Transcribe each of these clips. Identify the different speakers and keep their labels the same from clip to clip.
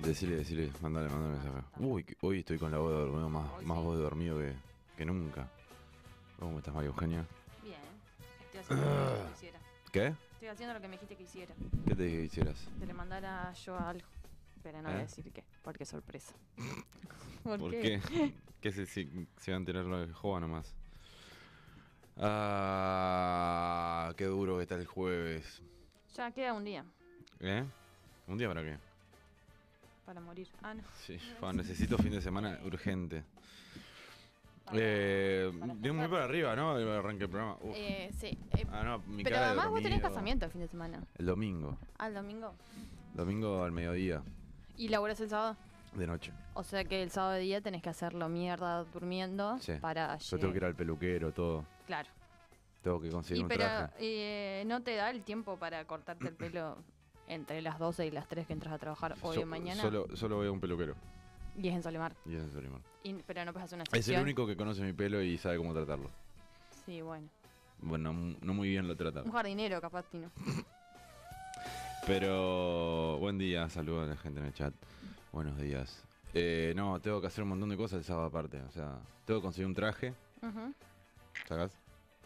Speaker 1: Decile, decile, mandale, mandale mensaje. Uy, que- hoy estoy con la voz de dormido, más, más voz de dormido que, que nunca. ¿Cómo estás, María Eugenia?
Speaker 2: Bien. Estoy haciendo lo que me hiciera.
Speaker 1: ¿Qué?
Speaker 2: Estoy haciendo lo que me dijiste que hiciera.
Speaker 1: ¿Qué te dije que hicieras?
Speaker 2: Te le mandara yo algo. Pero no voy
Speaker 1: ¿Eh?
Speaker 2: a decir qué, porque es sorpresa.
Speaker 1: ¿Por qué? que se, si- se van a tirar los juego nomás. Ah, qué duro que está el jueves.
Speaker 2: Ya queda un día
Speaker 1: ¿Eh? ¿Un día para qué?
Speaker 2: para morir. Ah, no.
Speaker 1: Sí, fa, necesito fin de semana urgente.
Speaker 2: Para-
Speaker 1: Eh,
Speaker 2: para
Speaker 1: bien muy
Speaker 2: escapar.
Speaker 1: para arriba, ¿no? El arranque del programa. Uf.
Speaker 2: Eh, sí. eh,
Speaker 1: Ah, no, mi
Speaker 2: pero
Speaker 1: cara de
Speaker 2: además vos tenés
Speaker 1: dormido.
Speaker 2: casamiento el fin de semana.
Speaker 1: El domingo.
Speaker 2: Al domingo.
Speaker 1: Domingo al mediodía,
Speaker 2: Y laburás el sábado.
Speaker 1: de noche.
Speaker 2: O sea que el sábado de día tenés que hacerlo mierda durmiendo
Speaker 1: Sí.
Speaker 2: para
Speaker 1: Yo tengo que ir al peluquero, todo.
Speaker 2: Claro.
Speaker 1: Tengo que conseguir
Speaker 2: y
Speaker 1: un
Speaker 2: pero
Speaker 1: traje.
Speaker 2: eh, no te da el tiempo para cortarte el pelo entre las 12 y las 3 que entras a trabajar hoy
Speaker 1: So-
Speaker 2: o mañana.
Speaker 1: Solo, solo voy a un peluquero.
Speaker 2: Y es en Solimar.
Speaker 1: Y es, en Solimar.
Speaker 2: Y- pero no puedes hacer una
Speaker 1: es
Speaker 2: sesión.
Speaker 1: el único que conoce mi pelo y sabe cómo tratarlo.
Speaker 2: Sí, bueno.
Speaker 1: Bueno, m- no muy bien lo trata.
Speaker 2: Un jardinero, capaz, Tino.
Speaker 1: Pero buen día, saludos a la gente en el chat. Buenos días. Eh, no, tengo que hacer un montón de cosas el sábado aparte. O sea, tengo que conseguir un traje,
Speaker 2: Ujú.
Speaker 1: ¿sacás?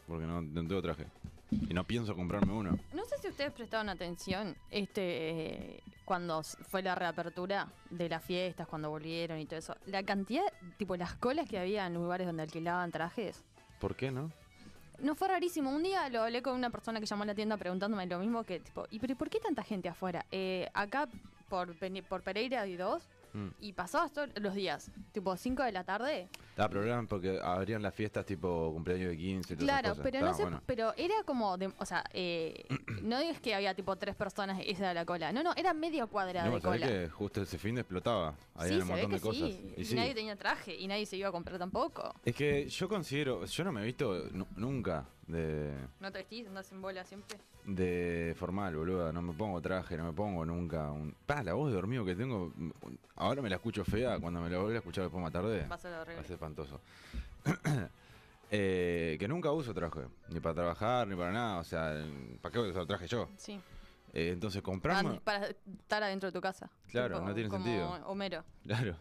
Speaker 1: Porque no, no tengo traje. Y no pienso comprarme uno.
Speaker 2: No sé si ustedes prestaron atención este eh, cuando s- fue la reapertura de las fiestas, cuando volvieron y todo eso. La cantidad, tipo las colas que había en lugares donde alquilaban trajes.
Speaker 1: ¿Por qué no?
Speaker 2: No fue rarísimo. Un día lo hablé con una persona que llamó a la tienda preguntándome lo mismo que tipo, ¿y pero por qué tanta gente afuera? Eh, acá por, Pene- por Pereira y dos
Speaker 1: Mm.
Speaker 2: y pasabas todos los días, tipo 5 de la tarde.
Speaker 1: Ah, pero eran porque abrían las fiestas tipo cumpleaños de 15 y todas
Speaker 2: Claro,
Speaker 1: esas cosas.
Speaker 2: pero
Speaker 1: Está,
Speaker 2: no sé,
Speaker 1: bueno.
Speaker 2: pero era como, de- o sea, eh, no es que había tipo tres personas esa de la cola, no, no, era media cuadra
Speaker 1: No,
Speaker 2: de
Speaker 1: sabés
Speaker 2: cola.
Speaker 1: que justo ese fin de explotaba. Había
Speaker 2: sí,
Speaker 1: un
Speaker 2: se ve
Speaker 1: montón
Speaker 2: que
Speaker 1: de cosas.
Speaker 2: sí,
Speaker 1: Y
Speaker 2: y
Speaker 1: sí.
Speaker 2: nadie tenía traje y nadie se iba a comprar tampoco.
Speaker 1: Es que yo considero, yo no me he visto nu- nunca de,
Speaker 2: No te vestís, andás en bola siempre.
Speaker 1: de formal, boluda. No me pongo traje, no me pongo nunca un. Pa, la voz de dormido que tengo. mm, Ahora me la escucho fea. Cuando me la vuelva a escuchar después más tarde.
Speaker 2: Va a ser horrible.
Speaker 1: Va a ser espantoso. Eh, que nunca uso traje. Ni para trabajar, ni para nada. O sea, ¿para qué voy a usar traje yo?
Speaker 2: Sí,
Speaker 1: Eh, entonces comprarme.
Speaker 2: Antes para estar adentro de tu casa.
Speaker 1: Claro, no tiene
Speaker 2: como
Speaker 1: sentido.
Speaker 2: Homero.
Speaker 1: Claro.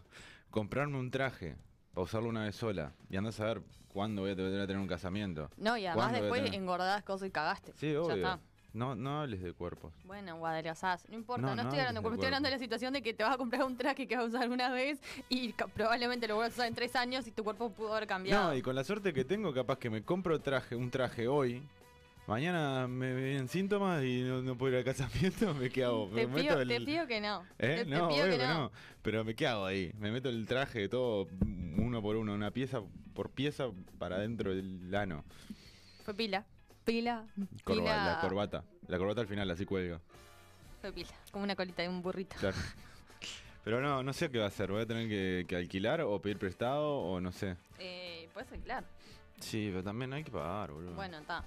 Speaker 1: Comprarme un traje para usarlo una vez sola. Y andás a ver cuándo voy a tener, voy a tener un casamiento.
Speaker 2: No, y además
Speaker 1: ¿Cuándo voy a
Speaker 2: después
Speaker 1: tener?
Speaker 2: engordás cosas y cagaste.
Speaker 1: Sí,
Speaker 2: Ya
Speaker 1: obvio.
Speaker 2: está.
Speaker 1: No, no hables de cuerpos.
Speaker 2: Bueno, o adelgazás. No importa,
Speaker 1: No,
Speaker 2: no,
Speaker 1: no
Speaker 2: estoy hablando de
Speaker 1: hables
Speaker 2: cuerpo,
Speaker 1: de
Speaker 2: estoy hablando de la situación de que te vas a comprar un traje que vas a usar una vez y ca- probablemente lo vuelvas a usar en tres años y tu cuerpo pudo haber cambiado.
Speaker 1: No, y con la suerte que tengo, capaz que me compro traje, un traje hoy. Mañana me vienen síntomas y no, no puedo ir al casamiento. ¿Me qué hago?
Speaker 2: te,
Speaker 1: me
Speaker 2: pido,
Speaker 1: el-
Speaker 2: te pido que no.
Speaker 1: ¿Eh?
Speaker 2: Te, te
Speaker 1: no,
Speaker 2: pido
Speaker 1: obvio
Speaker 2: que
Speaker 1: que
Speaker 2: no.
Speaker 1: no. Pero me qué hago ahí. Me meto el traje todo uno por uno, una pieza por pieza para adentro del ano.
Speaker 2: Fue pila. Pila.
Speaker 1: Corba-
Speaker 2: pila.
Speaker 1: La corbata. La corbata al final, así cuelga.
Speaker 2: Fue pila. Como una colita de un burrito.
Speaker 1: Claro. Pero no, no sé qué va a hacer. Voy a tener que, que alquilar o pedir prestado o no sé.
Speaker 2: Eh, puedes alquilar.
Speaker 1: Sí, pero también hay que pagar, boludo.
Speaker 2: Bueno, está.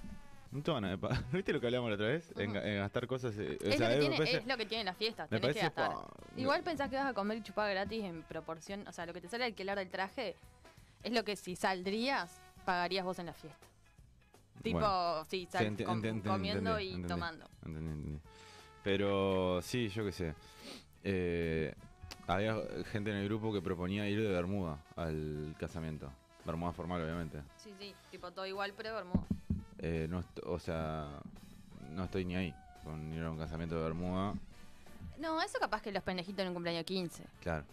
Speaker 1: No te van a pagar. ¿Viste lo que hablamos la otra vez? En, ga- en gastar cosas. eh, o
Speaker 2: Es,
Speaker 1: sea,
Speaker 2: lo que
Speaker 1: eh,
Speaker 2: tiene,
Speaker 1: me parece-
Speaker 2: es lo que tienen las fiestas,
Speaker 1: me
Speaker 2: tenés que
Speaker 1: parece,
Speaker 2: gastar.
Speaker 1: pa,
Speaker 2: Igual
Speaker 1: no.
Speaker 2: pensás que vas a comer y chupar gratis en proporción, o sea, lo que te sale alquilar del traje es lo que si saldrías, pagarías vos en la fiesta. Tipo,
Speaker 1: Bueno.
Speaker 2: sí,
Speaker 1: Sí,
Speaker 2: sal-
Speaker 1: ente-
Speaker 2: com-
Speaker 1: ente- ente-
Speaker 2: comiendo
Speaker 1: entendí,
Speaker 2: y
Speaker 1: entendí,
Speaker 2: tomando.
Speaker 1: entendí, entendí. Pero sí, yo qué sé. Eh, había gente en el grupo que proponía ir de Bermuda al casamiento. Bermuda formal, obviamente.
Speaker 2: Sí, sí, tipo todo igual, pero Bermuda.
Speaker 1: Eh, no est- o sea, no estoy ni ahí con ir a un casamiento de Bermuda.
Speaker 2: No, eso capaz que los pendejitos en un cumpleaños 15.
Speaker 1: Claro.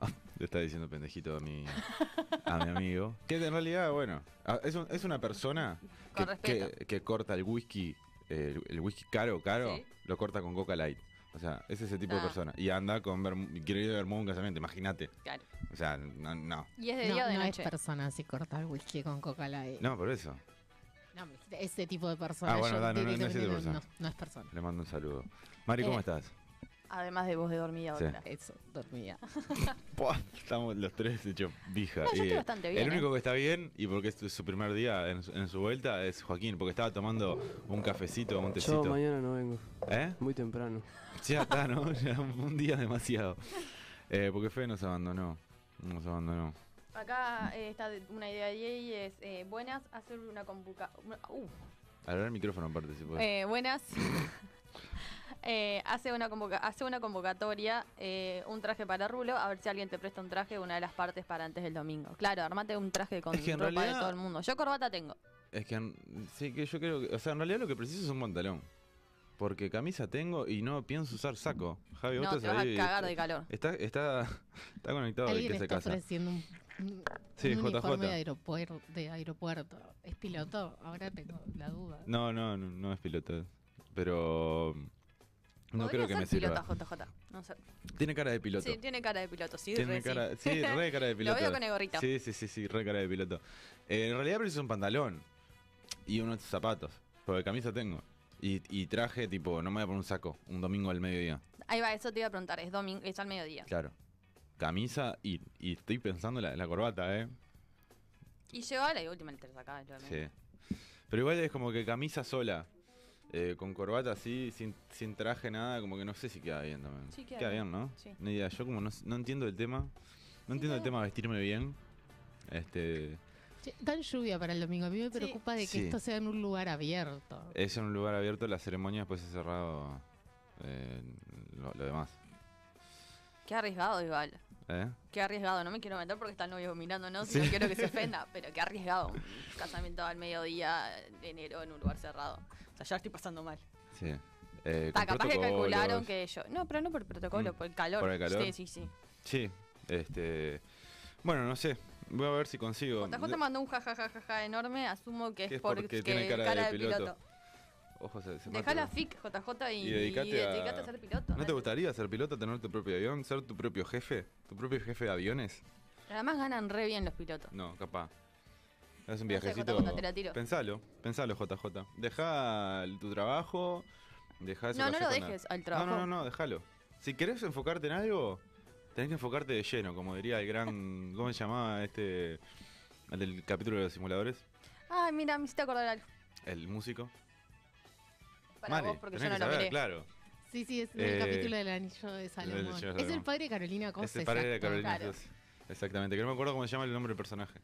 Speaker 1: Ah, Le está diciendo pendejito a mi, a mi amigo. Que en realidad, bueno, a- es, un- es una persona que,
Speaker 2: Con respeto.
Speaker 1: que- que corta el whisky, eh, el, el whisky caro, caro,
Speaker 2: Sí.
Speaker 1: lo corta con Coca Light. O sea, es ese tipo de
Speaker 2: Ah.
Speaker 1: persona. Y anda con Berm- y quiere ir a Bermuda a un casamiento, imagínate.
Speaker 2: Claro.
Speaker 1: O sea, no, no.
Speaker 2: Y es de
Speaker 3: No,
Speaker 2: día o de
Speaker 3: no es
Speaker 2: noche.
Speaker 3: persona si corta el whisky con coca light.
Speaker 1: No, por eso.
Speaker 3: No, me dijiste ese tipo de persona.
Speaker 1: Ah, bueno,
Speaker 3: Yo
Speaker 1: da, no,
Speaker 3: te-
Speaker 1: no,
Speaker 3: te-
Speaker 1: no es ese
Speaker 3: no,
Speaker 1: persona.
Speaker 3: no, no es persona.
Speaker 1: Le mando un saludo. Mari, ¿cómo
Speaker 2: Eh.
Speaker 1: estás?
Speaker 2: Además de voz de dormida
Speaker 1: Sí.
Speaker 2: otra.
Speaker 3: Eso, dormida.
Speaker 1: Buah, Estamos los tres hechos vija.
Speaker 2: No, yo
Speaker 1: Y,
Speaker 2: estoy bastante bien,
Speaker 1: El
Speaker 2: ¿eh?
Speaker 1: único que está bien, y porque este es su- su primer día en, su- en su vuelta, es Joaquín, porque estaba tomando un cafecito, un
Speaker 4: Yo
Speaker 1: tecito.
Speaker 4: mañana no vengo,
Speaker 1: ¿Eh?
Speaker 4: muy temprano.
Speaker 1: Ya está, ¿no? Ya un día demasiado. Eh, porque Fe nos abandonó. Nos abandonó.
Speaker 2: Acá eh, está de- una idea de Yei, es eh, buenas, hacer una compuca... una- uh,
Speaker 1: Pues. Hablar el micrófono aparte, si podés.
Speaker 2: Eh, buenas. eh, hace, una convoca- hace una convocatoria, eh, un traje para Rulo, a ver si alguien te presta un traje de una de las partes para antes del domingo. Claro, armate un traje con
Speaker 1: Es que en
Speaker 2: ropa de
Speaker 1: realidad-
Speaker 2: todo el mundo. Yo corbata tengo.
Speaker 1: Es que en- sí, que yo creo que. O sea, en realidad lo que preciso es un pantalón. Porque camisa tengo y no pienso usar saco. Javi, vos
Speaker 2: No, te
Speaker 1: estás
Speaker 2: vas a
Speaker 1: ahí-
Speaker 2: cagar de calor.
Speaker 1: Está, está, está conectado el
Speaker 3: Alguien
Speaker 1: que se
Speaker 3: está
Speaker 1: casa.
Speaker 3: ofreciendo un, un
Speaker 1: Sí, JJ.
Speaker 3: uniforme de aeropuerto, de aeropuerto. ¿Es piloto? Ahora tengo la duda.
Speaker 1: No, no, no, no es piloto. Pero. No
Speaker 2: Podría
Speaker 1: creo que
Speaker 2: ser
Speaker 1: me sirva.
Speaker 2: pilota, JJ. No sé.
Speaker 1: Tiene cara de piloto.
Speaker 2: Sí, tiene cara de piloto, sí,
Speaker 1: Tiene
Speaker 2: re sí.
Speaker 1: cara, sí, re cara de
Speaker 2: Lo
Speaker 1: piloto.
Speaker 2: veo con el gorrito.
Speaker 1: Sí, sí, sí, sí, re cara de piloto. Eh, en realidad preciso un pantalón y unos zapatos, porque camisa tengo. Y, y traje, tipo, no me voy a poner un saco, un domingo al mediodía.
Speaker 2: Ahí va, eso te iba a preguntar. Es domingo, es al mediodía.
Speaker 1: Claro. Camisa y, y estoy pensando la, la corbata, ¿eh?
Speaker 2: Y lleva la última te acá.
Speaker 1: Sí. Pero igual es como que camisa sola, eh, con corbata así, sin, sin traje, nada, como que no sé si queda bien también.
Speaker 2: Sí, queda
Speaker 1: bien,
Speaker 2: bien.
Speaker 1: ¿no?
Speaker 2: Sí.
Speaker 1: Ni idea, yo como no, s- no entiendo el tema, no entiendo el
Speaker 2: queda
Speaker 1: tema de vestirme bien. Este,
Speaker 3: Che, Dan lluvia para el domingo. A mí me
Speaker 2: Sí.
Speaker 3: preocupa de que
Speaker 1: Sí.
Speaker 3: esto sea en un lugar abierto.
Speaker 1: Es en un lugar abierto la ceremonia, después es cerrado eh, lo, lo demás.
Speaker 2: Qué arriesgado igual.
Speaker 1: ¿Eh?
Speaker 2: Qué arriesgado, no me quiero meter porque está el novio mirándonos
Speaker 1: Sí.
Speaker 2: y no quiero que se ofenda, pero qué arriesgado. Un Casamiento al mediodía de enero en un lugar cerrado. O sea, ya estoy pasando mal.
Speaker 1: Sí. Eh,
Speaker 2: Está,
Speaker 1: con
Speaker 2: Ah, capaz que
Speaker 1: protocolos.
Speaker 2: calcularon que yo. No, pero no por el protocolo,
Speaker 1: Mm.
Speaker 2: por el calor.
Speaker 1: Por el calor. Mm.
Speaker 2: Sí, sí, sí.
Speaker 1: Sí, este... Bueno, no sé, voy a ver si consigo...
Speaker 2: JJ mandó un jajajajaja enorme, asumo que
Speaker 1: Que
Speaker 2: es porque,
Speaker 1: tiene cara, de, piloto.
Speaker 2: piloto.
Speaker 1: Ojo, se, se
Speaker 2: Dejá
Speaker 1: mata.
Speaker 2: la ¿eh? FIC, JJ, y,
Speaker 1: Y dedicate
Speaker 2: y dedicate
Speaker 1: a-
Speaker 2: a... ser piloto.
Speaker 1: ¿No te gustaría ser piloto, tener tu propio avión, ser tu propio jefe? ¿Tu propio jefe de aviones?
Speaker 2: Además ganan re bien los pilotos.
Speaker 1: No, capaz. Es un
Speaker 2: No sé,
Speaker 1: viajecito.
Speaker 2: JJ, te la tiro.
Speaker 1: Pensalo, pensalo, JJ. Deja el- tu trabajo, deja eso
Speaker 2: No,
Speaker 1: que
Speaker 2: no
Speaker 1: haces
Speaker 2: lo
Speaker 1: con la-
Speaker 2: dejes al trabajo.
Speaker 1: No, no, no, no, déjalo. Si querés enfocarte en algo, tenés que enfocarte de lleno, como diría el gran. ¿Cómo se llamaba este. el del capítulo de los simuladores?
Speaker 2: Ay, mira, me hiciste acordar algo.
Speaker 1: El músico.
Speaker 2: Para
Speaker 1: Male,
Speaker 2: vos, porque yo
Speaker 1: tenés que
Speaker 2: no lo
Speaker 1: saber,
Speaker 2: miré.
Speaker 1: Claro.
Speaker 3: Sí, sí, es en el
Speaker 1: Eh,
Speaker 3: capítulo del anillo de
Speaker 1: del
Speaker 3: Salomón.
Speaker 1: Señor
Speaker 3: Es el
Speaker 1: Salomón.
Speaker 3: padre de Carolina Cosa.
Speaker 1: Es el padre de
Speaker 3: exacto.
Speaker 1: Carolina
Speaker 2: Claro.
Speaker 1: Sos. Exactamente, que no me acuerdo cómo se llama el nombre del personaje.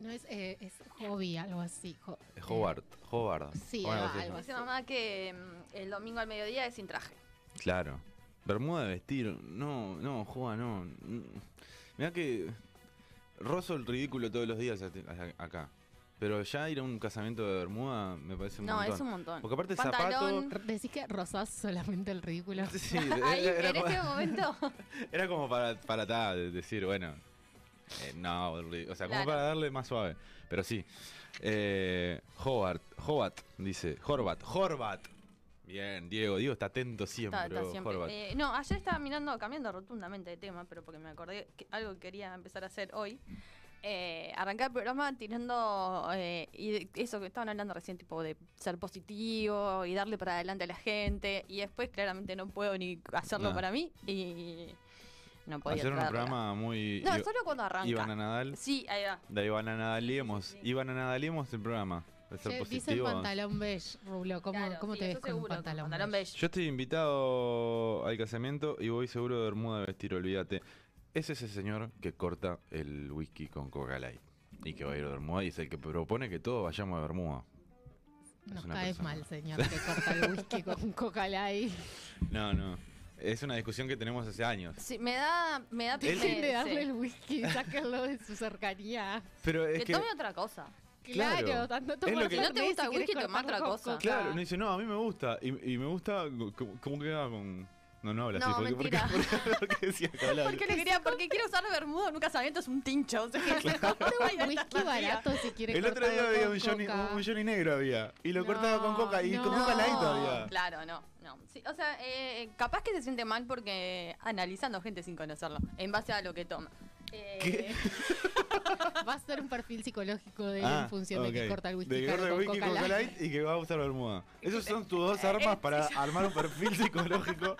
Speaker 3: No es, eh, es hobby, algo así. jo-
Speaker 2: Eh,
Speaker 1: Es Hobart. Hobart.
Speaker 3: Sí,
Speaker 1: o algo
Speaker 3: algo
Speaker 1: así.
Speaker 3: así.
Speaker 2: Dice mamá que mm, el domingo al mediodía es sin traje.
Speaker 1: Claro. Bermuda de vestir. No, no, Juan, no. Mm. Mirá que. Rozo el ridículo todos los días ate- a- acá. Pero ya ir a un casamiento de Bermuda me parece un
Speaker 2: No,
Speaker 1: montón.
Speaker 2: es un montón.
Speaker 1: Porque aparte
Speaker 2: Pantalón.
Speaker 3: eh. Decís que rozás solamente el ridículo.
Speaker 1: zapato. Sí,
Speaker 2: Ahí,
Speaker 1: eh, era,
Speaker 2: en
Speaker 1: como,
Speaker 2: ese momento.
Speaker 1: era como para, para ta, de- decir, bueno. eh, no, ri- o sea, como
Speaker 2: Claro.
Speaker 1: para darle más suave. Pero sí. Eh, Hobart, Hobart, dice. Horvat, Horvat. Bien, Diego, Diego está atento siempre.
Speaker 2: Está- está
Speaker 1: bro,
Speaker 2: siempre.
Speaker 1: Horvat.
Speaker 2: Eh, no, ayer estaba mirando, cambiando rotundamente de tema, pero porque me acordé que algo que quería empezar a hacer hoy. Eh, arrancar el programa tirando eh, y eso que estaban hablando recién, tipo de ser positivo y darle para adelante a la gente. Y después, claramente, no puedo ni hacerlo
Speaker 1: No.
Speaker 2: para mí y no podía
Speaker 1: Hacer un
Speaker 2: traerla.
Speaker 1: programa muy.
Speaker 2: No,
Speaker 1: Iv-
Speaker 2: solo cuando arranca.
Speaker 1: Ivana Nadal.
Speaker 2: Sí, ahí va.
Speaker 1: De Ivana Nadaliemos.
Speaker 2: Sí, sí, sí.
Speaker 1: Ivana Nadaliemos el programa. De ser
Speaker 3: Che, dice el
Speaker 1: positivo.
Speaker 3: pantalón beige, Rulo. ¿Cómo,
Speaker 2: Claro,
Speaker 3: cómo
Speaker 2: sí,
Speaker 3: te
Speaker 2: eso
Speaker 3: ves con un
Speaker 2: seguro,
Speaker 3: pantalón, beige?
Speaker 2: beige.
Speaker 1: Yo estoy invitado al casamiento y voy seguro de Bermuda de vestir, olvídate. Es ese señor que corta el whisky con Coca Light. Y que va a ir a Bermuda y es el que propone que todos vayamos a Bermuda.
Speaker 3: Nos
Speaker 1: una
Speaker 3: caes
Speaker 1: persona.
Speaker 3: mal, señor, que corta el whisky con coca light.
Speaker 1: No, no. Es una discusión que tenemos hace años.
Speaker 2: Sí, me da. Me da
Speaker 1: Él-
Speaker 3: Dejen
Speaker 2: pena
Speaker 3: de darle
Speaker 2: ese.
Speaker 3: el whisky, sáquenlo de su cercanía.
Speaker 1: Pero es
Speaker 2: Que
Speaker 1: que.
Speaker 2: tome otra cosa.
Speaker 1: Claro.
Speaker 3: Claro, tanto
Speaker 1: Es lo
Speaker 3: tomar
Speaker 1: que-
Speaker 3: Fernet,
Speaker 2: Si no te gusta
Speaker 3: si
Speaker 2: el
Speaker 3: querés
Speaker 2: whisky, tomá otra
Speaker 3: cortarlo con
Speaker 2: cosa.
Speaker 3: coca.
Speaker 1: Claro, no dice, no, a mí me gusta. Y, y me gusta. ¿Cómo, cómo quedaba con.? No, no habla
Speaker 2: No,
Speaker 1: así. ¿por qué- por qué- por qué decía que hablaba?
Speaker 2: Porque le quería, porque quiero usar bermuda en un casamiento, es un tincho. O sea, que
Speaker 3: Un whisky barato si quieres
Speaker 1: El otro día había un Johnny, un Johnny negro había. Y lo cortaba con coca y con
Speaker 3: No.
Speaker 1: coca light había.
Speaker 2: Claro, no, no. Sí, o sea, eh, capaz que se siente mal porque analizando gente sin conocerlo, en base a lo que toma. Eh,
Speaker 1: ¿Qué?
Speaker 3: Va a ser un perfil psicológico de él
Speaker 1: Ah,
Speaker 3: en función de
Speaker 1: ok.
Speaker 3: que corta el whisky.
Speaker 1: De que
Speaker 3: caro
Speaker 1: corta el
Speaker 3: con
Speaker 1: whisky
Speaker 3: coca
Speaker 1: con coca
Speaker 3: light. Este
Speaker 1: light y que va a usar bermuda. Esas son tus dos armas para armar un perfil psicológico.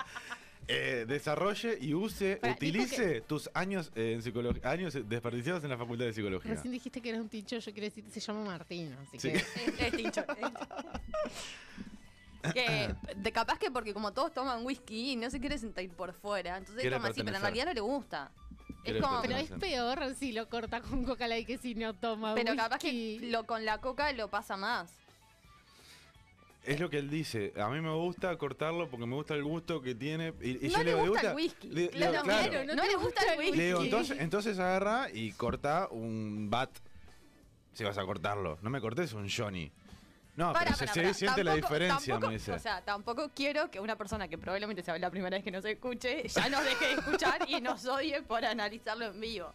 Speaker 1: Eh, desarrolle y use,
Speaker 3: Pará, dijo
Speaker 1: utilice tus años eh, en psicología, años desperdiciados en la facultad de psicología.
Speaker 3: Recién dijiste que era un tincho, yo quiero decir que se llama Martín, así
Speaker 1: Sí.
Speaker 3: que...
Speaker 2: Es, es tincho. es- Que de capaz que porque como todos toman whisky y no se quiere sentir por fuera, entonces
Speaker 1: Quiere
Speaker 2: toma así, pero en
Speaker 1: pertenecer.
Speaker 2: realidad no le gusta.
Speaker 1: Quiere
Speaker 2: Es como,
Speaker 1: pertenecer.
Speaker 3: Pero es peor si lo corta con coca light que si no toma
Speaker 2: pero
Speaker 3: whisky.
Speaker 2: capaz que lo, con la coca lo pasa más.
Speaker 1: Es lo que él dice. A mí me gusta cortarlo porque me gusta el gusto que tiene. Y, y
Speaker 2: no
Speaker 1: yo
Speaker 2: le
Speaker 1: digo, ¿te
Speaker 2: gusta el whisky.
Speaker 1: Le- le-
Speaker 2: claro,
Speaker 1: claro.
Speaker 2: claro, No, le gusta el whisky.
Speaker 1: Le digo, entonces, entonces agarra y corta un bat. Si vas a cortarlo. No me cortes un Johnny. No,
Speaker 2: Pará,
Speaker 1: pero se,
Speaker 2: pará,
Speaker 1: se
Speaker 2: pará.
Speaker 1: siente la
Speaker 2: Tampoco-
Speaker 1: diferencia,
Speaker 2: tampoco-
Speaker 1: me dice.
Speaker 2: O sea, tampoco quiero que una persona que probablemente sea la primera vez que nos escuche, ya nos deje de escuchar y nos odie por analizarlo en vivo.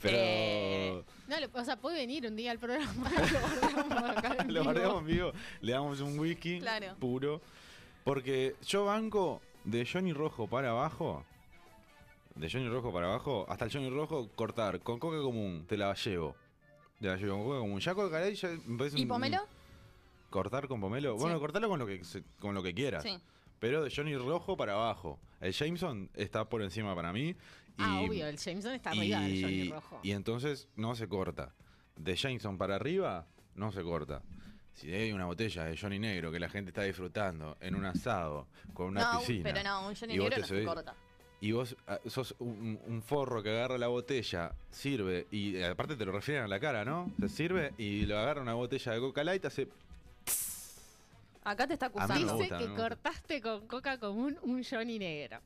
Speaker 1: pero
Speaker 2: eh,
Speaker 3: No, lo- o sea, puede venir un día al programa. lo guardamos acá en
Speaker 1: lo
Speaker 3: vivo.
Speaker 1: guardamos vivo. Le damos un whisky
Speaker 2: Claro.
Speaker 1: puro. Porque yo banco de Johnny Rojo para abajo. De Johnny Rojo para abajo, hasta el Johnny Rojo cortar con coca común, te la llevo. Te la llevo con coca común. Ya coca Light ya me parece
Speaker 2: ¿Y
Speaker 1: un-
Speaker 2: pomelo?
Speaker 1: ¿Cortar con pomelo?
Speaker 2: Sí.
Speaker 1: Bueno, cortalo con lo que se- con lo que quieras.
Speaker 2: Sí.
Speaker 1: Pero de Johnny Rojo para abajo. El Jameson está por encima para mí. Y,
Speaker 3: Ah, obvio, el Jameson está arriba del Johnny
Speaker 1: y-
Speaker 3: Rojo.
Speaker 1: Y entonces no se corta. De Jameson para arriba, no se corta. Si hay una botella de Johnny Negro que la gente está disfrutando en un asado, con una
Speaker 2: no,
Speaker 1: piscina.
Speaker 2: pero no, un
Speaker 1: y
Speaker 2: Johnny
Speaker 1: vos
Speaker 2: Negro
Speaker 1: te
Speaker 2: no se
Speaker 1: subís-
Speaker 2: corta.
Speaker 1: Y vos ah, sos un, un forro que agarra la botella, sirve, y eh, aparte te lo refieren a la cara, ¿no? Se sirve y lo agarra una botella de Coca Light, hace
Speaker 2: Acá te está
Speaker 1: a mí me
Speaker 2: acusando.
Speaker 3: Dice
Speaker 1: gusta,
Speaker 3: que
Speaker 1: me gusta.
Speaker 3: cortaste con coca común un Johnny negro.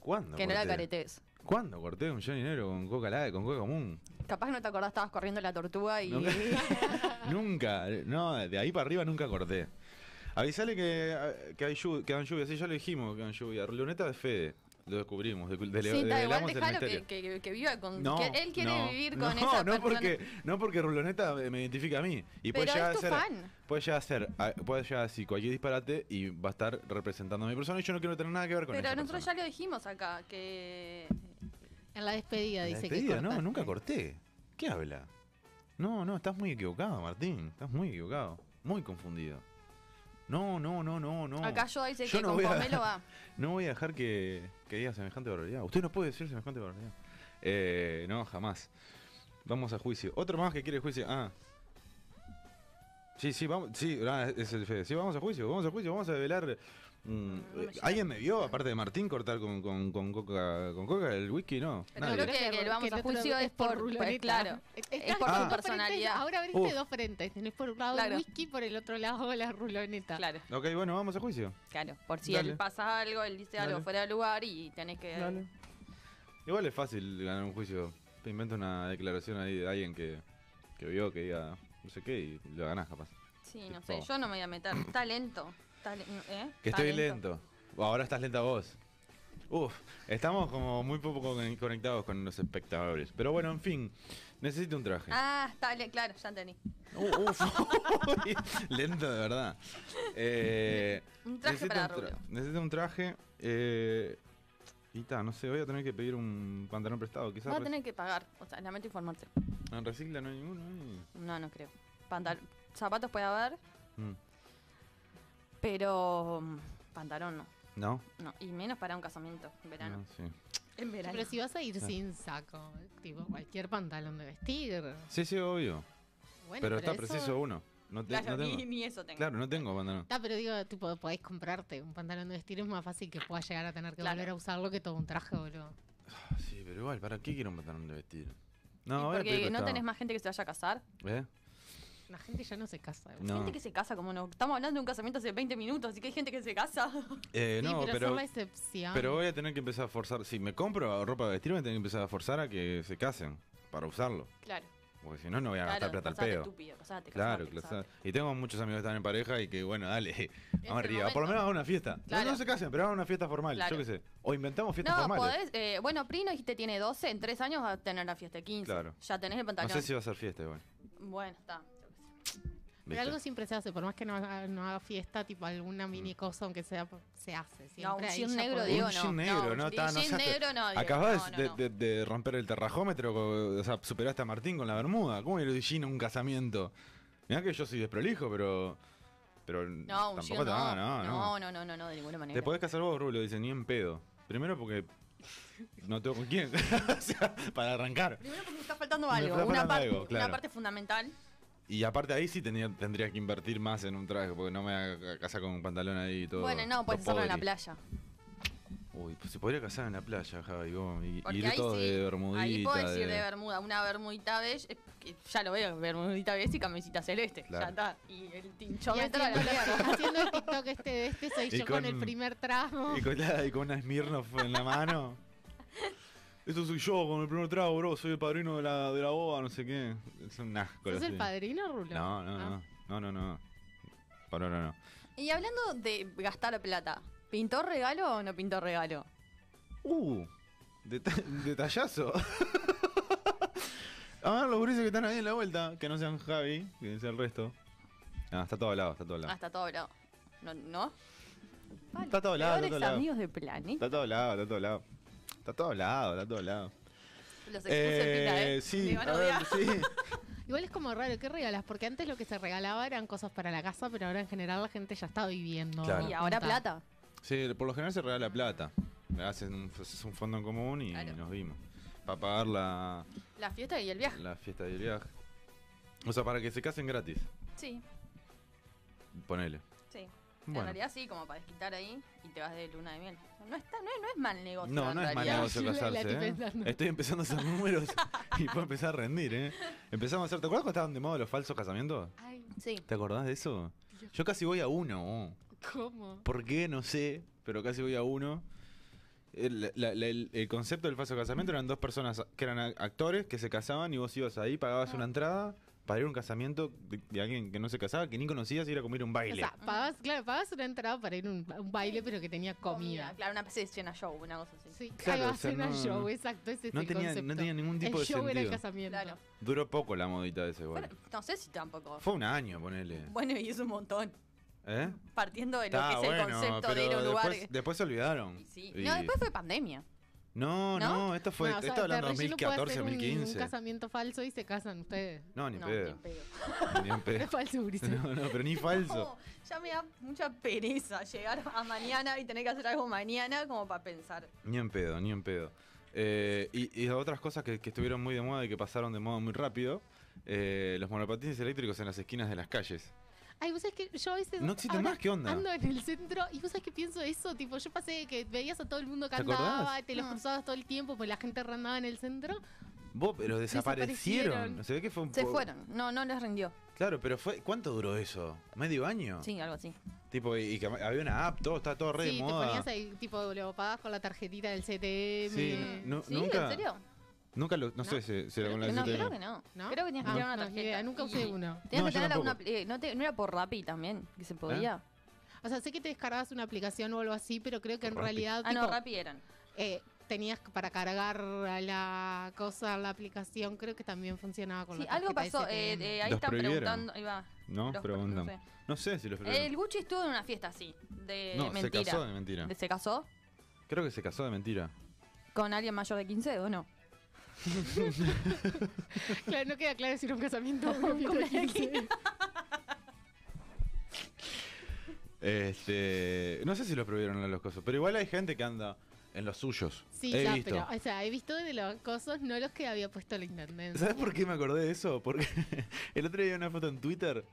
Speaker 1: ¿Cuándo?
Speaker 2: que no la
Speaker 1: corté?
Speaker 2: caretes.
Speaker 1: ¿Cuándo corté un Johnny Negro con Coca Light, con Coca Común?
Speaker 2: Capaz no te acordás, estabas corriendo la tortuga y.
Speaker 1: Nunca. nunca, no, de ahí para arriba nunca corté. Avisale que, ah, que, hay llu- que dan lluvia, sí, ya lo dijimos, que dan lluvia. Luneta de Fede, lo descubrimos, de, de,
Speaker 2: sí, está igual,
Speaker 1: develamos el
Speaker 2: dejalo
Speaker 1: misterio.
Speaker 2: que, que, que viva con.
Speaker 1: No,
Speaker 2: que él quiere
Speaker 1: no,
Speaker 2: vivir
Speaker 1: no,
Speaker 2: con esa
Speaker 1: no
Speaker 2: persona.
Speaker 1: porque, no porque Ruloneta me me identifica a mí. Y puede
Speaker 2: pero
Speaker 1: llegar,
Speaker 2: es tu
Speaker 1: a ser,
Speaker 2: fan.
Speaker 1: puede llegar a ser, a- puede llegar a decir cualquier disparate y va a estar representando a mi persona y yo no quiero tener nada que ver con
Speaker 2: Pero
Speaker 1: esa
Speaker 2: nosotros
Speaker 1: persona.
Speaker 2: ya lo dijimos acá, que.
Speaker 3: En la despedida
Speaker 1: La
Speaker 3: dice
Speaker 1: despedida,
Speaker 3: que
Speaker 1: no,
Speaker 3: cortaste.
Speaker 1: nunca corté. ¿Qué habla? No, no, estás muy equivocado, Martín. Estás muy equivocado. Muy confundido. No, no, no, no, no.
Speaker 2: Acá yo dice
Speaker 1: Ah. Yo
Speaker 2: que
Speaker 1: no
Speaker 2: con
Speaker 1: voy a-
Speaker 2: Pomelo va.
Speaker 1: No voy a dejar que, que diga semejante barbaridad. Usted no puede decir semejante barbaridad. Eh, no, jamás. Vamos a juicio. Otro más que quiere juicio. Ah. Sí, sí, vamos. Sí, ah, es el Fede. Sí, vamos a juicio, vamos a juicio, vamos a develar. mm,
Speaker 2: No me
Speaker 1: eh,
Speaker 2: llega.
Speaker 1: ¿Alguien me vio, aparte de Martín, cortar con, con, con coca, con coca el whisky? No.
Speaker 2: Pero
Speaker 1: nadie.
Speaker 2: creo que- que lo vamos a
Speaker 3: el otro
Speaker 2: juicio es por-
Speaker 3: ruloneta.
Speaker 2: pues, claro,
Speaker 3: Estás
Speaker 2: por
Speaker 1: su
Speaker 3: con dos
Speaker 2: personalidad.
Speaker 3: frentes, Ahora abriste
Speaker 1: Uf.
Speaker 3: dos frentes. Tenés por un lado
Speaker 2: Claro.
Speaker 3: el whisky, por el otro lado la ruloneta.
Speaker 2: Claro,
Speaker 1: Ok, bueno, vamos a juicio.
Speaker 2: claro. Por si
Speaker 1: Dale.
Speaker 2: él pasa algo, él dice algo
Speaker 1: Dale.
Speaker 2: fuera de lugar y tenés que.
Speaker 1: Dale. Igual es fácil ganar un juicio. Te invento una declaración ahí de alguien que, que vio, que diga no sé qué, y lo ganás capaz.
Speaker 2: Sí,
Speaker 1: Por
Speaker 2: no sé,
Speaker 1: favor.
Speaker 2: yo no me voy a meter. Está lento. Está le- ¿eh?
Speaker 1: Que
Speaker 2: Está
Speaker 1: estoy lento. Ahora estás lenta vos. Uf, estamos como muy poco con- conectados con los espectadores. Pero bueno, en fin, necesito un traje.
Speaker 2: Ah, está le- claro, ya entendí.
Speaker 1: Uh, uf, uy, lento de verdad. Eh,
Speaker 2: Un traje
Speaker 1: necesito,
Speaker 2: para
Speaker 1: un tra-
Speaker 2: Rubio.
Speaker 1: necesito un traje. eh, y ta, no sé, voy a tener que pedir un pantalón prestado. Quizás
Speaker 2: Va a tener que pagar, o sea, lamento informarte.
Speaker 1: en recicla no hay ninguno. ahí.
Speaker 2: No, no creo. Pantal- zapatos puede haber,
Speaker 1: Mm, pero
Speaker 2: pero mm, pantalón no.
Speaker 1: ¿No?
Speaker 2: No, y menos para un casamiento en verano.
Speaker 1: no, sí.
Speaker 2: En verano.
Speaker 3: Pero si vas a ir
Speaker 1: Claro.
Speaker 3: sin saco, tipo cualquier pantalón de vestir. Bueno,
Speaker 1: sí, sí, obvio. pero, está
Speaker 3: eso-
Speaker 1: preciso uno. No, te-
Speaker 2: Claro,
Speaker 1: no
Speaker 2: ni,
Speaker 1: tengo.
Speaker 2: ni eso tengo.
Speaker 1: Claro, no tengo pantalón.
Speaker 3: Está, pero digo, tipo, podés comprarte un pantalón de vestir, es más fácil que puedas llegar a tener que
Speaker 2: Claro.
Speaker 3: volver a usarlo que todo un traje, boludo.
Speaker 1: Ah, Sí, pero igual, ¿para qué quiero un pantalón de vestir?
Speaker 2: Y
Speaker 1: No, voy a
Speaker 2: porque
Speaker 1: pedir
Speaker 2: no
Speaker 1: prestado.
Speaker 2: tenés más gente que se vaya a casar.
Speaker 1: ¿Eh?
Speaker 3: La gente ya no se casa. boludo.
Speaker 1: No.
Speaker 2: Gente que se casa, como no. Estamos hablando de un casamiento hace 20 minutos, así que hay gente que se casa.
Speaker 1: Eh,
Speaker 3: Sí,
Speaker 1: no,
Speaker 3: pero,
Speaker 1: pero,
Speaker 3: son la excepción.
Speaker 1: pero voy a tener que empezar a forzar. Si me compro ropa de vestir, voy a tener que empezar a forzar a que se casen para usarlo.
Speaker 2: Claro.
Speaker 1: Porque si no, no voy a gastar
Speaker 2: claro,
Speaker 1: plata al
Speaker 2: casate,
Speaker 1: pedo.
Speaker 2: estúpido, casate,
Speaker 1: Claro,
Speaker 2: casate,
Speaker 1: claro.
Speaker 2: casate.
Speaker 1: Y tengo muchos amigos que están en pareja y que, bueno, dale, vamos
Speaker 2: el
Speaker 1: arriba. Por lo
Speaker 2: momento.
Speaker 1: menos hagan una fiesta. No- No,
Speaker 2: Claro.
Speaker 1: se casen, pero hagan una fiesta formal,
Speaker 2: Claro.
Speaker 1: yo qué sé. O inventamos fiestas
Speaker 2: No,
Speaker 1: formales.
Speaker 2: podés. eh, bueno, Prino dijiste tiene 12, en 3 años va a tener la fiesta de 15.
Speaker 1: Claro.
Speaker 2: Ya tenés el
Speaker 1: No
Speaker 2: pantalón.
Speaker 1: sé si va a ser fiesta igual.
Speaker 2: Bueno, está.
Speaker 3: Pero
Speaker 1: ¿viste?
Speaker 3: algo siempre se hace, por más que no haga, no haga fiesta, tipo alguna
Speaker 1: Mm.
Speaker 3: mini cosa, aunque sea, se hace. Siempre
Speaker 2: No, un
Speaker 3: ahí
Speaker 2: jean
Speaker 3: ya
Speaker 2: negro,
Speaker 3: podés-
Speaker 2: Diego,
Speaker 1: un
Speaker 2: no.
Speaker 1: jean negro, no,
Speaker 2: No, un
Speaker 1: está, no
Speaker 2: jean
Speaker 1: seas-
Speaker 2: negro, no, Diego,
Speaker 1: Acabas
Speaker 2: no,
Speaker 1: de,
Speaker 2: no,
Speaker 1: de- de romper el terrajómetro, co- o sea, superaste a Martín con la bermuda. ¿Cómo ir de jean a un casamiento? Mirá que yo soy desprolijo, pero. Pero
Speaker 2: No, un
Speaker 1: tampoco
Speaker 2: chico
Speaker 1: te-
Speaker 2: no.
Speaker 1: no, no.
Speaker 2: No, no, no, no, no, de ninguna manera.
Speaker 1: Te podés casar vos, Rulo, dice, ni en pedo. Primero porque. No tengo con quién. o sea, para arrancar.
Speaker 2: Primero porque me está faltando
Speaker 1: Me
Speaker 2: algo.
Speaker 1: está
Speaker 2: una,
Speaker 1: faltando
Speaker 2: parte,
Speaker 1: algo, claro.
Speaker 2: una parte fundamental.
Speaker 1: Y aparte ahí sí tenía, tendría que invertir más en un traje, porque no me voy a casar con un pantalón ahí y todo.
Speaker 2: bueno, no, puedes
Speaker 1: todo
Speaker 2: hacerlo en la
Speaker 1: podri.
Speaker 2: playa.
Speaker 1: Uy, pues se podría casar en la playa, Javi, vos, y,
Speaker 2: Porque
Speaker 1: y ir
Speaker 2: ahí
Speaker 1: todos
Speaker 2: sí,
Speaker 1: de bermudita.
Speaker 2: Ahí puedo decir de
Speaker 1: de-
Speaker 2: bermuda, una bermudita beige, eh, que ya lo veo, bermudita beige y camisita celeste,
Speaker 1: Claro.
Speaker 2: ya está. Y el
Speaker 3: Y
Speaker 2: tinchón me trae
Speaker 3: haciendo,
Speaker 2: la mierda.
Speaker 3: haciendo el TikTok este de este soy
Speaker 1: Y
Speaker 3: yo con,
Speaker 1: con-
Speaker 3: el primer tramo.
Speaker 1: Y con, la- y con una Smirnoff en la mano. Eso soy yo con el primer trago, bro. Soy el padrino de la, de la boba, no sé qué. Es un asco.
Speaker 3: ¿Sos
Speaker 1: lo
Speaker 3: el
Speaker 1: sé.
Speaker 3: padrino, Rulo?
Speaker 1: No, no,
Speaker 3: Ah.
Speaker 1: no. No, no, no. No, no, no.
Speaker 2: Y hablando de gastar plata, ¿pintó regalo o no pintó regalo?
Speaker 1: Uh, deta- detallazo. A ver, los gurises que están ahí en la vuelta, que no sean Javi, que sea el resto. Ah, está todo al lado, está todo al lado.
Speaker 2: Hasta todo hablado. ¿No? ¿No?
Speaker 1: Está todo al lado, está
Speaker 2: Peores
Speaker 1: todo al lado.
Speaker 2: amigos de planeta.
Speaker 1: Está todo al lado, está todo al lado. Está todo al lado, está todo al lado.
Speaker 2: Los expuse pila, ¿eh?
Speaker 1: sí,
Speaker 2: Me van a
Speaker 1: a ver,
Speaker 2: odiar.
Speaker 1: sí.
Speaker 3: Igual es como raro, ¿qué regalas? Porque antes lo que se regalaba eran cosas para la casa, pero ahora en general la gente ya está viviendo.
Speaker 1: Claro.
Speaker 2: Y ahora
Speaker 3: junta.
Speaker 2: plata.
Speaker 1: Sí, por lo general se regala plata. Hacen un, haces un fondo en común y
Speaker 2: Claro.
Speaker 1: nos vimos. Para pagar la,
Speaker 2: La fiesta y el viaje.
Speaker 1: la fiesta del viaje. O sea, para que se casen gratis.
Speaker 2: Sí,
Speaker 1: Ponele.
Speaker 2: sí. En
Speaker 1: Bueno.
Speaker 2: realidad sí, como para desquitar ahí y te vas de luna de miel. No, está, no, es, no es mal negocio.
Speaker 1: No,
Speaker 2: en
Speaker 1: no es mal
Speaker 2: realidad.
Speaker 1: negocio
Speaker 3: Yo la- la
Speaker 1: casarse.
Speaker 3: estoy
Speaker 1: ¿eh?
Speaker 3: pensando.
Speaker 1: Estoy empezando a hacer números y puedo empezar a rendir. ¿eh? Empezamos a hacer. ¿Te acuerdas cuando estaban de moda los falsos casamientos?
Speaker 3: Ay,
Speaker 2: Sí.
Speaker 1: ¿Te acordás de eso?
Speaker 3: Dios.
Speaker 1: Yo casi voy a uno. oh.
Speaker 3: ¿cómo?
Speaker 1: ¿Por qué? No sé, pero casi voy a uno. El, la- la- el- el concepto del falso casamiento eran dos personas que eran a- actores que se casaban y vos ibas ahí, pagabas una entrada para ir a un casamiento de, de alguien que no se casaba, que ni conocías, y ir a comer un
Speaker 3: O
Speaker 1: baile.
Speaker 3: sea, pagabas, claro, pagabas una entrada para ir a un, a un baile, pero que tenía comida.
Speaker 2: Claro, una especie de cena show, una cosa así.
Speaker 3: Sí,
Speaker 1: Claro,
Speaker 3: claro,
Speaker 1: o sea,
Speaker 3: hacer una
Speaker 1: no-
Speaker 3: show, exacto, ese es
Speaker 1: no,
Speaker 3: el
Speaker 1: tenía,
Speaker 3: concepto.
Speaker 1: no tenía ningún tipo
Speaker 3: el
Speaker 1: de
Speaker 3: show era el
Speaker 1: sentido.
Speaker 3: casamiento.
Speaker 2: Claro.
Speaker 1: Duró poco la modita de ese igual.
Speaker 2: Bueno, no sé si tampoco.
Speaker 1: Fue un año, ponele.
Speaker 2: Bueno, y es un montón.
Speaker 1: ¿Eh?
Speaker 2: Partiendo de lo
Speaker 1: Está
Speaker 2: que es el concepto de ir a un lugar.
Speaker 1: después, después se olvidaron.
Speaker 2: Y sí.
Speaker 1: Y-
Speaker 2: No, después fue pandemia.
Speaker 1: no,
Speaker 2: ¿No?
Speaker 1: no, esto fue,
Speaker 3: No, o sea,
Speaker 1: esto hablando de
Speaker 3: de relleno puede hacer
Speaker 1: 2014,
Speaker 3: un- Un,
Speaker 1: 2015.
Speaker 3: casamiento falso y se casan ustedes.
Speaker 1: No, ni en
Speaker 2: no,
Speaker 1: pedo.
Speaker 2: ni pedo.
Speaker 1: Ni en
Speaker 3: Es
Speaker 1: pedo.
Speaker 3: falso, Ulises.
Speaker 1: No, no, pero ni falso.
Speaker 2: No, ya me da mucha pereza llegar a mañana y tener que hacer algo mañana como para pensar.
Speaker 1: Ni en pedo, ni en pedo. Eh, y, y otras cosas que, que estuvieron muy de moda y que pasaron de moda muy rápido, eh, los monopatines eléctricos en las esquinas de las calles.
Speaker 3: Ay, vos sabés que yo a veces.
Speaker 1: No existe
Speaker 3: ahora
Speaker 1: más, ¿qué onda?
Speaker 3: Ando en el centro y vos sabés que pienso eso. Tipo, yo pasé que veías a todo el mundo que
Speaker 1: ¿Te acordás?
Speaker 3: andaba, te los
Speaker 2: Mm.
Speaker 3: cruzabas todo el tiempo, pues la gente randaba en el centro.
Speaker 1: Vos, pero desaparecieron.
Speaker 3: Desaparecieron.
Speaker 1: Se ve que fue un
Speaker 2: Se
Speaker 1: po-
Speaker 2: fueron. No, no les rindió.
Speaker 1: Claro, pero fue ¿cuánto duró eso? ¿Medio año?
Speaker 2: Sí, algo así.
Speaker 1: Tipo, y, y que había una app, todo, está todo re
Speaker 3: sí,
Speaker 1: de
Speaker 3: te
Speaker 1: moda.
Speaker 3: ponías ahí, tipo, lo pagabas con la tarjetita del CTM.
Speaker 1: Sí, nu-
Speaker 2: Mm. ¿Sí?
Speaker 1: nunca,
Speaker 2: ¿En serio?
Speaker 1: Nunca lo, no, sé si si era con la
Speaker 2: no,
Speaker 1: STM.
Speaker 2: creo que no.
Speaker 3: ¿No?
Speaker 2: Creo que tenías que
Speaker 3: Ah,
Speaker 2: tener una
Speaker 3: no, ni
Speaker 2: tarjeta.
Speaker 3: idea, nunca usé
Speaker 2: Y-
Speaker 3: uno.
Speaker 2: Tenías
Speaker 1: No,
Speaker 2: que
Speaker 1: yo
Speaker 2: tener alguna.
Speaker 1: tampoco. ¿Eh?
Speaker 2: apli- eh, No, te- no era por Rappi también, que se podía.
Speaker 3: O sea, sé que te descargabas una aplicación o algo así, pero creo que en
Speaker 1: Rappi.
Speaker 3: realidad.
Speaker 2: Ah, no,
Speaker 3: tipo,
Speaker 2: Rappi eran.
Speaker 3: eh, tenías que- para cargar a la cosa, la aplicación, creo que también funcionaba con
Speaker 2: Sí,
Speaker 3: la
Speaker 2: algo
Speaker 3: tarjeta
Speaker 2: pasó. eh,
Speaker 3: STM.
Speaker 2: eh, ahí
Speaker 1: Los
Speaker 2: están
Speaker 1: prohibieron.
Speaker 2: preguntando. Ahí va.
Speaker 1: No,
Speaker 2: Los-
Speaker 1: preguntan.
Speaker 2: no sé. Eh,
Speaker 1: No sé si lo
Speaker 2: El Gucci estuvo en una fiesta así, de
Speaker 1: No, se
Speaker 2: mentira.
Speaker 1: casó de mentira.
Speaker 2: ¿Se casó?
Speaker 1: Creo que se casó de mentira.
Speaker 2: ¿Con alguien mayor de 15 o no?
Speaker 3: Claro, no queda claro si era un casamiento o una fiesta de 15.
Speaker 1: Este, no sé si lo prohibieron en los cosos, pero igual hay gente que anda en los suyos.
Speaker 3: Sí,
Speaker 1: He
Speaker 3: ya,
Speaker 1: visto.
Speaker 3: pero, o sea, he visto de los cosas, no los que había puesto la intendencia.
Speaker 1: ¿Sabes por qué me acordé de eso? Porque el otro día vi una foto en Twitter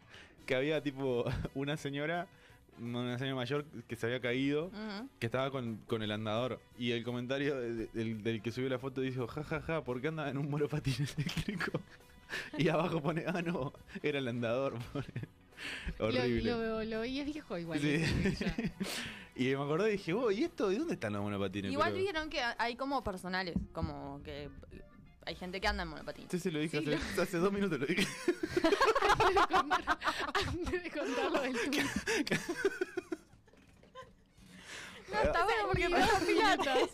Speaker 1: que había tipo una señora, una señora mayor que se había caído,
Speaker 2: Ujú.
Speaker 1: que estaba con, con el andador. Y el comentario de- del, del que subió la foto dijo, ja, ja, ja, ¿por qué anda en un monopatín eléctrico? Y abajo pone, ah, no, era el andador. pone. Horrible.
Speaker 3: Lo, lo, lo vi, es viejo igual.
Speaker 1: Sí.
Speaker 3: ese, ya.
Speaker 1: Y me acordé y dije, "Oh, ¿y esto de dónde están los monopatines?
Speaker 2: Igual
Speaker 1: Pero-
Speaker 2: vieron que hay como personales, como que eh, hay gente que anda en monopatín.
Speaker 1: Sí, sí, este lo dije
Speaker 3: Sí,
Speaker 1: hace, hace dos minutos. Lo dije.
Speaker 3: Antes de contar- antes de contar lo del tuyo.
Speaker 2: No, está bueno porque pasa piratas.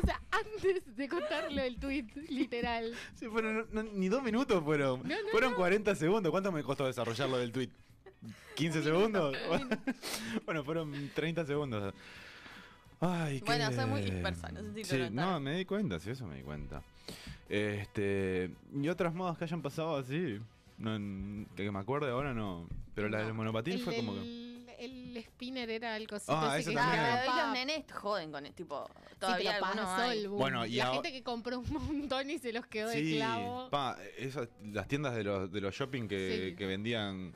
Speaker 3: O sea, antes de contar lo del tweet, literal.
Speaker 1: Sí, fueron, no, ni dos minutos fueron.
Speaker 3: No, no,
Speaker 1: fueron 40 segundos. ¿Cuánto me costó desarrollar lo del tweet? ¿15 segundos? bueno, fueron 30 segundos. Ay,
Speaker 2: Bueno,
Speaker 1: qué-
Speaker 2: soy muy dispersa, no sé si lo
Speaker 1: Sí,
Speaker 2: notaron.
Speaker 1: no, me di cuenta, sí, eso me di cuenta. Este, y otras modas que hayan pasado así, no, en- que me acuerde ahora no, pero la
Speaker 3: No.
Speaker 1: del monopatín
Speaker 3: El,
Speaker 1: fue como que...
Speaker 3: del- el spinner era el cosito
Speaker 1: Ah, eso
Speaker 3: ese que
Speaker 1: también.
Speaker 2: Claro,
Speaker 3: graba
Speaker 2: hoy los
Speaker 3: pa-
Speaker 2: nenes joden con el tipo.
Speaker 3: Sí,
Speaker 2: Todavía
Speaker 3: te lo
Speaker 2: algunos
Speaker 3: pasó
Speaker 2: hay.
Speaker 3: el boom.
Speaker 1: Bueno, y
Speaker 3: La
Speaker 1: ahora-
Speaker 3: gente que compró un montón y se los quedó de clavo.
Speaker 1: pa, esas, las tiendas de los, de los shopping que, eh,
Speaker 3: Sí.
Speaker 1: que vendían.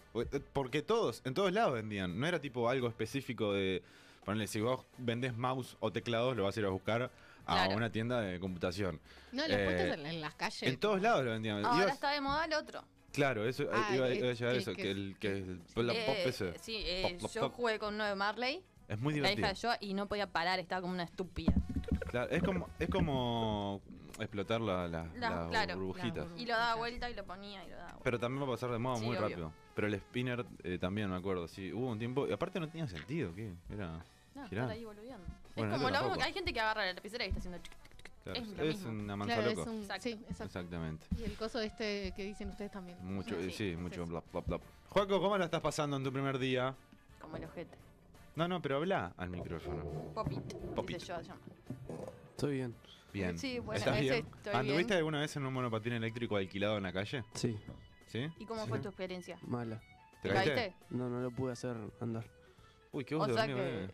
Speaker 1: Porque todos, en todos lados vendían. No era tipo algo específico de. Ponle, si vos vendés mouse o teclados, lo vas a ir a buscar a
Speaker 2: Claro.
Speaker 1: una tienda de computación.
Speaker 3: No, los
Speaker 1: Eh,
Speaker 3: puestos en, en las calles.
Speaker 1: En todos lados lo vendían.
Speaker 2: Ahora
Speaker 1: Ibas-
Speaker 2: está eh, de moda el otro.
Speaker 1: Claro, eso eh,
Speaker 3: Ah,
Speaker 1: iba,
Speaker 3: el-
Speaker 1: iba a llegar
Speaker 3: el
Speaker 1: eso,
Speaker 3: que-
Speaker 1: que el que el pop
Speaker 2: Eh,
Speaker 1: ese.
Speaker 2: Sí, eh,
Speaker 1: Pop, pop,
Speaker 2: yo
Speaker 1: pop.
Speaker 2: jugué con uno de Marley,
Speaker 1: Es muy
Speaker 2: la hija
Speaker 1: divertido.
Speaker 2: de yo, y no podía parar, estaba como una estúpida.
Speaker 3: Mm,
Speaker 1: Claro, es como es como explotar la- la-
Speaker 2: La-
Speaker 1: las
Speaker 2: claro.
Speaker 1: burbujitas.
Speaker 3: Las
Speaker 2: Y lo daba
Speaker 3: Claro.
Speaker 2: vuelta y lo ponía y lo daba vuelta.
Speaker 1: Pero también va a pasar de moda
Speaker 2: Sí,
Speaker 1: muy
Speaker 2: obvio.
Speaker 1: rápido. Pero el spinner eh, también, me acuerdo. Sí, hubo un tiempo. Y aparte no tenía sentido, ¿qué? Era.
Speaker 2: No,
Speaker 1: Girá.
Speaker 2: estar ahí boludeando.
Speaker 1: Bueno,
Speaker 2: es como
Speaker 1: esto
Speaker 2: lo mismo
Speaker 1: tampoco.
Speaker 2: que hay gente que agarra la lapicera y está haciendo chic, chic, chic.
Speaker 1: claro,
Speaker 2: es
Speaker 1: es
Speaker 2: lo mismo.
Speaker 1: una
Speaker 3: Claro, es
Speaker 1: manzaloco.
Speaker 3: un-
Speaker 2: Exacto.
Speaker 3: Sí, exacto.
Speaker 1: Exactamente.
Speaker 3: Y el coso este que dicen ustedes también.
Speaker 1: Mucho,
Speaker 2: Sí,
Speaker 1: eh, sí, mucho
Speaker 3: sí.
Speaker 1: blap, blap, blap. Juaco, ¿cómo la estás pasando en tu primer día?
Speaker 2: Como el ojete.
Speaker 1: No, no, pero habla al micrófono.
Speaker 2: Popit.
Speaker 1: Pop
Speaker 2: Dice
Speaker 1: it.
Speaker 2: yo, llama.
Speaker 4: Estoy bien.
Speaker 1: Bien.
Speaker 2: Sí, bueno,
Speaker 1: ¿Estás
Speaker 2: ese
Speaker 1: bien?
Speaker 2: estoy
Speaker 1: ¿Anduviste
Speaker 2: bien.
Speaker 1: alguna vez en un monopatín eléctrico alquilado en la calle?
Speaker 4: Sí,
Speaker 1: ¿Sí?
Speaker 2: ¿Y cómo
Speaker 1: Sí.
Speaker 2: fue tu experiencia?
Speaker 4: mala.
Speaker 1: ¿Te
Speaker 2: ¿Te caíste?
Speaker 4: No, no lo pude hacer andar.
Speaker 1: Uy, qué voz
Speaker 2: O
Speaker 1: de
Speaker 2: sea
Speaker 1: hormiga,
Speaker 2: que.
Speaker 1: eh.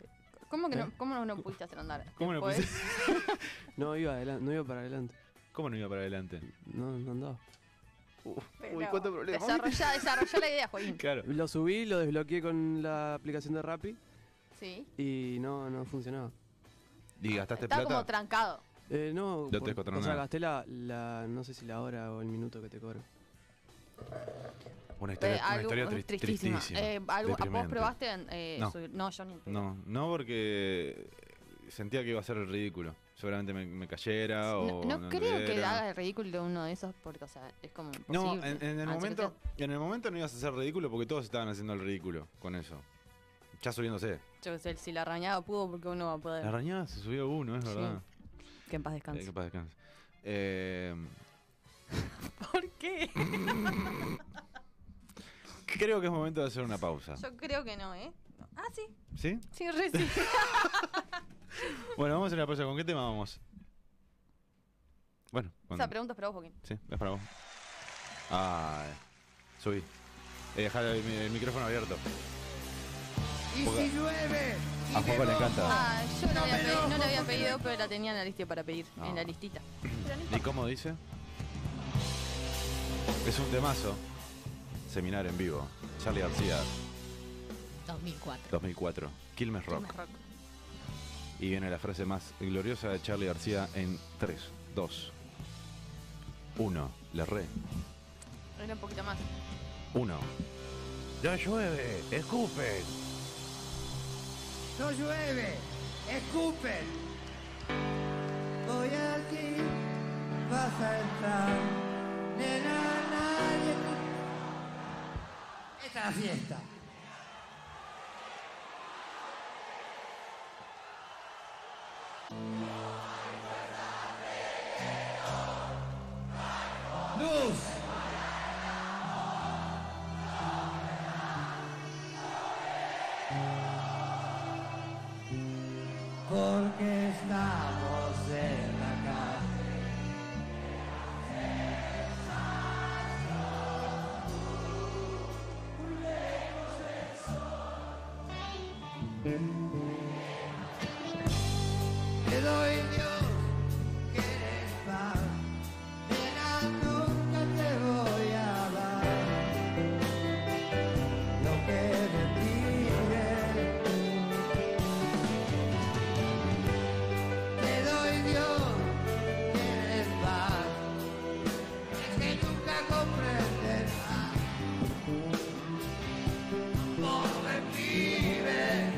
Speaker 2: ¿Cómo
Speaker 1: ¿Eh?
Speaker 2: que no, cómo no, no pudiste hacer andar?
Speaker 1: ¿Cómo no,
Speaker 2: Después-
Speaker 1: pusiste-
Speaker 4: No iba adelante, no iba para adelante.
Speaker 1: ¿Cómo no iba para adelante?
Speaker 4: No, no andaba.
Speaker 1: Uy,
Speaker 2: Pero
Speaker 1: cuánto problema.
Speaker 2: Desarrolla, desarrolla la idea, Joaquín.
Speaker 1: Claro.
Speaker 4: Lo subí, lo desbloqueé con la aplicación de Rappi
Speaker 2: Sí.
Speaker 4: y no, no funcionaba.
Speaker 1: ¿Y gastaste
Speaker 2: Estaba como
Speaker 1: plata?
Speaker 2: trancado.
Speaker 4: Eh, no,
Speaker 1: Lo
Speaker 4: por-
Speaker 1: tengo
Speaker 4: o sea,
Speaker 1: tronado.
Speaker 4: gasté la, la, no sé si la hora o el minuto que te cobro.
Speaker 1: Una historia,
Speaker 2: Eh,
Speaker 1: una
Speaker 2: algo-
Speaker 1: historia tri-
Speaker 2: tristísima.
Speaker 1: tristísima.
Speaker 2: Eh, algo- ¿Vos
Speaker 1: deprimente.
Speaker 2: probaste? eh,
Speaker 1: No.
Speaker 2: subir? no, yo ni en pedo.
Speaker 1: No, no porque sentía que iba a ser el ridículo. Seguramente me, me cayera
Speaker 2: No,
Speaker 1: o.
Speaker 2: no creo que
Speaker 1: anduviera.
Speaker 2: hagas el ridículo de uno de esos porque, o sea, es como
Speaker 1: No,
Speaker 2: imposible.
Speaker 1: en, en
Speaker 2: Ah,
Speaker 1: el
Speaker 2: no sé
Speaker 1: momento, en el momento no ibas a ser ridículo porque todos estaban haciendo el ridículo con eso. Ya subiéndose.
Speaker 2: qué- Yo qué sé, si la rañada pudo, porque uno va a poder.
Speaker 1: La rañada se subió uno, es
Speaker 2: Sí,
Speaker 1: verdad.
Speaker 2: Que en paz
Speaker 1: Eh,
Speaker 2: descanse.
Speaker 1: que paz descanse. Eh,
Speaker 2: ¿Por qué?
Speaker 1: creo que es momento de hacer una pausa.
Speaker 2: Yo creo que no, ¿eh? Ah, sí,
Speaker 1: ¿Sí?
Speaker 2: sí, re sí.
Speaker 1: Bueno, vamos a la pausa. ¿Con qué tema vamos? Bueno, con-
Speaker 2: Esa pregunta es para vos, Joaquín.
Speaker 1: sí, es para vos. Ay, subí. Eh, dejar el, mi- el micrófono abierto.
Speaker 5: Y
Speaker 1: Porque-
Speaker 5: si llueve, y
Speaker 1: A Juaco
Speaker 5: me
Speaker 1: le
Speaker 5: mojo,
Speaker 1: encanta.
Speaker 2: Ah, yo no,
Speaker 5: No
Speaker 2: le había
Speaker 5: me
Speaker 2: pedido,
Speaker 5: enojo
Speaker 2: no le había
Speaker 5: porque
Speaker 2: pedido,
Speaker 5: me-
Speaker 2: pero la tenía en la listita para pedir,
Speaker 1: No.
Speaker 2: en la listita.
Speaker 1: ¿Y cómo dice? Es un temazo. Seminario en vivo. Charlie García,
Speaker 3: 2004.
Speaker 1: 2004. Quilmes Rock.
Speaker 2: Rock.
Speaker 1: Y viene la frase más gloriosa de Charlie García en 3, 2, 1. La re.
Speaker 2: Era un poquito más.
Speaker 1: 1.
Speaker 6: Ya llueve, escupen.
Speaker 5: no llueve, escupen. Hoy aquí vas a entrar, nena, nadie. te- Esta es la fiesta. Luz. porque estamos en la calle. Te doy Dios que eres paz, nena, nunca te voy a dar lo que me pides. Te doy Dios, tienes paz, es que nunca comprenderás. Pobre pibe,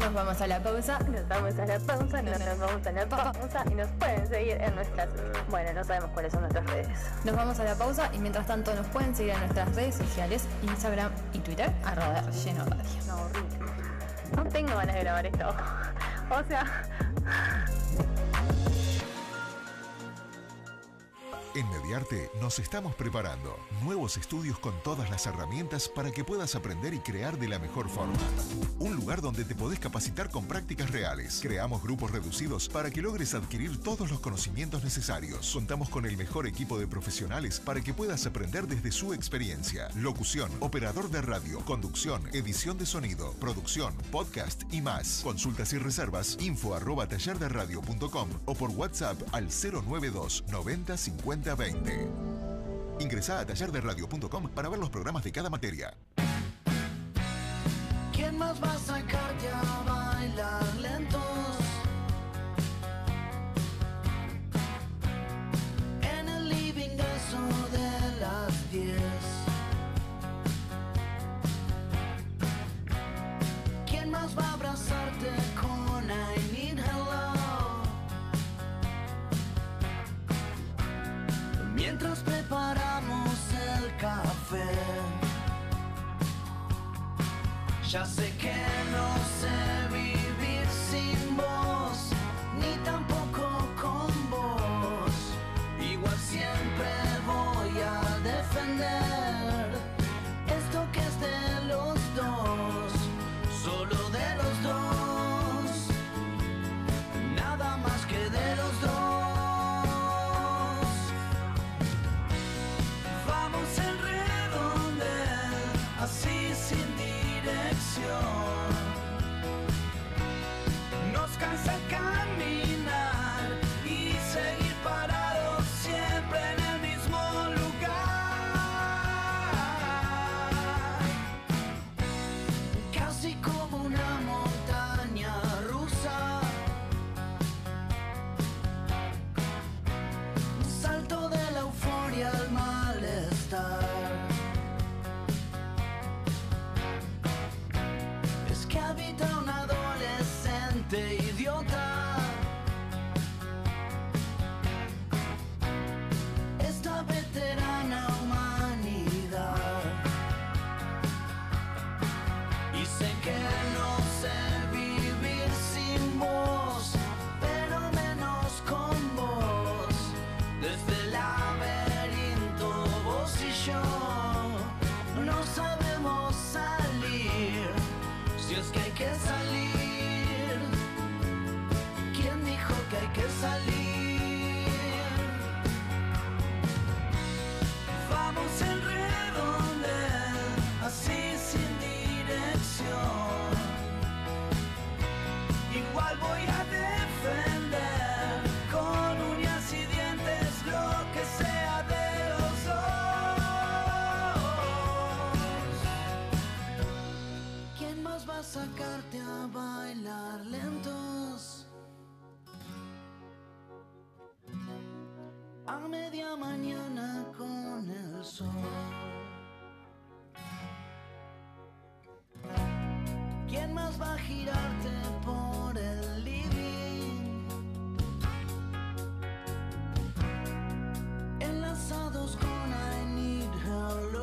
Speaker 7: Nos vamos a la pausa.
Speaker 8: Nos vamos a la pausa, no nos vamos a la pausa y nos pueden seguir en nuestras. Bueno, no sabemos cuáles son nuestras redes.
Speaker 7: Nos vamos a la pausa y mientras tanto nos pueden seguir en nuestras redes sociales, Instagram y Twitter, arroba lleno radio.
Speaker 8: No, horrible. No tengo ganas de grabar esto. O sea.
Speaker 9: En Mediarte nos estamos preparando nuevos estudios con todas las herramientas para que puedas aprender y crear de la mejor forma. Un lugar donde te podés capacitar con prácticas reales. Creamos grupos reducidos para que logres adquirir todos los conocimientos necesarios. Contamos con el mejor equipo de profesionales para que puedas aprender desde su experiencia. Locución, operador de radio, conducción, edición de sonido, producción, podcast y más. Consultas y reservas, info arroba tallerderradio.com o por WhatsApp al 092 90 50 20. Ingresá a tallerderradio.com para ver los programas de cada materia.
Speaker 5: ¿Quién más va a sacarte a bailar lentos? En el living a eso de las 10. ¿Quién más va a abrazarte con I need hello? Mientras preparamos el café. Ya sé que no sé vivir sin vos, ni tampoco con vos. Igual siempre voy a defender esto que es de los dos, solo de los dos, nada más que de los dos. Vamos en redondel, así sin dirección. Nos cansa caminar y seguir parados siempre en el mismo lugar. Casi como una montaña rusa. Salto de la euforia al malestar. Es que habita un adolescente idiota. Esta veterana humanidad. Y sé que no sé vivir sin vos, pero menos con vos. Desde el laberinto, vos y yo no sabemos salir. Si es que hay que salir, ¿quién dijo que hay que salir? Vamos en redondel, así sin dirección. Igual voy a defender con uñas y dientes lo que sea de los dos. ¿Quién más va a sacarte a bailar lentos? A media mañana con el sol. ¿Quién más va a girarte por el living? Enlazados con I need hello.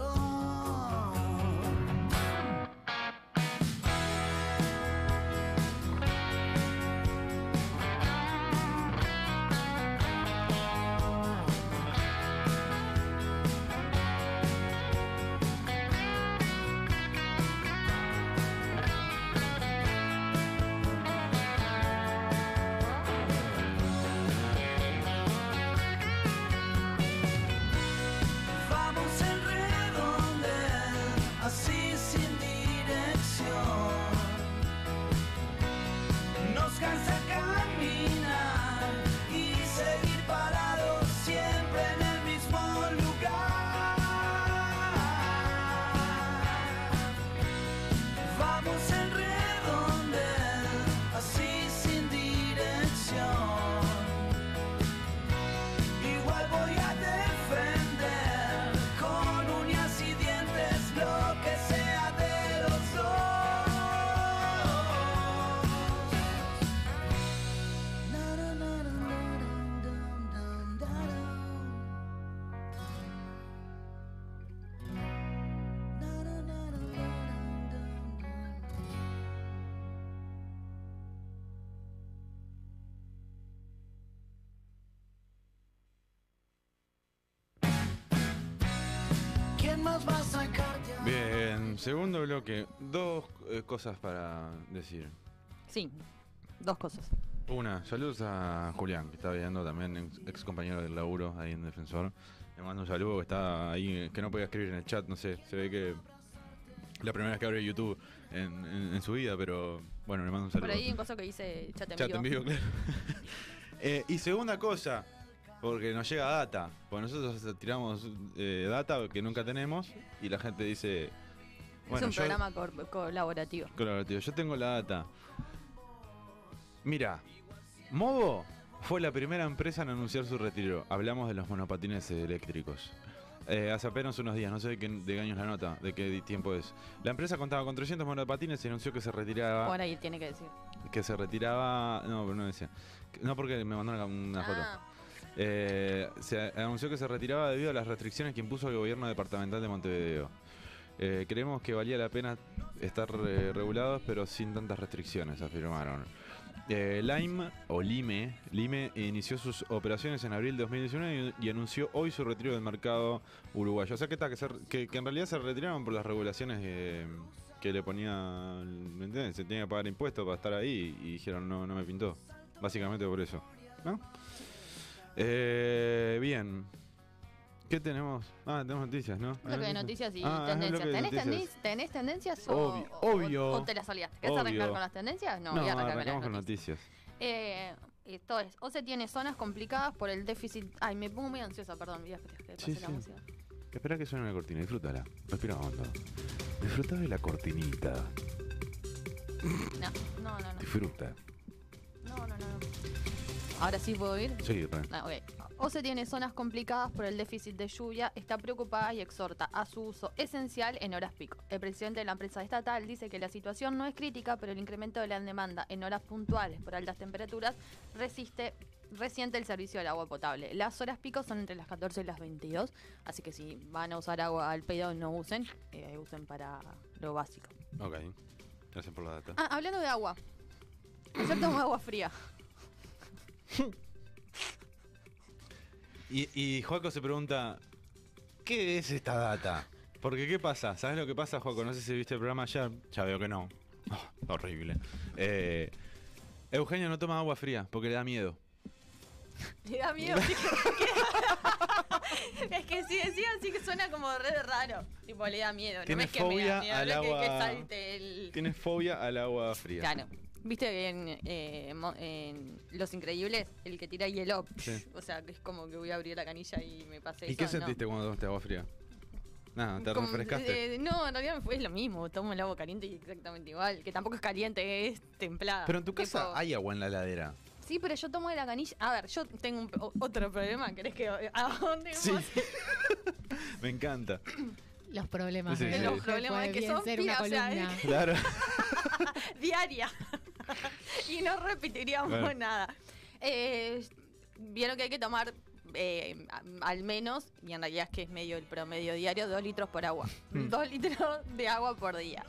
Speaker 5: lágrimas va a sacarte.
Speaker 1: Bien, segundo bloque. Dos eh, cosas para decir.
Speaker 2: Sí, dos cosas.
Speaker 1: Una, saludos a Julián, que está viendo también, ex, ex compañero del laburo ahí en Defensor. Le mando un saludo que está ahí, que no podía escribir en el chat, no sé, se ve que la primera vez que abre YouTube en, en- en su vida, pero bueno, le mando un saludo.
Speaker 2: Por ahí un coso que dice chat en
Speaker 1: Chat
Speaker 2: vivo.
Speaker 1: en vivo, claro. Eh, y segunda cosa, porque nos llega data. Porque nosotros tiramos eh, data que nunca tenemos y la gente dice.
Speaker 2: es un
Speaker 1: yo,
Speaker 2: programa cor- colaborativo.
Speaker 1: claro, tío, yo tengo la data. Mira, Movo fue la primera empresa en anunciar su retiro. Hablamos de los monopatines eléctricos. Eh, hace apenas unos días, no sé de qué, de qué año es la nota, de qué tiempo es. La empresa contaba con 300 monopatines y anunció que se retiraba
Speaker 2: Ahora ahí tiene que decir.
Speaker 1: que se retiraba. No, pero no decía. No, porque me mandaron una una foto.
Speaker 2: Ah,
Speaker 1: Eh, se anunció que se retiraba debido a las restricciones que impuso el gobierno departamental de Montevideo. Eh, creemos que valía la pena estar eh, regulados, pero sin tantas restricciones, afirmaron. Eh, Lime, o Lime, Lime inició sus operaciones en abril de 2019 y, y anunció hoy su retiro del mercado uruguayo. O sea que, está, que, se- que- que en realidad se retiraron por las regulaciones eh, que le ponía, ¿me entendés? Se tenía que pagar impuestos para estar ahí y dijeron, no, no me pintó. Básicamente por eso. ¿No? Eh, bien. ¿Qué tenemos? Ah, tenemos noticias, ¿no?
Speaker 2: un bloque de noticias y
Speaker 1: Ah, es un
Speaker 2: tendencias.
Speaker 1: bloque de
Speaker 2: ¿Tenés,
Speaker 1: noticias.
Speaker 2: tendi- tenés tendencias
Speaker 1: Obvio-
Speaker 2: o, o-
Speaker 1: obvio.
Speaker 2: o te las olvidaste? ¿Querés arrancar
Speaker 1: Obvio.
Speaker 2: con las tendencias? No,
Speaker 1: No,
Speaker 2: voy a arrancar con las
Speaker 1: arrancamos con
Speaker 2: noticias.
Speaker 1: noticias.
Speaker 2: Eh, esto es, OCE tiene zonas complicadas por el déficit. Ay, me pongo muy ansiosa, perdón, voy a esperar que
Speaker 1: Sí,
Speaker 2: pase la
Speaker 1: sí.
Speaker 2: música.
Speaker 1: Espera que suene la cortina, disfrútala. Respira hondo. Disfruta de la cortinita.
Speaker 2: No, no, no,
Speaker 1: Disfruta.
Speaker 2: no, no, no, no. Ahora sí puedo ir.
Speaker 1: Sí, re.
Speaker 2: Ah, ok. OCE tiene zonas complicadas por el déficit de lluvia, está preocupada y exhorta a su uso esencial en horas pico. El presidente de la empresa estatal dice que la situación no es crítica, pero el incremento de la demanda en horas puntuales por altas temperaturas resiste resiente el servicio del agua potable. Las horas pico son entre las 14 y las 22, así que si van a usar agua al pedo, no usen, eh, usen para lo básico.
Speaker 1: Ok. Gracias por la data.
Speaker 2: Ah, hablando de agua. Ayer tomé agua fría.
Speaker 1: Y, y Joaco se pregunta, ¿qué es esta data? Porque ¿qué pasa? ¿Sabes lo que pasa, Joaco? No sé si viste el programa ayer. Ya veo que no. Ah, horrible. Eh, Eugenio no toma agua fría porque le da miedo.
Speaker 2: Le da miedo. es que sí, sí, así que suena como re raro. Tipo, le da miedo. No
Speaker 1: Tiene
Speaker 2: es que me da
Speaker 1: fobia
Speaker 2: miedo,
Speaker 1: al
Speaker 2: no es que- que,
Speaker 1: agua.
Speaker 2: salte el.
Speaker 1: Tiene fobia al agua fría.
Speaker 2: Claro. ¿Viste que en, eh, mo- en Los Increíbles, el que tira hielo?
Speaker 1: Sí.
Speaker 2: O sea, que es como que voy a abrir la canilla y me pasé
Speaker 1: ¿Y qué sentiste cuando tomaste agua fría? Nada, te refrescaste.
Speaker 2: eh, no, en realidad fue lo mismo. Tomo el agua caliente y exactamente igual. Que tampoco es caliente, es templada.
Speaker 1: Pero en tu casa
Speaker 2: Tipo,
Speaker 1: hay agua en la heladera.
Speaker 2: Sí, pero yo tomo de la canilla. A ver, yo tengo un- o- otro problema. ¿Querés que ahondemos?
Speaker 1: Me encanta.
Speaker 3: Los problemas.
Speaker 1: Sí,
Speaker 3: de
Speaker 1: sí.
Speaker 3: la
Speaker 1: Los
Speaker 3: mujer
Speaker 2: problemas
Speaker 3: puede
Speaker 2: que
Speaker 3: bien
Speaker 2: son,
Speaker 3: ser una
Speaker 2: tía, o sea,
Speaker 3: columna.
Speaker 1: Claro.
Speaker 2: diaria. y no repetiríamos
Speaker 1: Claro.
Speaker 2: nada. Eh, Vieron que hay que tomar eh, a- al menos, y en realidad es que es medio el promedio diario, dos litros por agua. dos litros de agua por día.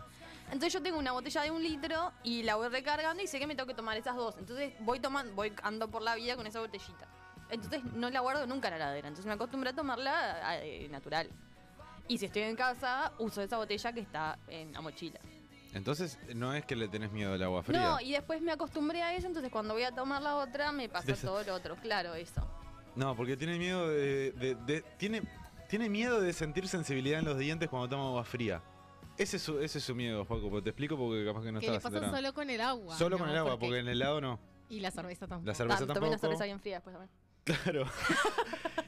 Speaker 2: Entonces yo tengo una botella de un litro y la voy recargando y sé que me tengo que tomar esas dos. Entonces voy tomando, voy ando por la vida con esa botellita. Entonces no la guardo nunca en la heladera. Entonces me acostumbré a tomarla eh, natural. Y si estoy en casa, uso esa botella que está en la mochila.
Speaker 1: Entonces, no es que le tenés miedo al agua fría.
Speaker 2: No, y después me acostumbré a eso, entonces cuando voy a tomar la otra me pasa
Speaker 1: Desa-
Speaker 2: todo lo otro, claro, eso.
Speaker 1: No, porque tiene miedo de, de- de- tiene, tiene miedo de sentir sensibilidad en los dientes cuando toma agua fría. Ese es su, ese es su miedo, Juaco. porque Te explico porque capaz que no
Speaker 3: que le
Speaker 1: estabas
Speaker 3: pasa
Speaker 1: enterado.
Speaker 3: solo con el agua.
Speaker 1: Solo
Speaker 3: ¿no?
Speaker 1: con el agua, porque en el helado no.
Speaker 3: Y la cerveza tampoco.
Speaker 1: La cerveza
Speaker 2: Ah, tomé
Speaker 1: tampoco.
Speaker 2: una cerveza bien fría después también.
Speaker 1: Claro.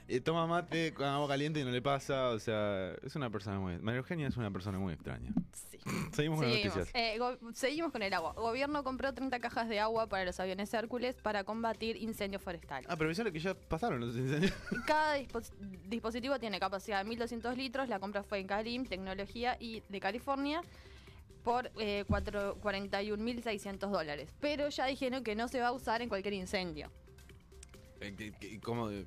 Speaker 1: Eh, toma mate con agua caliente y no le pasa. O sea, es una persona muy. María Eugenia es una persona muy extraña.
Speaker 2: Sí.
Speaker 1: Seguimos con las
Speaker 2: Seguimos.
Speaker 1: noticias.
Speaker 2: Eh, go- seguimos con el agua. Gobierno compró 30 cajas de agua para los aviones Hércules para combatir incendios forestales.
Speaker 1: Ah, pero avisale que ya pasaron los incendios.
Speaker 2: Cada dispos- dispositivo tiene capacidad de 1.200 litros. La compra fue en Karim, Tecnología y de California por eh, cuatro- 41.600 dólares. Pero ya dijeron que no se va a usar en cualquier incendio.
Speaker 1: Eh, que- que- como de-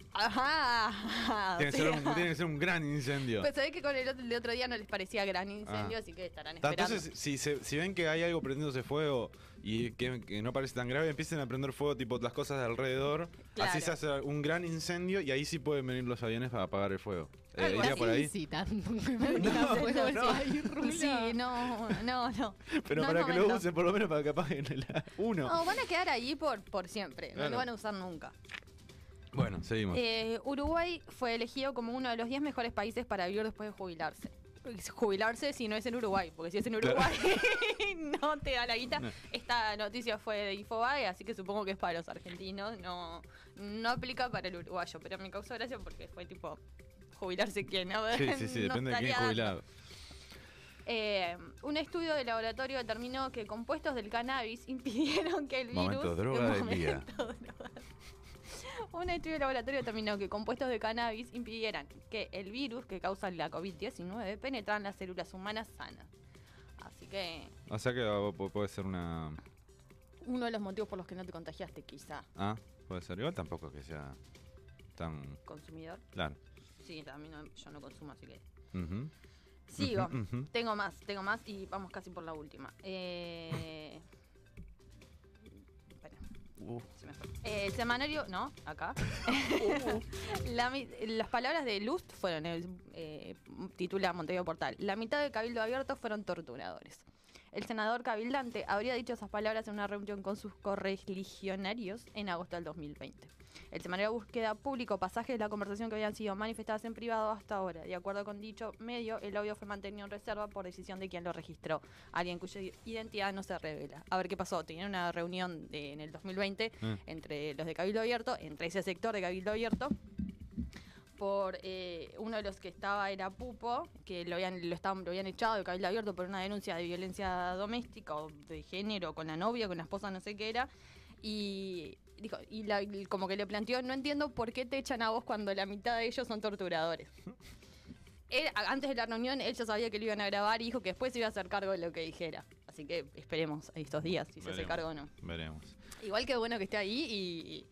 Speaker 2: Ajá.
Speaker 1: tiene, que
Speaker 2: o
Speaker 1: ser
Speaker 2: sea,
Speaker 1: un, tiene que ser un gran incendio.
Speaker 2: Ah, Pues sabés que con el otro, el otro día no les parecía gran incendio,
Speaker 1: Ah.
Speaker 2: así que estarán
Speaker 1: Ta,
Speaker 2: esperando.
Speaker 1: Entonces, si, se- si ven que hay algo prendiéndose fuego y que, que no parece tan grave, empiecen a prender fuego tipo las cosas de alrededor.
Speaker 2: Claro.
Speaker 1: Así se hace un gran incendio y ahí sí pueden venir los aviones para apagar el fuego. Eh,
Speaker 2: Algo
Speaker 1: iría por ahí.
Speaker 3: Sí, tanto. que me diga,
Speaker 1: No,
Speaker 3: bueno,
Speaker 1: no.
Speaker 3: ay, Rula.
Speaker 2: Sí, no, no, no.
Speaker 1: Pero
Speaker 2: No,
Speaker 1: para
Speaker 2: no,
Speaker 1: que lo
Speaker 2: no. Oh.
Speaker 1: usen, por lo menos para que apaguen el uno.
Speaker 2: No, van a quedar ahí por, por siempre. No
Speaker 1: Claro.
Speaker 2: lo van a usar nunca.
Speaker 1: Bueno, seguimos.
Speaker 2: Eh, Uruguay fue elegido como uno de los 10 mejores países para vivir después de jubilarse. Jubilarse si no es en Uruguay, porque si es en
Speaker 1: Claro.
Speaker 2: Uruguay no te da la guita.
Speaker 1: No.
Speaker 2: Esta noticia fue de Infobae, así que supongo que es para los argentinos, no, no aplica para el uruguayo, pero me causó gracia porque fue tipo jubilarse quién, ¿no?
Speaker 1: sí, sí, sí,
Speaker 2: No
Speaker 1: depende de quién
Speaker 2: estaría
Speaker 1: es
Speaker 2: dando.
Speaker 1: jubilado.
Speaker 2: Eh, un estudio de laboratorio determinó que compuestos del cannabis impidieron que el virus.
Speaker 1: Momento droga del día.
Speaker 2: droga. Un estudio de laboratorio determinó que compuestos de cannabis impidieran que el virus que causa la COVID-19 penetraran las células humanas sanas. Así que
Speaker 1: O sea que ah, pu- puede ser una.
Speaker 2: uno de los motivos por los que no te contagiaste, quizá,
Speaker 1: Ah, puede ser. Igual tampoco que sea tan.
Speaker 2: consumidor.
Speaker 1: Claro.
Speaker 2: Sí, también no- yo no consumo, así que.
Speaker 1: Ujú,
Speaker 2: Sigo.
Speaker 1: ujú, ujú.
Speaker 2: Tengo más, tengo más y vamos casi por la última. Eh... Espera.
Speaker 4: Uh.
Speaker 2: Se me fue. Eh, el semanario, no, acá. La mi- las palabras de Lust fueron, eh, eh, titula Montevideo Portal. La mitad del cabildo abierto fueron torturadores. El senador cabildante habría dicho esas palabras en una reunión con sus correligionarios en agosto del 2020. El semanario búsqueda público pasajes de la conversación que habían sido manifestadas en privado hasta ahora. De acuerdo con dicho medio, el audio fue mantenido en reserva por decisión de quien lo registró, alguien cuya identidad no se revela. A ver qué pasó. Tenían una reunión de- en el 2020
Speaker 1: Mm.
Speaker 2: entre los de Cabildo Abierto, entre ese sector de Cabildo Abierto. Por eh, uno de los que estaba era Pupo, que lo habían, lo estaban, lo habían echado de Cabildo Abierto por una denuncia de violencia doméstica o de género con la novia, con la esposa, no sé qué era. Y dijo, y la- y como que le planteó, no entiendo por qué te echan a vos cuando la mitad de ellos son torturadores. Él, a- antes de la reunión, él ya sabía que lo iban a grabar y dijo que después se iba a hacer cargo de lo que dijera. Así que esperemos estos días si se hace
Speaker 1: Veremos.
Speaker 2: cargo o no.
Speaker 1: Veremos.
Speaker 2: Igual que bueno que esté ahí y.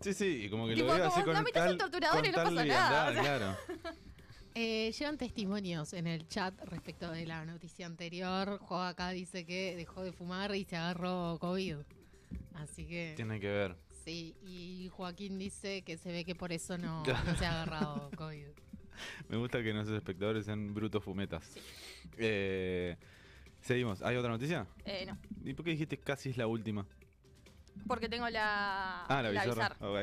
Speaker 1: Sí, sí, y como que
Speaker 2: Tipo,
Speaker 1: lo veo
Speaker 2: como,
Speaker 1: así con
Speaker 2: no metas
Speaker 1: tal,
Speaker 2: al torturador
Speaker 1: con
Speaker 2: y no
Speaker 1: tal
Speaker 2: pasa nada,
Speaker 1: liviandad, claro.
Speaker 3: Eh, llevan testimonios en el chat respecto de la noticia anterior. Juan acá dice que dejó de fumar y se agarró COVID. Así que
Speaker 1: Tiene que ver.
Speaker 3: sí, y Joaquín dice que se ve que por eso no, no se ha agarrado COVID.
Speaker 1: Me gusta que nuestros espectadores sean brutos fumetas. Eh, seguimos. ¿Hay otra noticia?
Speaker 2: eh, no.
Speaker 1: ¿Y por qué dijiste casi es la última?
Speaker 2: Porque tengo la.
Speaker 1: Ah, la bizarra.
Speaker 2: bizarra.
Speaker 1: Ok.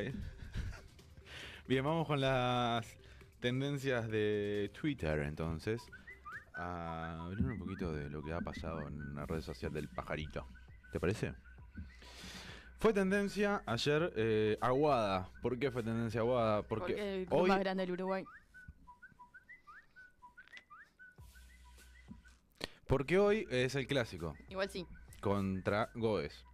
Speaker 1: Bien, vamos con las tendencias de Twitter entonces. A hablar un poquito de lo que ha pasado en la red social del pajarito. ¿Te parece? Fue tendencia ayer eh, Aguada. ¿Por qué fue tendencia Aguada? Porque,
Speaker 2: Porque el club
Speaker 1: hoy
Speaker 2: más grande del Uruguay.
Speaker 1: porque hoy es el clásico.
Speaker 2: Igual sí.
Speaker 1: contra Goes.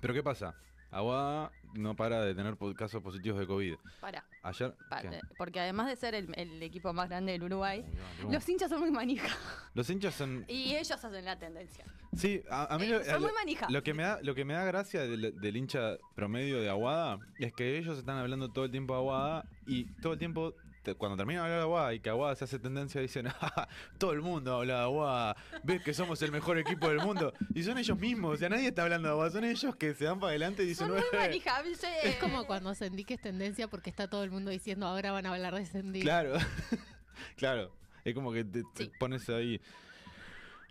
Speaker 1: Pero ¿qué pasa? Aguada no para de tener po- casos positivos de COVID.
Speaker 2: Para.
Speaker 1: Ayer...
Speaker 2: para. eh,
Speaker 1: ¿qué?
Speaker 2: Porque además de ser el, el equipo más grande del Uruguay,
Speaker 1: Uy, vale,
Speaker 2: los hinchas son muy manijas.
Speaker 1: Los hinchas son...
Speaker 2: Y ellos hacen la tendencia.
Speaker 1: Sí, a, a mí...
Speaker 2: Eh,
Speaker 1: lo,
Speaker 2: son
Speaker 1: lo-
Speaker 2: muy manijas.
Speaker 1: lo que me da, lo que me da gracia del, del hincha promedio de Aguada es que ellos están hablando todo el tiempo de Aguada y todo el tiempo... te- Cuando terminan de hablar de Aguada y que Aguada se hace tendencia, dicen, "Ja, ja, todo el mundo habla de Aguada, ves que somos el mejor equipo del mundo. Y son ellos mismos, o sea, nadie está hablando de Aguada, son ellos que se dan para adelante y dicen,
Speaker 2: Son muy
Speaker 1: "Eh".
Speaker 2: manijas.
Speaker 3: Es como cuando Sendik es tendencia porque está todo el mundo diciendo ahora van a hablar de Sendik.
Speaker 1: Claro, claro. Es como que te, te
Speaker 2: Sí.
Speaker 1: pones ahí.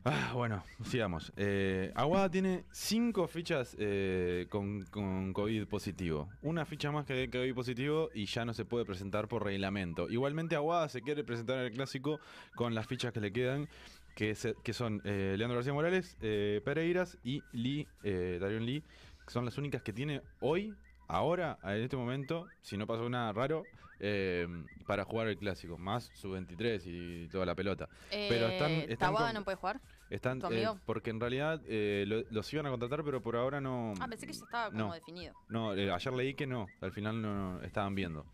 Speaker 1: Ah, bueno, sigamos. Eh, Aguada tiene cinco fichas eh, con, con COVID positivo. Una ficha más que de COVID positivo y ya no se puede presentar por reglamento. Igualmente Aguada se quiere presentar al clásico con las fichas que le quedan, que, se- que son eh, Leandro García Morales, eh, Pereiras y Lee, eh, Darion Lee, que son las únicas que tiene hoy, ahora, en este momento, si no pasó nada raro, eh, para jugar el clásico, más su 23 y toda la pelota. pero están- están
Speaker 2: Taboada
Speaker 1: con-
Speaker 2: eh, no puede jugar.
Speaker 1: Están,
Speaker 2: Tu
Speaker 1: eh,
Speaker 2: amigo.
Speaker 1: porque en realidad eh, lo- los iban a contratar, pero por ahora no.
Speaker 2: Ah, pensé que ya estaba como
Speaker 1: No.
Speaker 2: definido.
Speaker 1: No, eh, ayer leí que no, al final no, no, estaban viendo.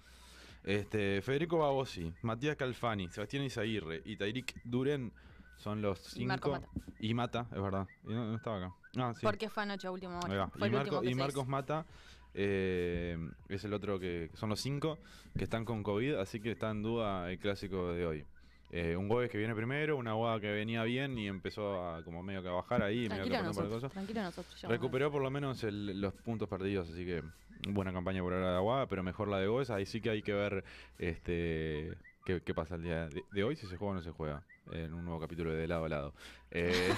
Speaker 1: Este, Federico Babosi, Matías Calfani, Sebastián Izaguirre y Tairik Duren son los cinco.
Speaker 2: Y Marcos Mata.
Speaker 1: Y Mata, es verdad. Y no, no estaba acá. Ah, sí.
Speaker 2: Porque fue anoche a última
Speaker 1: Ahí
Speaker 2: hora.
Speaker 1: va.
Speaker 2: Fue
Speaker 1: y
Speaker 2: el
Speaker 1: Marco-
Speaker 2: último que
Speaker 1: y
Speaker 2: se
Speaker 1: Marcos
Speaker 2: hizo.
Speaker 1: Mata Eh, es el otro que son los cinco que están con COVID, así que está en duda el clásico de hoy. Eh, un Goes que viene primero, una Guada que venía bien y empezó a como medio que a bajar ahí, medio que
Speaker 2: Tranquilo
Speaker 1: a poner por el
Speaker 2: nosotros,
Speaker 1: coso.
Speaker 2: tranquilo nosotros. ya vamos a ver.
Speaker 1: Recuperó por lo menos el- los puntos perdidos, así que buena campaña por ahora de Aguada, pero mejor la de Goes. Ahí sí que hay que ver este qué, qué pasa el día de, de hoy, si se juega o no se juega, en un nuevo capítulo de lado a lado. Eh,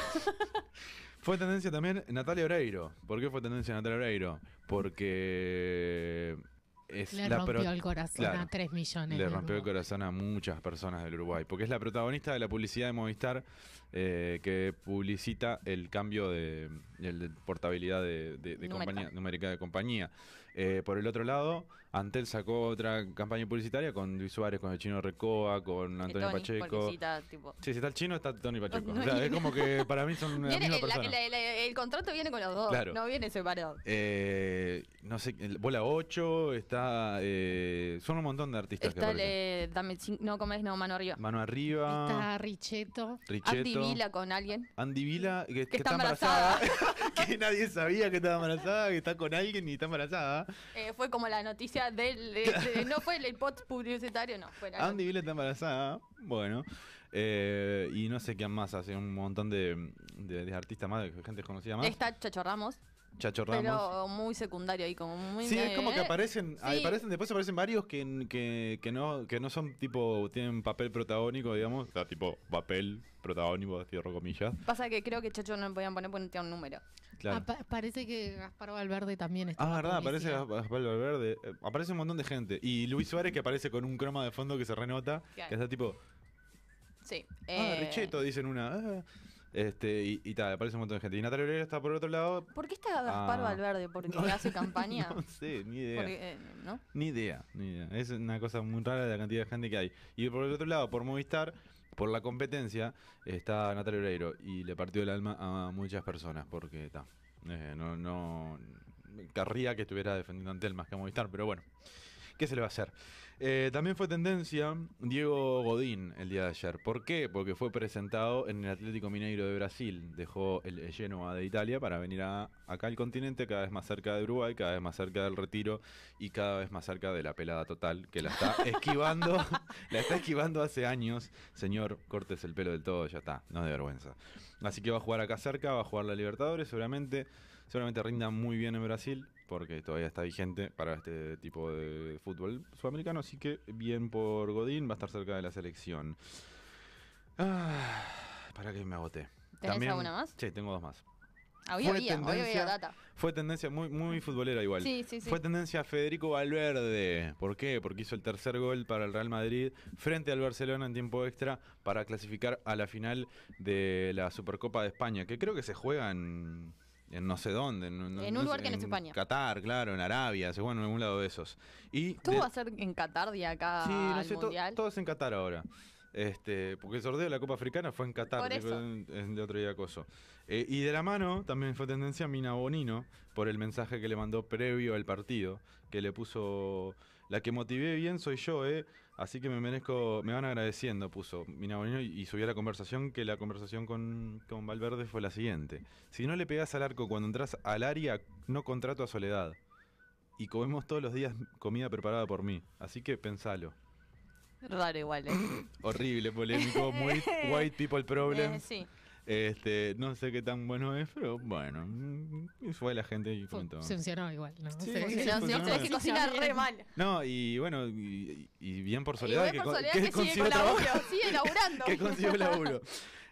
Speaker 1: fue tendencia también Natalia Oreiro. ¿Por qué fue tendencia Natalia Oreiro? Porque es
Speaker 3: Le
Speaker 1: la pro-
Speaker 3: rompió el corazón a
Speaker 1: claro.
Speaker 3: 3 millones.
Speaker 1: le
Speaker 3: de
Speaker 1: rompió el
Speaker 3: Uruguay.
Speaker 1: corazón a muchas personas del Uruguay, porque es la protagonista de la publicidad de Movistar eh, que publicita el cambio de, el de portabilidad de, de- de
Speaker 2: Numérica.
Speaker 1: compañía, numérica de compañía. Eh, por el otro lado, Antel sacó otra campaña publicitaria con Luis Suárez, con el chino Recoa, con
Speaker 2: Que
Speaker 1: Antonio
Speaker 2: Tony,
Speaker 1: Pacheco.
Speaker 2: publicita, tipo-
Speaker 1: Sí, si está el chino, está Tony Pacheco.
Speaker 2: No
Speaker 1: O sea,
Speaker 2: hay-
Speaker 1: es como que para mí son la
Speaker 2: Viene-
Speaker 1: misma
Speaker 2: el, la-
Speaker 1: persona.
Speaker 2: el- el- el contrato viene con los dos,
Speaker 1: Claro.
Speaker 2: no viene separado.
Speaker 1: Eh, no sé, el- bola 8, está. eh, son un montón de artistas que
Speaker 2: Está el,
Speaker 1: aparecen.
Speaker 2: eh, dame cin- no comes, no, mano arriba.
Speaker 1: Mano arriba.
Speaker 3: Está Richetto.
Speaker 2: Andy
Speaker 1: Richetto.
Speaker 2: Vila con alguien.
Speaker 1: Andy Vila, que, que
Speaker 2: está
Speaker 1: está embarazada. que nadie sabía que estaba embarazada, que está con alguien y está embarazada.
Speaker 2: Eh, fue como la noticia del. de- de- no fue el, el pot publicitario, no. Fue la
Speaker 1: Andy Vila está embarazada. Bueno. eh, y no sé quién más hace un montón de, de- de artistas más, de gente conocida más.
Speaker 2: Está Chacho Ramos,
Speaker 1: Chacho Ramos.
Speaker 2: pero muy secundario ahí, como muy.
Speaker 1: Sí, es como que
Speaker 2: eh,
Speaker 1: aparecen,
Speaker 2: Sí.
Speaker 1: aparecen, después aparecen varios que, que, que no, que no son tipo, tienen papel protagónico, digamos. O sea, tipo papel protagónico, cierro comillas.
Speaker 2: Pasa que creo que Chacho no le podían poner porque no tenía un número.
Speaker 1: Claro.
Speaker 3: Ah, pa- parece que Gaspar Valverde también está. en
Speaker 1: Ah,
Speaker 3: la
Speaker 1: verdad, aparece
Speaker 3: publicidad.
Speaker 1: Gaspar Valverde. eh, Aparece un montón de gente. Y Luis Suárez que aparece con un croma de fondo que se renota.
Speaker 2: Claro.
Speaker 1: Que está tipo,
Speaker 2: Sí.
Speaker 1: ah,
Speaker 2: eh,
Speaker 1: Richeto, dicen una. ah. Este, y, y tal, aparece un montón de gente. Y Natalia Oreiro está por otro lado.
Speaker 2: ¿Por qué está Gaspar
Speaker 1: Ah.
Speaker 2: Valverde? ¿Porque
Speaker 1: No,
Speaker 2: hace campaña?
Speaker 1: No sé, ni idea.
Speaker 2: Porque, eh, ¿no?
Speaker 1: Ni idea, ni idea. Es una cosa muy rara la cantidad de gente que hay. Y por el otro lado, por Movistar, por la competencia, está Natalia Oreiro. Y le partió el alma a muchas personas porque está. eh, no, no. Querría que estuviera defendiendo a Antel más que a Movistar, pero bueno. ¿Qué se le va a hacer? Eh, también fue tendencia Diego Godín el día de ayer. ¿Por qué? Porque fue presentado en el Atlético Mineiro de Brasil. Dejó el el Genoa de Italia para venir a- acá al continente, cada vez más cerca de Uruguay, cada vez más cerca del retiro y cada vez más cerca de la pelada total, que la está esquivando, la está esquivando hace años. Señor, cortes el pelo del todo, ya está, no de vergüenza. Así que va a jugar acá cerca, va a jugar la Libertadores, seguramente. Seguramente rinda muy bien en Brasil, porque todavía está vigente para este tipo de fútbol sudamericano. Así que bien por Godín, va a estar cerca de la selección. Ah, para que me agoté.
Speaker 2: ¿Tenés alguna más?
Speaker 1: Sí, tengo dos más.
Speaker 2: Había,
Speaker 1: Fue
Speaker 2: había, hoy había
Speaker 1: tendencia-
Speaker 2: data.
Speaker 1: Fue tendencia muy, muy futbolera igual.
Speaker 2: Sí, sí, sí.
Speaker 1: Fue tendencia Federico Valverde. ¿Por qué? Porque hizo el tercer gol para el Real Madrid frente al Barcelona en tiempo extra para clasificar a la final de la Supercopa de España, que creo que se juega en, en no sé dónde. En, no-
Speaker 2: En
Speaker 1: no
Speaker 2: un lugar
Speaker 1: sé,
Speaker 2: que no es España.
Speaker 1: Qatar, claro, en Arabia, se juega en algún lado de esos. Y
Speaker 2: ¿Tú
Speaker 1: de-
Speaker 2: vas a ser en Qatar de acá
Speaker 1: Sí, no
Speaker 2: al
Speaker 1: sé, to-
Speaker 2: Mundial?
Speaker 1: todo es en Qatar ahora. Este, porque el sorteo de la Copa Africana fue en Qatar,
Speaker 2: Por
Speaker 1: tipo,
Speaker 2: eso.
Speaker 1: en- en de otro día acoso. Eh, y de la mano también fue tendencia Mina Bonino por el mensaje que le mandó previo al partido, que le puso la que motivé bien soy yo, eh, así que me merezco, me van agradeciendo, puso Mina Bonino y, y subió la conversación, que la conversación con, con Valverde fue la siguiente. Si no le pegás al arco cuando entras al área, no contrato a Soledad. Y comemos todos los días comida preparada por mí, así que pensalo.
Speaker 2: Raro igual. eh.
Speaker 1: Horrible, polémico, muy white people problem.
Speaker 2: Eh, sí.
Speaker 1: Este, no sé qué tan bueno es, pero bueno, mm, fue la gente y
Speaker 3: Fu-
Speaker 1: comentó.
Speaker 3: Funcionó igual, ¿no?
Speaker 1: Sí,
Speaker 3: Se-
Speaker 1: sí,
Speaker 2: Se
Speaker 1: sí,
Speaker 2: lo
Speaker 1: funcionó.
Speaker 2: siento, es que cocina re mal.
Speaker 1: No, y bueno, y, y bien por Soledad,
Speaker 2: y ve por
Speaker 1: co-
Speaker 2: Soledad que, sigue
Speaker 1: consiguió
Speaker 2: con
Speaker 1: trabajo,
Speaker 2: laburo, sigue laburando.
Speaker 1: que consiguió laburo.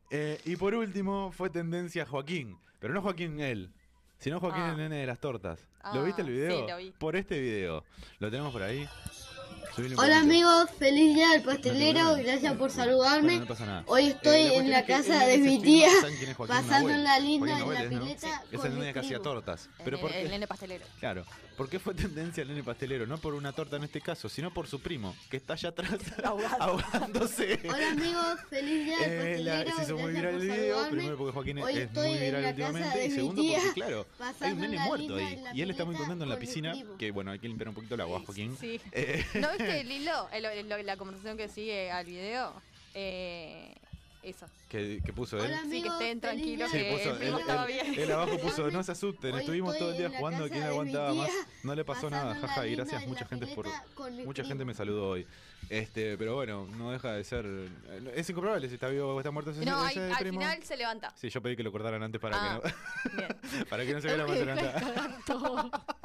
Speaker 1: Eh, y por último, fue tendencia Joaquín, pero no Joaquín él, sino Joaquín
Speaker 2: Ah.
Speaker 1: el nene de las tortas.
Speaker 2: Ah,
Speaker 1: ¿Lo viste el
Speaker 2: sí,
Speaker 1: video?
Speaker 2: lo vi.
Speaker 1: Por este video. Lo tenemos por ahí. Subile un
Speaker 10: Hola
Speaker 1: poquito.
Speaker 10: amigos, feliz día del
Speaker 1: No te
Speaker 10: pastelero,
Speaker 1: preocupes.
Speaker 10: gracias por
Speaker 1: Bueno,
Speaker 10: saludarme.
Speaker 1: no pasa nada.
Speaker 10: Hoy estoy
Speaker 1: Eh, la
Speaker 10: en la
Speaker 1: cuestión es que
Speaker 10: casa
Speaker 1: él
Speaker 10: de
Speaker 1: es
Speaker 10: mi
Speaker 1: el
Speaker 10: tía,
Speaker 1: primo, ¿saben quién es Joaquín Nahuel?
Speaker 10: pasándola
Speaker 1: Joaquín
Speaker 10: linda en la
Speaker 1: Nahuel es, ¿no?
Speaker 10: pileta
Speaker 1: Es
Speaker 10: con
Speaker 1: el
Speaker 10: mi
Speaker 1: nene que hacía
Speaker 10: primo.
Speaker 1: tortas. Pero
Speaker 2: el,
Speaker 1: ¿por
Speaker 2: Eh, el
Speaker 1: qué?
Speaker 2: nene pastelero.
Speaker 1: Claro, porque fue tendencia el nene pastelero, no por una torta en este caso, sino por su primo, que está allá atrás ahogándose.
Speaker 10: Hola amigos, feliz día del
Speaker 1: Eh, la-
Speaker 10: pastelero,
Speaker 1: se hizo muy
Speaker 10: gracias
Speaker 1: viral
Speaker 10: por
Speaker 1: el video,
Speaker 10: saludarme.
Speaker 1: primero porque Joaquín es-
Speaker 10: Hoy
Speaker 1: es
Speaker 10: estoy
Speaker 1: muy
Speaker 10: en
Speaker 1: viral
Speaker 10: la casa
Speaker 1: últimamente,
Speaker 10: de
Speaker 1: y
Speaker 10: mi
Speaker 1: segundo
Speaker 10: tía,
Speaker 1: porque, claro, hay un
Speaker 10: pasándola
Speaker 1: nene muerto
Speaker 10: linda
Speaker 1: ahí,
Speaker 10: en la
Speaker 1: y él está muy
Speaker 10: pileta
Speaker 1: contento en la
Speaker 10: con mi
Speaker 1: piscina,
Speaker 10: primo.
Speaker 1: que bueno, hay que limpiar un poquito el agua, Joaquín.
Speaker 2: Sí.
Speaker 1: Eh,
Speaker 2: ¿No viste el hilo? El- el- la conversación que sigue al video. Eh, Eso.
Speaker 1: que, que puso él.
Speaker 10: Hola,
Speaker 2: Sí, que
Speaker 10: amigos,
Speaker 2: estén
Speaker 10: feliz
Speaker 2: tranquilos,
Speaker 10: día.
Speaker 1: Sí,
Speaker 2: que
Speaker 1: puso,
Speaker 2: el
Speaker 1: él,
Speaker 2: primo estaba
Speaker 1: él-
Speaker 2: bien.
Speaker 1: él abajo puso, no se asusten,
Speaker 10: Hoy
Speaker 1: estuvimos
Speaker 10: estoy
Speaker 1: todo el
Speaker 10: en
Speaker 1: día
Speaker 10: la
Speaker 1: jugando,
Speaker 10: casa
Speaker 1: ¿quién
Speaker 10: de mi
Speaker 1: aguantaba más?
Speaker 10: tía,
Speaker 1: No le pasó nada,
Speaker 10: pasándola
Speaker 1: jaja, y
Speaker 10: lindo
Speaker 1: gracias,
Speaker 10: en
Speaker 1: mucha
Speaker 10: la
Speaker 1: gente por
Speaker 10: pileta con mis
Speaker 1: mucha gente me
Speaker 10: primos.
Speaker 1: saludó hoy. Este, pero bueno, no deja de ser eh, es incomprobable si está vivo o está muerto ese,
Speaker 2: No,
Speaker 1: ese
Speaker 2: al, al
Speaker 1: primo.
Speaker 2: final se levanta.
Speaker 1: Sí, yo pedí que lo cortaran antes para
Speaker 2: Ah,
Speaker 1: que no para que no se viera más se levanta.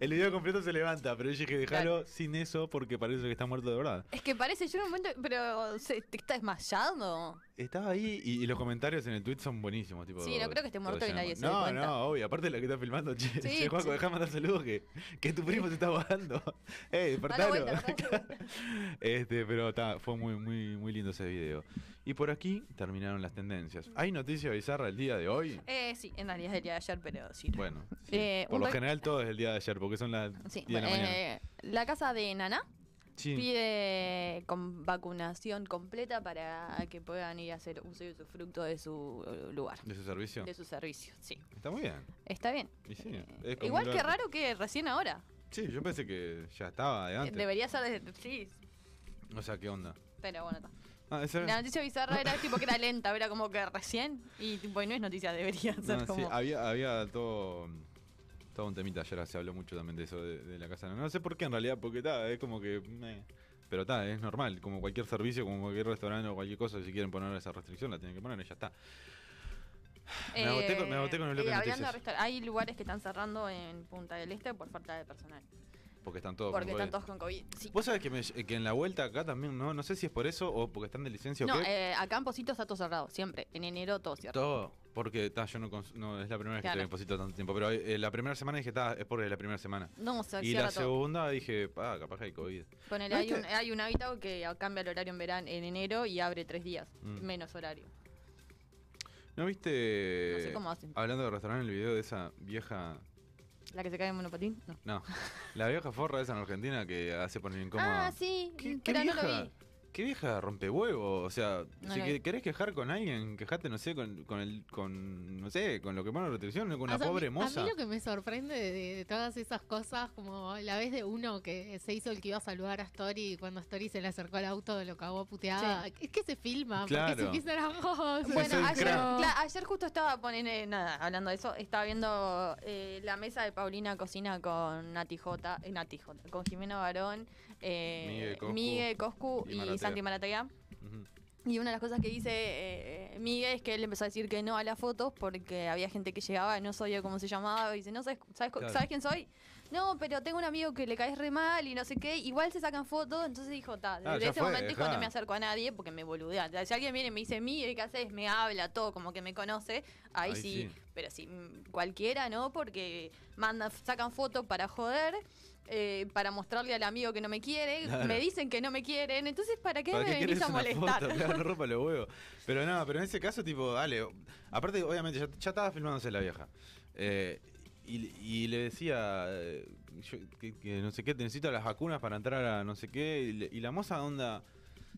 Speaker 1: El video completo se levanta, pero yo dije, déjalo sin eso porque parece que está muerto de verdad.
Speaker 2: Es que parece, yo en un momento, pero se te está desmayando.
Speaker 1: Estaba ahí y, y los comentarios en el tweet son buenísimos, tipo.
Speaker 2: Sí, no creo que esté
Speaker 1: todo
Speaker 2: muerto y
Speaker 1: lleno de-
Speaker 2: nadie se dé
Speaker 1: No,
Speaker 2: cuenta.
Speaker 1: no, obvio. Aparte la que está filmando, che,
Speaker 2: Sí,
Speaker 1: che, Juaco,
Speaker 2: sí.
Speaker 1: dejá mandar saludos que, que tu primo se está bajando. Ey,
Speaker 2: Dale
Speaker 1: despertalo.
Speaker 2: vuelta, dale vuelta.
Speaker 1: Este, pero ta, fue muy, muy, muy lindo ese video. Y por aquí terminaron las tendencias. ¿Hay noticia bizarra el día de hoy?
Speaker 2: Eh, sí, en realidad es el día de ayer, pero sí.
Speaker 1: Bueno, sí.
Speaker 2: Eh,
Speaker 1: por
Speaker 2: un
Speaker 1: lo
Speaker 2: rec-
Speaker 1: general todo es el día de ayer, porque son las
Speaker 2: Sí,
Speaker 1: 10 de la mañana.
Speaker 2: eh, la casa de Nana
Speaker 1: Sí.
Speaker 2: pide con vacunación completa para que puedan ir a hacer uso y usufructo de su eh, lugar,
Speaker 1: ¿De su servicio?
Speaker 2: de su servicio. Sí,
Speaker 1: Está muy bien.
Speaker 2: está bien. Eh,
Speaker 1: Y sí, es como
Speaker 2: Igual
Speaker 1: un
Speaker 2: que
Speaker 1: lugar-
Speaker 2: raro Eh, que recién ahora.
Speaker 1: Sí, yo pensé que ya estaba de antes.
Speaker 2: Debería ser desde. Sí,
Speaker 1: O sea, ¿qué onda?
Speaker 2: pero bueno, está.
Speaker 1: Ah, esa-
Speaker 2: La noticia bizarra era tipo que era lenta, era como que recién. Y tipo, y no es noticia, debería ser
Speaker 1: No, sí, ah,
Speaker 2: como.
Speaker 1: había, había todo, todo un temita ayer, se habló mucho también de eso de, de la casa. No, sé por qué en realidad, porque está, es como que... meh. Pero está, es normal, como cualquier servicio, como cualquier restaurante o cualquier cosa, si quieren poner esa restricción, la tienen que poner y ya está. Me agoté con- me agoté con el bloque de
Speaker 2: eh, hablando
Speaker 1: noticias.
Speaker 2: de restaur- Hay lugares que están cerrando en Punta del Este por falta de personal.
Speaker 1: Porque están todos... con
Speaker 2: porque están
Speaker 1: COVID.
Speaker 2: todos con COVID. Sí.
Speaker 1: Vos sabés que, me- que en la vuelta acá también, no, no sé si es por eso o porque están de licencia
Speaker 2: No,
Speaker 1: o qué.
Speaker 2: eh, acá en Positos está todo cerrado, siempre. En enero todo cierto.
Speaker 1: Todo, porque está, yo no, cons- no, es la primera vez que
Speaker 2: Claro.
Speaker 1: estoy en Posito tanto tiempo, pero eh, la primera semana dije, está, es por la primera semana.
Speaker 2: No, se
Speaker 1: y la
Speaker 2: cierra todo.
Speaker 1: segunda dije, ah, capaz que hay COVID.
Speaker 2: Ponele, hay, un, hay un hábitat que cambia el horario en verano, en enero y abre tres días,
Speaker 1: Mm.
Speaker 2: menos horario.
Speaker 1: ¿No viste?
Speaker 2: No sé cómo hacen.
Speaker 1: Hablando de restaurante, el video de esa vieja.
Speaker 2: ¿La que se cae en monopatín? No.
Speaker 1: No, la vieja forra esa en Argentina que hace poner incómoda.
Speaker 2: Ah, sí,
Speaker 1: ¿Qué, qué
Speaker 2: pero no
Speaker 1: vieja,
Speaker 2: lo vi.
Speaker 1: qué vieja rompehuevo. O sea,
Speaker 2: No
Speaker 1: si
Speaker 2: lo
Speaker 1: que-
Speaker 2: vi.
Speaker 1: querés quejar con alguien, quejate, no sé, con, con el. con. no sé, con lo que pone la restricción, no con una
Speaker 3: O sea, a mí-
Speaker 1: pobre moza.
Speaker 3: A mí lo que me sorprende de, de todas esas cosas, como la vez de uno que se hizo el que iba a saludar a Story y cuando Story se le acercó al auto lo cagó a puteada. Es que se filma,
Speaker 1: Claro.
Speaker 3: porque si quisieran vos.
Speaker 1: Bueno, Soy un
Speaker 2: Ayer,
Speaker 1: Claro.
Speaker 2: cla- ayer justo estaba poniendo, nada, hablando de eso, estaba viendo eh, la mesa de Paulina Cocina con Nati Jota, eh, Nati Jota, con Jimena Barón,
Speaker 1: Migue
Speaker 2: eh,
Speaker 1: Coscu.
Speaker 2: Migue Coscu
Speaker 1: Y
Speaker 2: y,
Speaker 1: Maratea.
Speaker 2: Santi Maratea.
Speaker 1: Ujú.
Speaker 2: Y una de las cosas que dice eh, Miguel es que él empezó a decir que no a las fotos porque había gente que llegaba y no sabía cómo se llamaba. Y dice, no, ¿sabes, sabes, co-
Speaker 1: Claro.
Speaker 2: ¿sabes quién soy? No, pero tengo un amigo que le caes re mal y no sé qué. Igual se sacan fotos. Entonces dijo, ta, desde
Speaker 1: Ah, ya
Speaker 2: ese
Speaker 1: fue,
Speaker 2: momento dijo,
Speaker 1: dejá.
Speaker 2: no me acerco a nadie porque me boludea. O sea, Si alguien viene y me dice, Miguel, ¿qué haces? Me habla, todo, como que me conoce. Ahí,
Speaker 1: Ahí
Speaker 2: sí.
Speaker 1: sí.
Speaker 2: Pero sí, mm, cualquiera, ¿no? Porque mandan, sacan fotos para joder. eh, para mostrarle al amigo que no me quiere,
Speaker 1: Claro.
Speaker 2: me dicen que no me quieren, entonces ¿para qué
Speaker 1: ¿Para
Speaker 2: me venís
Speaker 1: querés
Speaker 2: a
Speaker 1: una
Speaker 2: molestar?
Speaker 1: Foto? Claro, no rompa los huevos. Pero no, pero en ese caso, tipo, dale. Aparte, obviamente, ya, ya estaba filmándose la vieja. Eh, y, y le decía eh, yo- que, que no sé qué, te necesito las vacunas para entrar a no sé qué. Y, le- y la moza onda.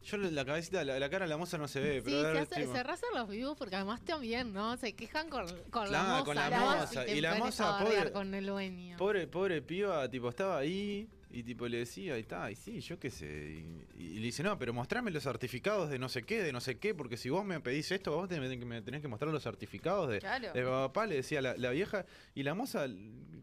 Speaker 1: Yo le- la cabecita, la, la cara de la moza no se ve, pero
Speaker 3: Sí,
Speaker 1: dale,
Speaker 3: se, hace,
Speaker 1: tipo,
Speaker 3: se arrasan los vivos porque además también, ¿no? Se quejan con, con la
Speaker 1: Claro,
Speaker 3: moza.
Speaker 1: con la
Speaker 3: ¿no?
Speaker 1: moza.
Speaker 3: te
Speaker 1: Y la
Speaker 3: pones a
Speaker 1: moza,
Speaker 3: bardear
Speaker 1: pobre-
Speaker 3: Con el dueño.
Speaker 1: Pobre, pobre piba, tipo, estaba ahí y tipo le decía, y está, y sí, yo qué sé. Y, y le dice, no, pero mostrame los certificados de no sé qué, de no sé qué, porque si vos me pedís esto, vos te- me, me tenés que mostrar los certificados de,
Speaker 2: Claro.
Speaker 1: de papá, le decía la, la vieja, y la moza,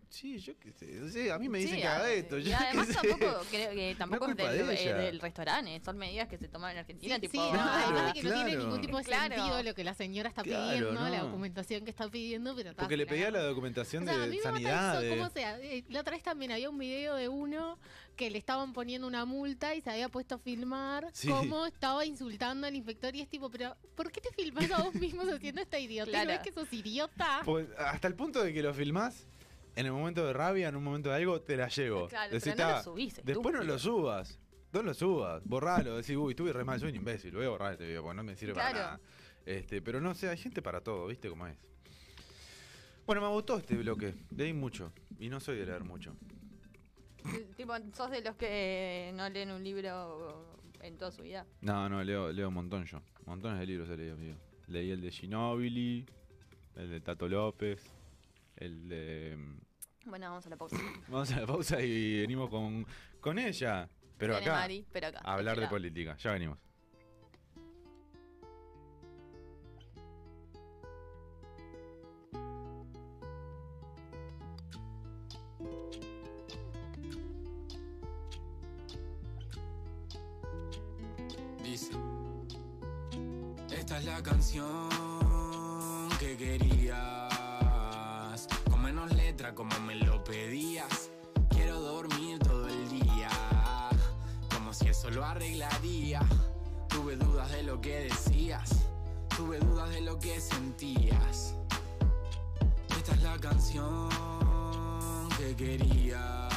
Speaker 1: sí, yo qué sé, o sea, a mí me dicen
Speaker 2: Sí,
Speaker 1: que haga
Speaker 2: eh,
Speaker 1: esto.
Speaker 2: Y
Speaker 1: yo qué
Speaker 2: además
Speaker 1: sé.
Speaker 2: tampoco, creo que tampoco
Speaker 1: No
Speaker 2: es
Speaker 1: es culpa
Speaker 2: del,
Speaker 1: de
Speaker 2: eh,
Speaker 1: ella.
Speaker 2: del restaurante, son medidas que se toman en
Speaker 3: Sí,
Speaker 2: Argentina, tipo. ah,
Speaker 3: sí, no, además de que no tiene
Speaker 1: claro.
Speaker 3: ningún tipo de
Speaker 2: Claro.
Speaker 3: sentido lo que la señora está
Speaker 1: Claro,
Speaker 3: pidiendo, la
Speaker 1: no.
Speaker 3: documentación que está pidiendo, pero está
Speaker 1: Porque le
Speaker 3: se la
Speaker 1: pedía la
Speaker 3: agarra.
Speaker 1: documentación
Speaker 3: O sea, a mí
Speaker 1: de
Speaker 3: me
Speaker 1: sanidad.
Speaker 3: mató
Speaker 1: de-
Speaker 3: eso, cómo sea. Eh, La otra vez también había un video de uno que le estaban poniendo una multa y se había puesto a filmar
Speaker 1: Sí.
Speaker 3: cómo estaba insultando al inspector y es tipo, pero ¿por qué te filmás a vos mismos haciendo esta idiota?
Speaker 2: Claro.
Speaker 3: ¿No ves que sos idiota?
Speaker 1: Pues, hasta el punto de que lo filmás, en el momento de rabia, en un momento de algo, te la llevo.
Speaker 2: Claro,
Speaker 1: Decís,
Speaker 2: pero no lo
Speaker 1: "Ta,
Speaker 2: subís,
Speaker 1: Después no
Speaker 2: estúpido".
Speaker 1: lo subas. No lo subas. Borralo. Decís, uy, estuve re mal, soy un imbécil. Voy a borrar este video porque no me sirve para
Speaker 2: Claro.
Speaker 1: nada. Este, pero no sé, hay gente para todo, ¿viste cómo es? Bueno, me gustó este bloque. Leí mucho. Y no soy de leer mucho.
Speaker 2: tipo, sos de los que no leen un libro en toda su vida.
Speaker 1: No, no, leo, leo un montón yo. Montones de libros he leído, amigo. Leí el de Ginobili, el de Tato López, el de. mm,
Speaker 2: Bueno, vamos a la pausa.
Speaker 1: Vamos a la pausa y venimos con, con ella. Pero
Speaker 2: Viene
Speaker 1: acá,
Speaker 2: Mari, pero acá.
Speaker 1: a hablar de
Speaker 2: Espera.
Speaker 1: política. Ya venimos.
Speaker 5: Esta es la canción que querías. Con menos letra, como me lo pedías. Quiero dormir todo el día. Como si eso lo arreglaría. Tuve dudas de lo que decías. Tuve dudas de lo que sentías. Esta es la canción que querías.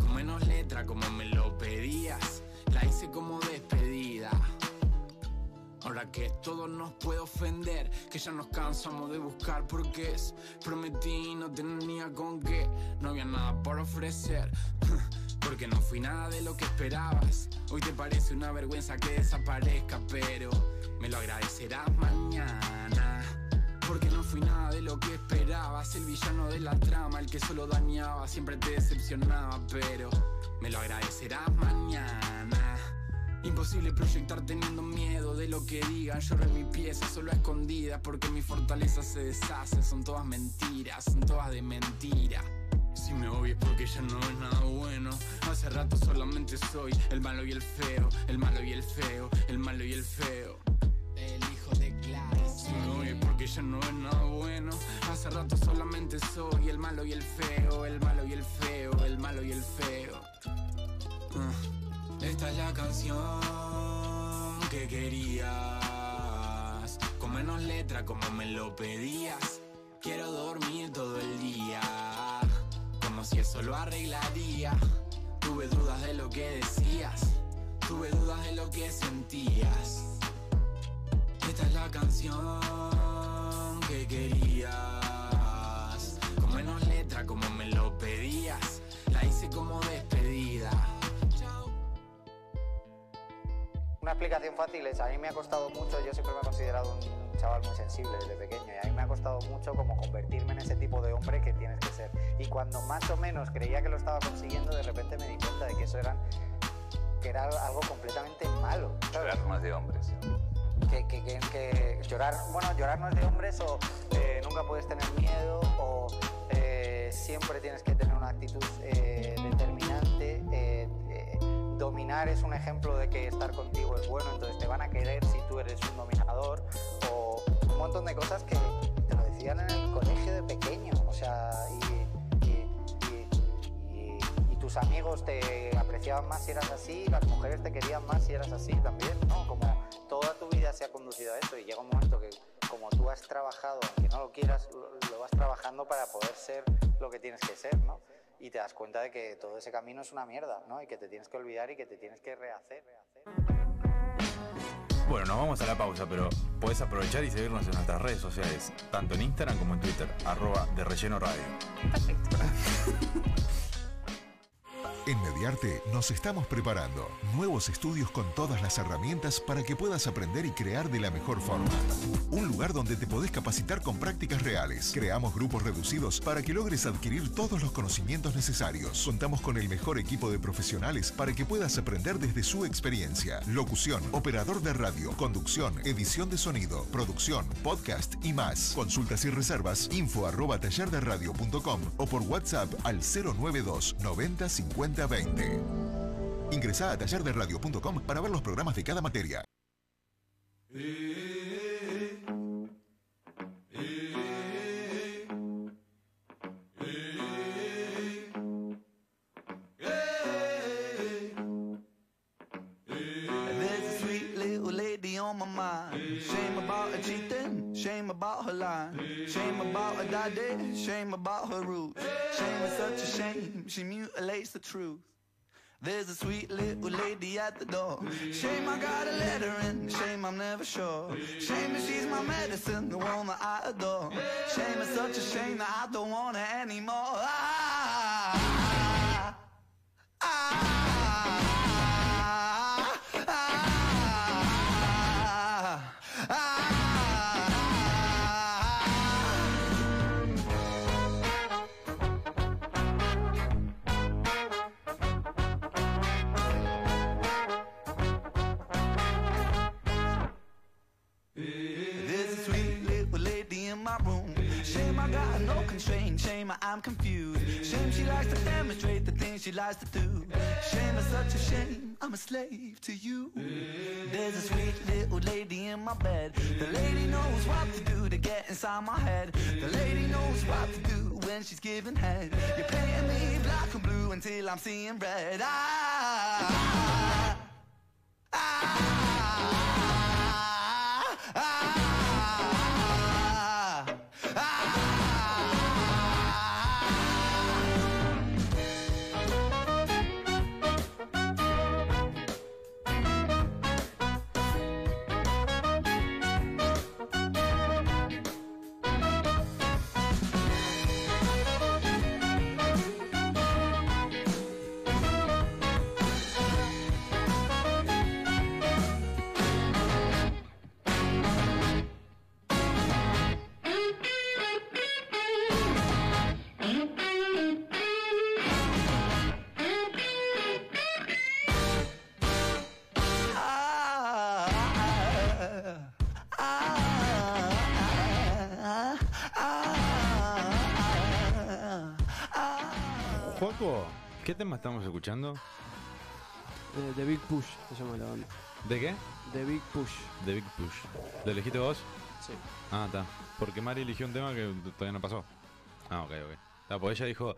Speaker 5: Con menos letra, como me lo pedías. La hice como despedida. Ahora que todo nos puede ofender, que ya nos cansamos de buscar porqués. Prometí no tenía con qué, no había nada por ofrecer. Porque no fui nada de lo que esperabas. Hoy te parece una vergüenza que desaparezca, pero me lo agradecerás mañana. Porque no fui nada de lo que esperabas. El villano de la trama, el que solo dañaba, siempre te decepcionaba, pero me lo agradecerás mañana. Imposible proyectar teniendo miedo de lo que digan. Lloro en mi pieza solo a escondidas porque mis fortalezas se deshacen. Son todas mentiras, son todas de mentira. Si me obvias porque ya no es nada bueno. Hace rato solamente soy el malo y el feo, el malo y el feo, el malo y el feo. El hijo de Gladys. Si me obvias porque ya no es nada bueno. Hace rato solamente soy el malo y el feo, el malo y el feo, el malo y el feo. Ah. Esta es la canción que querías. Con menos letra como me lo pedías. Quiero dormir todo el día. Como si eso lo arreglaría. Tuve dudas de lo que decías. Tuve dudas de lo que sentías. Esta es la canción que querías. Con menos letra como me lo pedías. La hice como despedida.
Speaker 11: Una explicación fácil es, a mí me ha costado mucho, yo siempre me he considerado un chaval muy sensible desde pequeño y a mí me ha costado mucho como convertirme en ese tipo de hombre que tienes que ser. Y cuando más o menos creía que lo estaba consiguiendo, de repente me di cuenta de que eso eran, que era algo completamente malo.
Speaker 1: Llorar no es de hombres.
Speaker 11: Que, que- que- que llorar, bueno, llorar no es de hombres o eh, nunca puedes tener miedo o eh, siempre tienes que tener una actitud eh, determinante. eh, eh, dominar es un ejemplo de que estar contigo es bueno, entonces te van a querer si tú eres un dominador o un montón de cosas que te lo decían en el colegio de pequeño, o sea, y, y- y- y- y tus amigos te apreciaban más si eras así, las mujeres te querían más si eras así también, ¿no? Como toda tu vida se ha conducido a eso y llega un momento que como tú has trabajado, aunque no lo quieras, lo, lo vas trabajando para poder ser lo que tienes que ser, ¿no? Y te das cuenta de que todo ese camino es una mierda, ¿no? Y que te tienes que olvidar y que te tienes que rehacer.
Speaker 1: Bueno, nos vamos a la pausa, pero podés aprovechar y seguirnos en nuestras redes sociales, tanto en Instagram como en Twitter, arroba de relleno radio.
Speaker 9: En Mediarte nos estamos preparando nuevos estudios con todas las herramientas para que puedas aprender y crear de la mejor forma. Un lugar donde te podés capacitar con prácticas reales. Creamos grupos reducidos para que logres adquirir todos los conocimientos necesarios. Contamos con el mejor equipo de profesionales para que puedas aprender desde su experiencia. Locución, operador de radio, conducción, edición de sonido, producción, podcast y más. Consultas y reservas, info arroba tallerderradio.com o por WhatsApp al 092 90 50 20. Ingresá a tallerderradio.com para ver los programas de cada materia.
Speaker 12: There's a sweet little lady on my mind. Shame about her cheating, shame about her lying. Shame about her daddy, shame about her roots. Shame is such a shame, she mutilates the truth. There's a sweet little lady at the door. Shame I gotta let her in, shame I'm never sure. Shame that she's my medicine, the one that I adore. Shame is such a shame that I don't want her anymore. Ah, ah, ah, ah, ah. There's a sweet little lady in my room. Shame I got no constraint. Shame I'm
Speaker 5: confused. Shame she likes to demonstrate the things she likes to do. Shame is such a shame, I'm a slave to you. There's a sweet little lady in my bed. The lady knows what to do to get inside my head. The lady knows what to do when she's giving head. You're painting me black and blue until I'm seeing red. Ah, ah, ah,
Speaker 1: Juaco, ¿qué tema estamos escuchando?
Speaker 4: Eh, The Big Push se llama la banda.
Speaker 1: ¿De qué?
Speaker 4: The Big Push.
Speaker 1: The Big Push. ¿Lo elegiste vos?
Speaker 4: Sí.
Speaker 1: Ah, está. Porque Mari eligió un tema que todavía no pasó. Ah, ok, ok. Ah, pues ella dijo,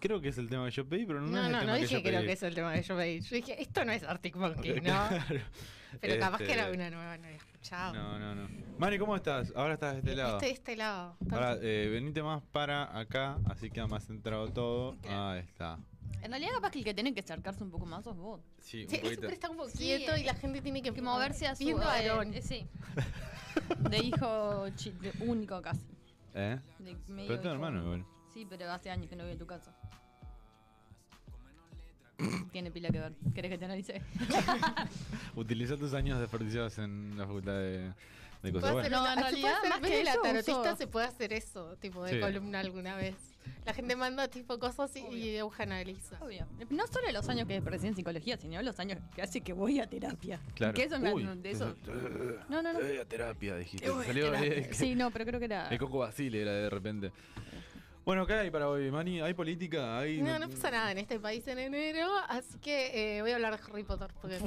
Speaker 1: creo que es el tema que yo pedí, pero no,
Speaker 3: No,
Speaker 1: es
Speaker 3: no,
Speaker 1: el
Speaker 3: no,
Speaker 1: tema que
Speaker 3: dije
Speaker 1: yo
Speaker 3: creo
Speaker 1: pedí.
Speaker 3: que es el tema que yo pedí. Yo dije, esto no es Arctic Monkey, ¿no?
Speaker 1: Claro.
Speaker 3: Pero capaz que
Speaker 1: Este,
Speaker 3: era una nueva, no había escuchado.
Speaker 1: No, no, no. Mari, ¿cómo estás? Ahora estás de este lado.
Speaker 3: Este de este lado.
Speaker 1: Ahora, eh, venite más para acá, así queda más centrado todo. Ahí está.
Speaker 2: En realidad, capaz que el que tiene que acercarse un poco más sos vos.
Speaker 1: Sí, un
Speaker 3: Sí, él
Speaker 1: poquito.
Speaker 3: siempre está un poco
Speaker 2: Sí,
Speaker 3: quieto y
Speaker 2: eh,
Speaker 3: la gente tiene que,
Speaker 2: que moverse a su
Speaker 3: Viendo a
Speaker 2: eh,
Speaker 3: Aarón.
Speaker 2: eh, sí. De hijo chi- de único casi.
Speaker 1: ¿Eh?
Speaker 2: De medio
Speaker 1: Pero es tu
Speaker 2: hijo.
Speaker 1: hermano, igual.
Speaker 2: Sí, pero hace años que no voy a tu casa. Tiene pila que ver. ¿Querés que te analice?
Speaker 1: Utiliza tus años desperdiciados en la facultad de, de cosas.
Speaker 3: Puede
Speaker 1: Bueno,
Speaker 3: ser
Speaker 2: No,
Speaker 3: una-
Speaker 2: en
Speaker 3: se puede
Speaker 2: realidad,
Speaker 3: hacer-
Speaker 2: más
Speaker 3: ves
Speaker 2: que
Speaker 3: la
Speaker 2: eso,
Speaker 3: tarotista
Speaker 2: uso-
Speaker 3: se puede hacer eso, tipo de
Speaker 1: Sí.
Speaker 3: columna alguna vez. La gente manda tipo cosas y, y Euge analiza.
Speaker 2: Obvio. No solo los años que desperdicié en psicología, sino los años que hace que voy a terapia.
Speaker 1: claro.
Speaker 2: Que eso me-
Speaker 1: Uy,
Speaker 2: de eso.
Speaker 1: No,
Speaker 2: No, no, no.
Speaker 1: Eh, terapia, dijiste.
Speaker 2: Uy,
Speaker 1: Salió,
Speaker 2: terapia.
Speaker 1: eh,
Speaker 2: Sí, no, pero creo que era.
Speaker 1: El Coco Basile era de repente. Bueno, ¿qué hay para hoy, Mani? ¿Hay política? ¿Hay...
Speaker 3: No, no pasa nada en este país en enero, así que eh, voy a hablar de Harry Potter, porque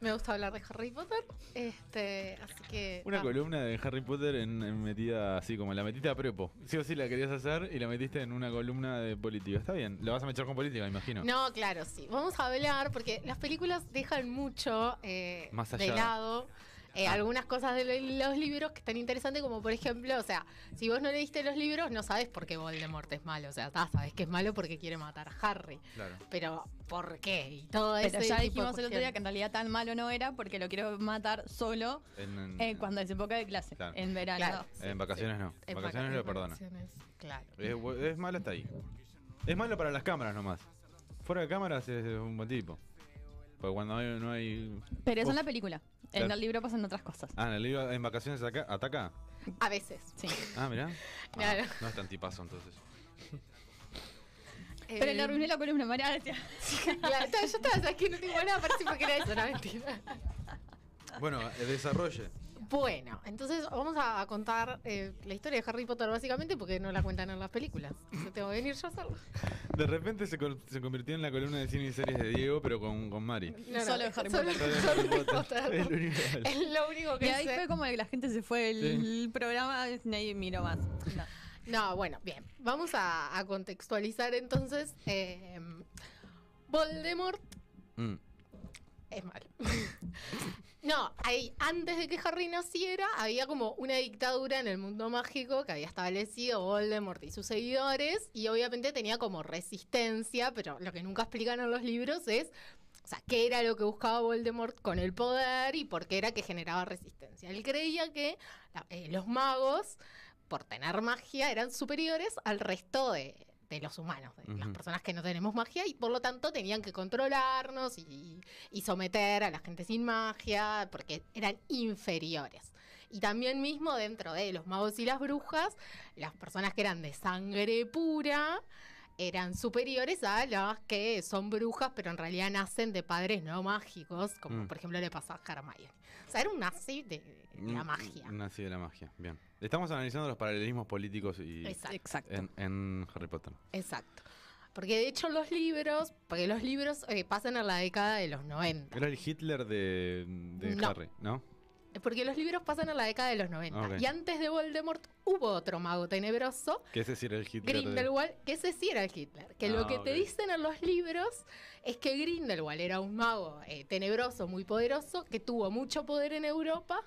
Speaker 3: me gusta hablar de Harry Potter. Este, así que.
Speaker 1: Una
Speaker 3: ah,
Speaker 1: columna de Harry Potter en, en metida así como la metiste a prepo. Sí o sí la querías hacer y la metiste en una columna de política. Está bien, la vas a mechar con política, me imagino.
Speaker 3: No, claro, sí. Vamos a hablar porque las películas dejan mucho eh,
Speaker 1: Más
Speaker 3: de
Speaker 1: allá. Ah.
Speaker 3: lado. eh, algunas cosas de lo- los libros que están interesantes, como por ejemplo, o sea, si vos no leíste los libros, no sabes por qué Voldemort es malo. O sea, tá, sabes que es malo porque quiere matar a Harry.
Speaker 1: Claro.
Speaker 3: Pero, ¿por qué? Y todo
Speaker 2: Pero
Speaker 3: ese
Speaker 2: ya
Speaker 3: tipo de
Speaker 2: dijimos el otro día
Speaker 3: cuestiones.
Speaker 2: que en realidad tan malo no era porque lo quiero matar solo
Speaker 1: En, en-
Speaker 2: eh, cuando es época de clase,
Speaker 1: Mm. Claro.
Speaker 2: en verano.
Speaker 3: Claro.
Speaker 1: en vacaciones no. En
Speaker 3: vaca-
Speaker 1: vacaciones lo
Speaker 3: en
Speaker 1: perdona.
Speaker 3: vacaciones, Claro.
Speaker 1: Es, bu- es malo hasta ahí. Es malo para las cámaras nomás. Fuera de cámaras es un buen tipo. Porque cuando hay- no hay.
Speaker 2: Pero eso
Speaker 1: Uf.
Speaker 2: en la película. En
Speaker 1: Claro.
Speaker 2: el libro pasan otras cosas.
Speaker 3: Eh,
Speaker 1: Ah, en el libro en vacaciones acá, ataca.
Speaker 3: A veces.
Speaker 2: Sí.
Speaker 1: Ah, mirá. Ah,
Speaker 3: Claro.
Speaker 1: No es tan tipazo entonces.
Speaker 2: Pero le arruiné la columna, María. gracias.
Speaker 3: Claro, yo estaba, sabes que no tengo nada para decir porque era eso, no mentira.
Speaker 1: Bueno, eh, desarrolle.
Speaker 3: Bueno, entonces vamos a a contar eh, la historia de Harry Potter básicamente porque no la cuentan en las películas. Yo tengo que venir yo a hacerlo.
Speaker 1: De repente se, cor- se convirtió en la columna de cine y series de Diego, pero con, con Mari.
Speaker 3: No, no,
Speaker 2: Solo de Harry
Speaker 3: solo-
Speaker 2: Potter.
Speaker 1: Harry
Speaker 3: Potter.
Speaker 1: El universal.
Speaker 3: Es lo único
Speaker 2: Y
Speaker 3: que
Speaker 2: ahí
Speaker 3: sé.
Speaker 2: fue como que la gente se fue del programa, nadie miró más. No.
Speaker 3: No, bueno, bien. Vamos a, a contextualizar entonces. eh, Voldemort
Speaker 1: Mm.
Speaker 3: es malo. no, ahí, antes de que Harry naciera, había como una dictadura en el mundo mágico que había establecido Voldemort y sus seguidores. Y obviamente tenía como resistencia, pero lo que nunca explican en los libros es. O sea, qué era lo que buscaba Voldemort con el poder y por qué era que generaba resistencia. Él creía que la- eh, los magos, por tener magia, eran superiores al resto de, de los humanos, de las
Speaker 13: Ujú.
Speaker 3: personas que no tenemos magia y por lo tanto tenían que controlarnos y, y someter a la gente sin magia porque eran inferiores. Y también mismo dentro de los magos y las brujas, las personas que eran de sangre pura eran superiores a las que son brujas, pero en realidad nacen de padres no mágicos, como
Speaker 1: Mm.
Speaker 3: por ejemplo le pasó a Hermione. O sea, era un nazi de, de la
Speaker 1: Mm,
Speaker 3: magia.
Speaker 1: Una así de la magia, bien. Estamos analizando los paralelismos políticos y
Speaker 3: Exacto. Exacto.
Speaker 1: En, en Harry Potter.
Speaker 3: Exacto. Porque de hecho los libros, porque los libros eh, pasan a la década de los 90.
Speaker 1: Era el Hitler de, de
Speaker 3: No.
Speaker 1: Harry, ¿no?
Speaker 3: Porque los libros pasan a la década de los 90.
Speaker 1: Ok.
Speaker 3: Y antes de Voldemort hubo otro mago tenebroso,
Speaker 1: Que ese sí era el Hitler. de-
Speaker 3: Grindelwald, que ese sí era el Hitler. Que
Speaker 1: Ah,
Speaker 3: lo que
Speaker 1: ok.
Speaker 3: te dicen en los libros es que Grindelwald era un mago eh, tenebroso, muy poderoso, que tuvo mucho poder en Europa,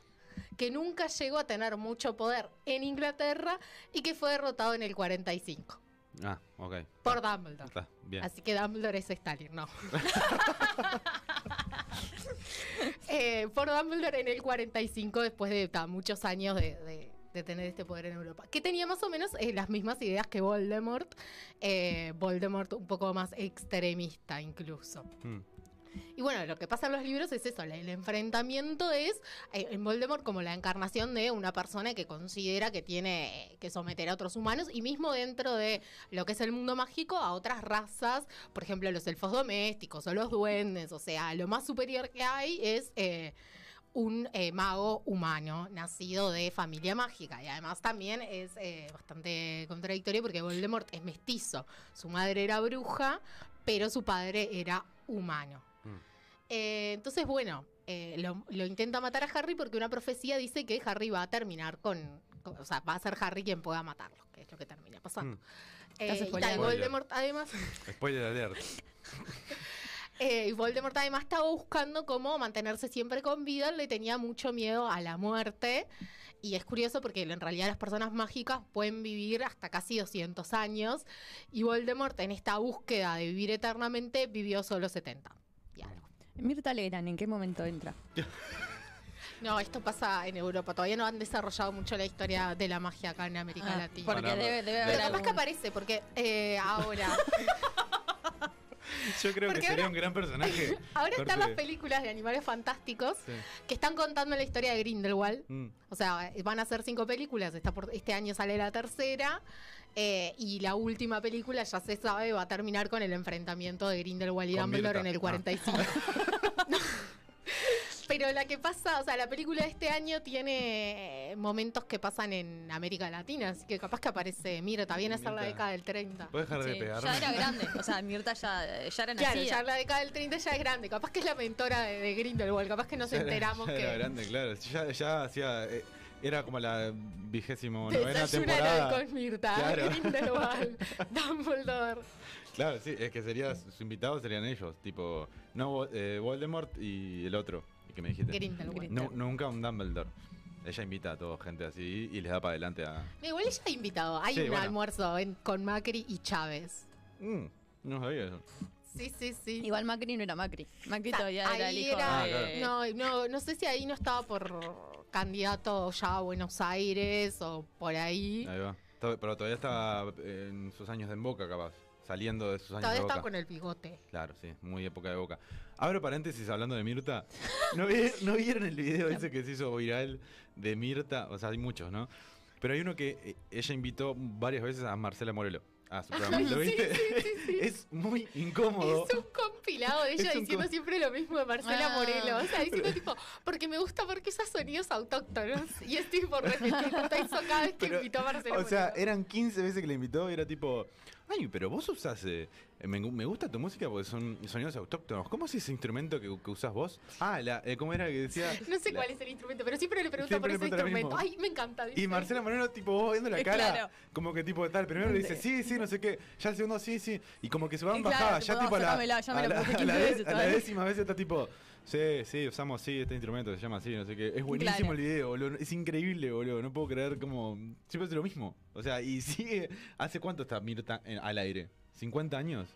Speaker 3: que nunca llegó a tener mucho poder en Inglaterra y que fue derrotado en el 45
Speaker 1: Ah, ok.
Speaker 3: por Dumbledore.
Speaker 1: Está, bien.
Speaker 3: Así que Dumbledore es Stalin, no. Eh, por Dumbledore en el 45, después de ta, muchos años de, de- de tener este poder en Europa. Que tenía más o menos eh, las mismas ideas que Voldemort. eh, Voldemort un poco más extremista incluso.
Speaker 1: Mm.
Speaker 3: Y bueno, lo que pasa en los libros es eso, la- el enfrentamiento es eh, en Voldemort como la encarnación de una persona que considera que tiene eh, que someter a otros humanos y mismo dentro de lo que es el mundo mágico a otras razas, por ejemplo los elfos domésticos o los duendes, o sea, lo más superior que hay es... eh, un eh, mago humano nacido de familia mágica. Y además también es eh, bastante contradictorio porque Voldemort es mestizo. Su madre era bruja, pero su padre era humano. Eh, entonces, bueno, eh, lo, lo intenta matar a Harry porque una profecía dice que Harry va a terminar con, con- O sea, va a ser Harry quien pueda matarlo, que es lo que termina pasando.
Speaker 1: Mm.
Speaker 3: Eh,
Speaker 2: Estás
Speaker 3: y tal,
Speaker 2: spoileando.
Speaker 3: Voldemort, además.
Speaker 1: Spoiler alert.
Speaker 3: Eh, y Voldemort además estaba buscando cómo mantenerse siempre con vida, le tenía mucho miedo a la muerte. Y es curioso porque en realidad las personas mágicas pueden vivir hasta casi 200 años. Y Voldemort en esta búsqueda de vivir eternamente vivió solo 70.
Speaker 13: Mirta Legrand, ¿en qué momento entra?
Speaker 3: No, esto pasa en Europa. Todavía no han desarrollado mucho la historia de la magia acá en América
Speaker 13: Ah,
Speaker 3: Latina.
Speaker 13: porque Para- debe- debe haber
Speaker 3: Pero capaz que
Speaker 13: algún-
Speaker 3: aparece, porque eh, ahora.
Speaker 1: Yo creo que
Speaker 3: Porque
Speaker 1: sería
Speaker 3: ahora-
Speaker 1: un gran personaje.
Speaker 3: ahora están las
Speaker 1: Corte-
Speaker 3: películas de animales fantásticos
Speaker 1: Sí.
Speaker 3: que están contando la historia de Grindelwald.
Speaker 1: Mm.
Speaker 3: O sea, eh, van a ser cinco películas. Está por, este año sale la tercera. eh, y la última película, ya se sabe, va a terminar con el enfrentamiento de Grindelwald y
Speaker 13: Con
Speaker 3: Dumbledore en
Speaker 13: Mirta.
Speaker 3: el
Speaker 13: Ah.
Speaker 3: 45. Pero la que pasa, o sea, la película de este año tiene eh, momentos que pasan en América Latina, así que capaz que aparece Mirta, viene a ser la
Speaker 2: Mirta.
Speaker 3: década del 30.
Speaker 1: ¿Puedes dejar de pegarme?
Speaker 2: Ya era grande, o sea, Mirta ya, ya era
Speaker 3: Claro,
Speaker 2: nacida.
Speaker 3: ya la década del 30 ya es grande, capaz que es la mentora de, de Grindelwald, capaz que nos
Speaker 1: Ya era-
Speaker 3: enteramos
Speaker 1: ya
Speaker 3: que...
Speaker 1: Era grande, claro. Ya, ya hacía. eh, era como la vigésimo novena
Speaker 3: Desayunar
Speaker 1: temporada.
Speaker 3: con Mirta,
Speaker 1: Claro.
Speaker 3: Grindelwald, Dumbledore.
Speaker 1: Claro, sí, es que sería, sus invitados serían ellos, tipo, no Vo- eh, Voldemort y el otro, y que me dijiste.
Speaker 3: Grindelwald.
Speaker 1: Nu- nunca un Dumbledore. Ella invita a toda gente así y les da para adelante a...
Speaker 3: No, Igual ella ha invitado, hay
Speaker 1: Sí,
Speaker 3: un
Speaker 1: bueno.
Speaker 3: almuerzo en- con Macri y Chávez.
Speaker 1: Mm, no sabía eso.
Speaker 3: Sí, sí, sí.
Speaker 13: Igual Macri no era Macri. Macri todavía era el
Speaker 3: Ahí
Speaker 13: hijo
Speaker 3: era-
Speaker 1: Ah, claro.
Speaker 13: de...
Speaker 3: no, no, no sé si ahí no estaba por candidato ya a Buenos Aires o por ahí.
Speaker 1: Ahí va. To- Pero todavía estaba en sus años de en boca, capaz. Saliendo de sus años
Speaker 3: Todavía
Speaker 1: de boca.
Speaker 3: está con el bigote.
Speaker 1: Claro, sí, muy época de boca. Abro paréntesis hablando de Mirta. ¿No, vi- no vieron el video ese que se hizo viral de Mirta? O sea, hay muchos, ¿no? Pero hay uno que eh, ella invitó varias veces a Marcela Morelo a su programa. ¿Lo
Speaker 3: Sí,
Speaker 1: viste?
Speaker 3: sí, sí, sí.
Speaker 1: Es muy incómodo.
Speaker 3: Es un compilado de ella
Speaker 1: Oh. Es un
Speaker 3: diciendo
Speaker 1: com-
Speaker 3: siempre lo mismo de Marcela
Speaker 13: Ah.
Speaker 3: Morelo. O sea, diciendo tipo, porque me gusta porque usa sonidos autóctonos. Y es tipo repetida hizo cada vez que invitó a Marcela
Speaker 1: O
Speaker 3: Morelo.
Speaker 1: sea, eran 15 veces que la invitó y era tipo, ay, pero vos usás, eh, me, gu- me gusta tu música porque son sonidos autóctonos. ¿Cómo es ese instrumento que, que usás vos? Ah, la, eh, ¿cómo era que decía?
Speaker 3: no sé
Speaker 1: La-
Speaker 3: cuál es el instrumento, pero siempre le pregunto
Speaker 1: Siempre
Speaker 3: por
Speaker 1: le
Speaker 3: ese
Speaker 1: pregunta lo
Speaker 3: instrumento.
Speaker 1: mismo.
Speaker 3: Ay, me encanta.
Speaker 1: Y
Speaker 3: dice.
Speaker 1: Marcela Moreno, tipo, vos viendo la cara,
Speaker 3: Claro.
Speaker 1: como que tipo tal. Primero le dice, sí, sí, no sé qué. Ya el segundo, sí, sí. Y como que se van
Speaker 13: Y claro,
Speaker 1: bajaba.
Speaker 13: tipo,
Speaker 1: Ya tipo a la,
Speaker 13: sacámela, ya me
Speaker 1: a
Speaker 13: la
Speaker 1: la-
Speaker 13: puse
Speaker 1: a
Speaker 13: 15
Speaker 1: la
Speaker 13: veces,
Speaker 1: dec- a la
Speaker 13: ¿sabes?
Speaker 1: décima vez está tipo, sí, sí, usamos sí este instrumento, se llama así, no sé qué. Es buenísimo
Speaker 13: Claro.
Speaker 1: el video, boludo. Es increíble, boludo. No puedo creer como... Siempre es lo mismo. O sea, y sigue... ¿Hace cuánto está Mirta en- al aire? ¿50 años?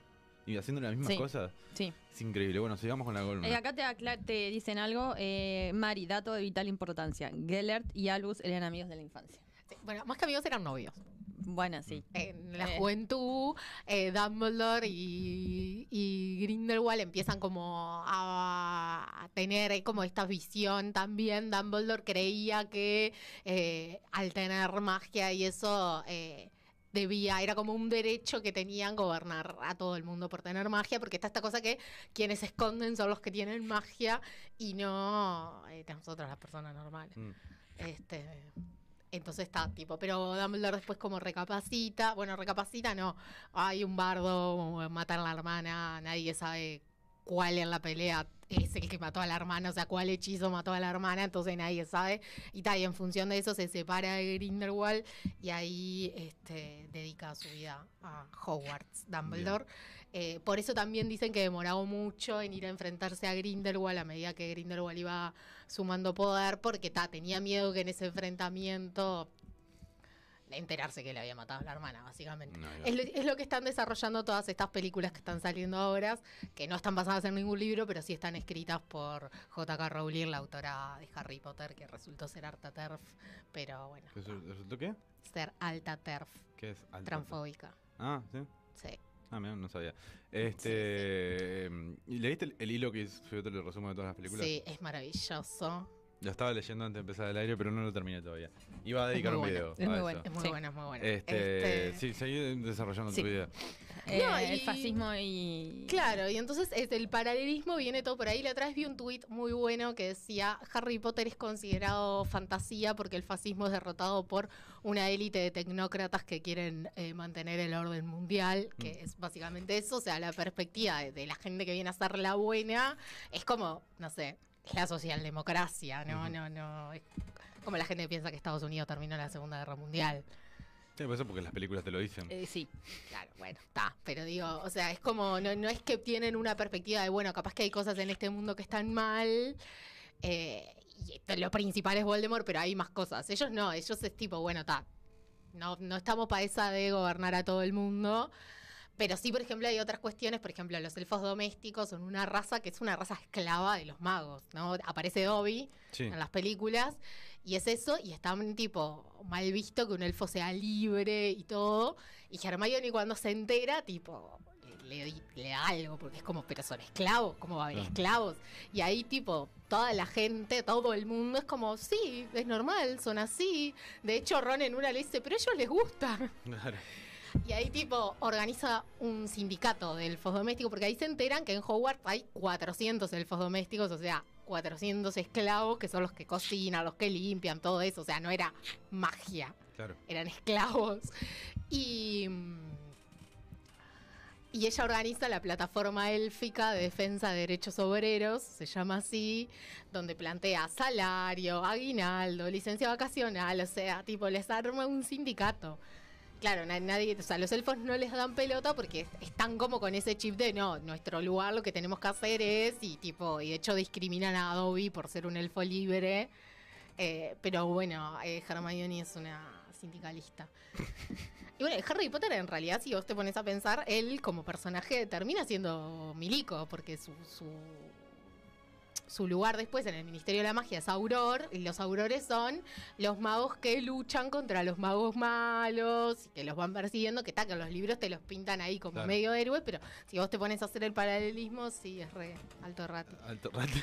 Speaker 1: Y haciendo las mismas
Speaker 13: Sí,
Speaker 1: cosas.
Speaker 13: sí.
Speaker 1: Es increíble. Bueno, sigamos con la columna.
Speaker 13: Eh, acá te, acla- te dicen algo, eh, Mari, dato de vital importancia. Gellert y Albus eran amigos de la infancia.
Speaker 3: Bueno, más que amigos eran novios.
Speaker 13: Bueno, sí.
Speaker 3: En la
Speaker 13: Eh.
Speaker 3: juventud, eh, Dumbledore y, y Grindelwald empiezan como a, a tener eh, como esta visión también. Dumbledore creía que eh, al tener magia y eso eh, debía, era como un derecho que tenían gobernar a todo el mundo por tener magia, porque está esta cosa que quienes se esconden son los que tienen magia y no eh, nosotros las personas normales.
Speaker 1: Mm.
Speaker 3: Este, entonces está tipo, pero Dumbledore después como recapacita, bueno, recapacita no, hay un bardo, matan a la hermana, nadie sabe cuál en la pelea es el que mató a la hermana, o sea, cuál hechizo mató a la hermana, entonces nadie sabe. Y tal, y en función de eso se separa de Grindelwald y ahí este, dedica su vida a Hogwarts, Dumbledore. Eh, por eso también dicen que demoraba mucho en ir a enfrentarse a Grindelwald a medida que Grindelwald iba sumando poder, porque ta, tenía miedo que en ese enfrentamiento de enterarse que le había matado a la hermana, básicamente.
Speaker 1: No, ahí va.
Speaker 3: Es lo, es lo que están desarrollando todas estas películas que están saliendo ahora, que no están basadas en ningún libro, pero sí están escritas por J.K. Rowling, la autora de Harry Potter, que resultó ser Arta Terf, pero bueno,
Speaker 1: ¿Qué su- ¿Resultó qué?
Speaker 3: ser alta Terf,
Speaker 1: ¿Qué es? Alta-
Speaker 3: transfóbica.
Speaker 1: Ah, sí.
Speaker 3: Sí.
Speaker 1: Ah, mira, no sabía. Este, em, ¿y ¿Leíste el, el hilo que subió todo el resumen de todas las películas?
Speaker 3: Sí, es maravilloso.
Speaker 1: Lo estaba leyendo antes de empezar el aire, pero no lo terminé todavía. Iba a
Speaker 3: Es
Speaker 1: dedicar
Speaker 3: muy
Speaker 1: un
Speaker 3: bueno,
Speaker 1: video.
Speaker 3: es muy
Speaker 1: a
Speaker 3: bueno,
Speaker 1: eso.
Speaker 3: es muy bueno, es muy bueno.
Speaker 1: Este,
Speaker 3: Este-
Speaker 1: Sí, seguí desarrollando
Speaker 13: Sí.
Speaker 1: tu vida. Mm.
Speaker 13: Eh,
Speaker 3: No,
Speaker 13: El
Speaker 3: y-
Speaker 13: fascismo y.
Speaker 3: Claro, y entonces este, el paralelismo viene todo por ahí. La otra vez vi un tuit muy bueno que decía Harry Potter es considerado fantasía porque el fascismo es derrotado por una élite de tecnócratas que quieren eh, mantener el orden mundial, que
Speaker 13: Mm.
Speaker 3: es básicamente eso, o sea, la perspectiva de, de la gente que viene a ser la buena es como, no sé, es la socialdemocracia, no,
Speaker 1: Ujú.
Speaker 3: no, no, es como la gente que piensa que Estados Unidos terminó la Segunda Guerra Mundial.
Speaker 1: Sí, pues eso porque las películas te lo dicen.
Speaker 2: Eh,
Speaker 3: sí, claro, bueno, está. Pero digo, o sea, es como, no, no es que tienen una perspectiva de, bueno, capaz que hay cosas en este mundo que están mal. eh, y esto- lo principal es Voldemort, pero hay más cosas. Ellos no, ellos es tipo, bueno, está. No, no estamos para esa de gobernar a todo el mundo. Pero sí, por ejemplo, hay otras cuestiones. Por ejemplo, los elfos domésticos son una raza que es una raza esclava de los magos, ¿no? Aparece Dobby
Speaker 1: Sí.
Speaker 3: en las películas y es eso. Y está un tipo mal visto que un elfo sea libre y todo. Y Hermione cuando se entera, tipo, le, le- le da algo porque es como, pero son esclavos, ¿cómo va a haber
Speaker 1: Claro.
Speaker 3: esclavos? Y ahí, tipo, toda la gente, todo el mundo es como, sí, es normal, son así. De hecho, Ron en una le dice, pero a ellos les gusta.
Speaker 1: Claro.
Speaker 3: Y ahí, tipo, organiza un sindicato de elfos domésticos, porque ahí se enteran que en Hogwarts hay 400 elfos domésticos, o sea, 400 esclavos que son los que cocinan, los que limpian, todo eso. O sea, no era magia,
Speaker 1: Claro.
Speaker 3: eran esclavos. Y. mm, Y ella organiza la plataforma élfica de defensa de derechos obreros, se llama así, donde plantea salario, aguinaldo, licencia vacacional, o sea, tipo, les arma un sindicato. Claro, na- nadie, o sea, los elfos no les dan pelota porque es- están como con ese chip de no, nuestro lugar lo que tenemos que hacer es, y tipo, y de hecho discriminan a Dobby por ser un elfo libre. Eh, pero bueno, eh, Hermione es una sindicalista. Y bueno, Harry Potter en realidad, si vos te pones a pensar, él como personaje termina siendo milico, porque su, su, su lugar después en el Ministerio de la Magia es Auror, y los Aurores son los magos que luchan contra los magos malos, y que los van persiguiendo, que está, que en los libros te los pintan ahí como
Speaker 1: Claro.
Speaker 3: medio héroe, pero si vos te pones a hacer el paralelismo, sí, es re alto rato.
Speaker 1: Alto rato.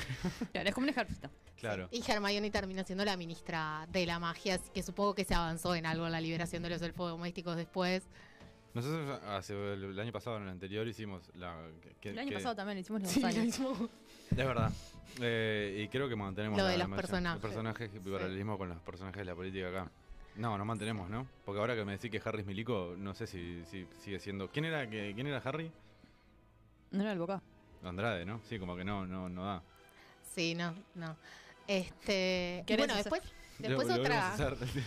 Speaker 13: Claro, es como un ejército.
Speaker 1: Claro.
Speaker 3: Y Hermione termina siendo la ministra de la magia, así que supongo que se avanzó en algo en la liberación de los elfos domésticos después.
Speaker 1: Nosotros ah, hace el, el año pasado, en el anterior, hicimos la. que- que-
Speaker 13: El año
Speaker 1: que-
Speaker 13: pasado también lo hicimos los
Speaker 3: Sí,
Speaker 13: dos
Speaker 3: lo
Speaker 13: años.
Speaker 3: mismo.
Speaker 1: Es verdad. Eh, y creo que mantenemos
Speaker 3: Lo
Speaker 1: la-
Speaker 3: de
Speaker 1: la
Speaker 3: los
Speaker 1: marcha.
Speaker 3: personajes.
Speaker 1: Los personajes y paralelismo con los personajes de la política acá. No, nos mantenemos, ¿no? Porque ahora que me decís que Harry es milico, no sé si, si sigue siendo. ¿Quién era que, quién era Harry?
Speaker 13: No era el boca.
Speaker 1: Andrade, ¿no? Sí, como que no, no, no da.
Speaker 3: Sí, no, no. Este, y
Speaker 13: ¿Querés
Speaker 3: bueno,
Speaker 13: hacer-
Speaker 3: después, después
Speaker 1: Lo- lo
Speaker 3: otra.
Speaker 1: volvemos a hacer.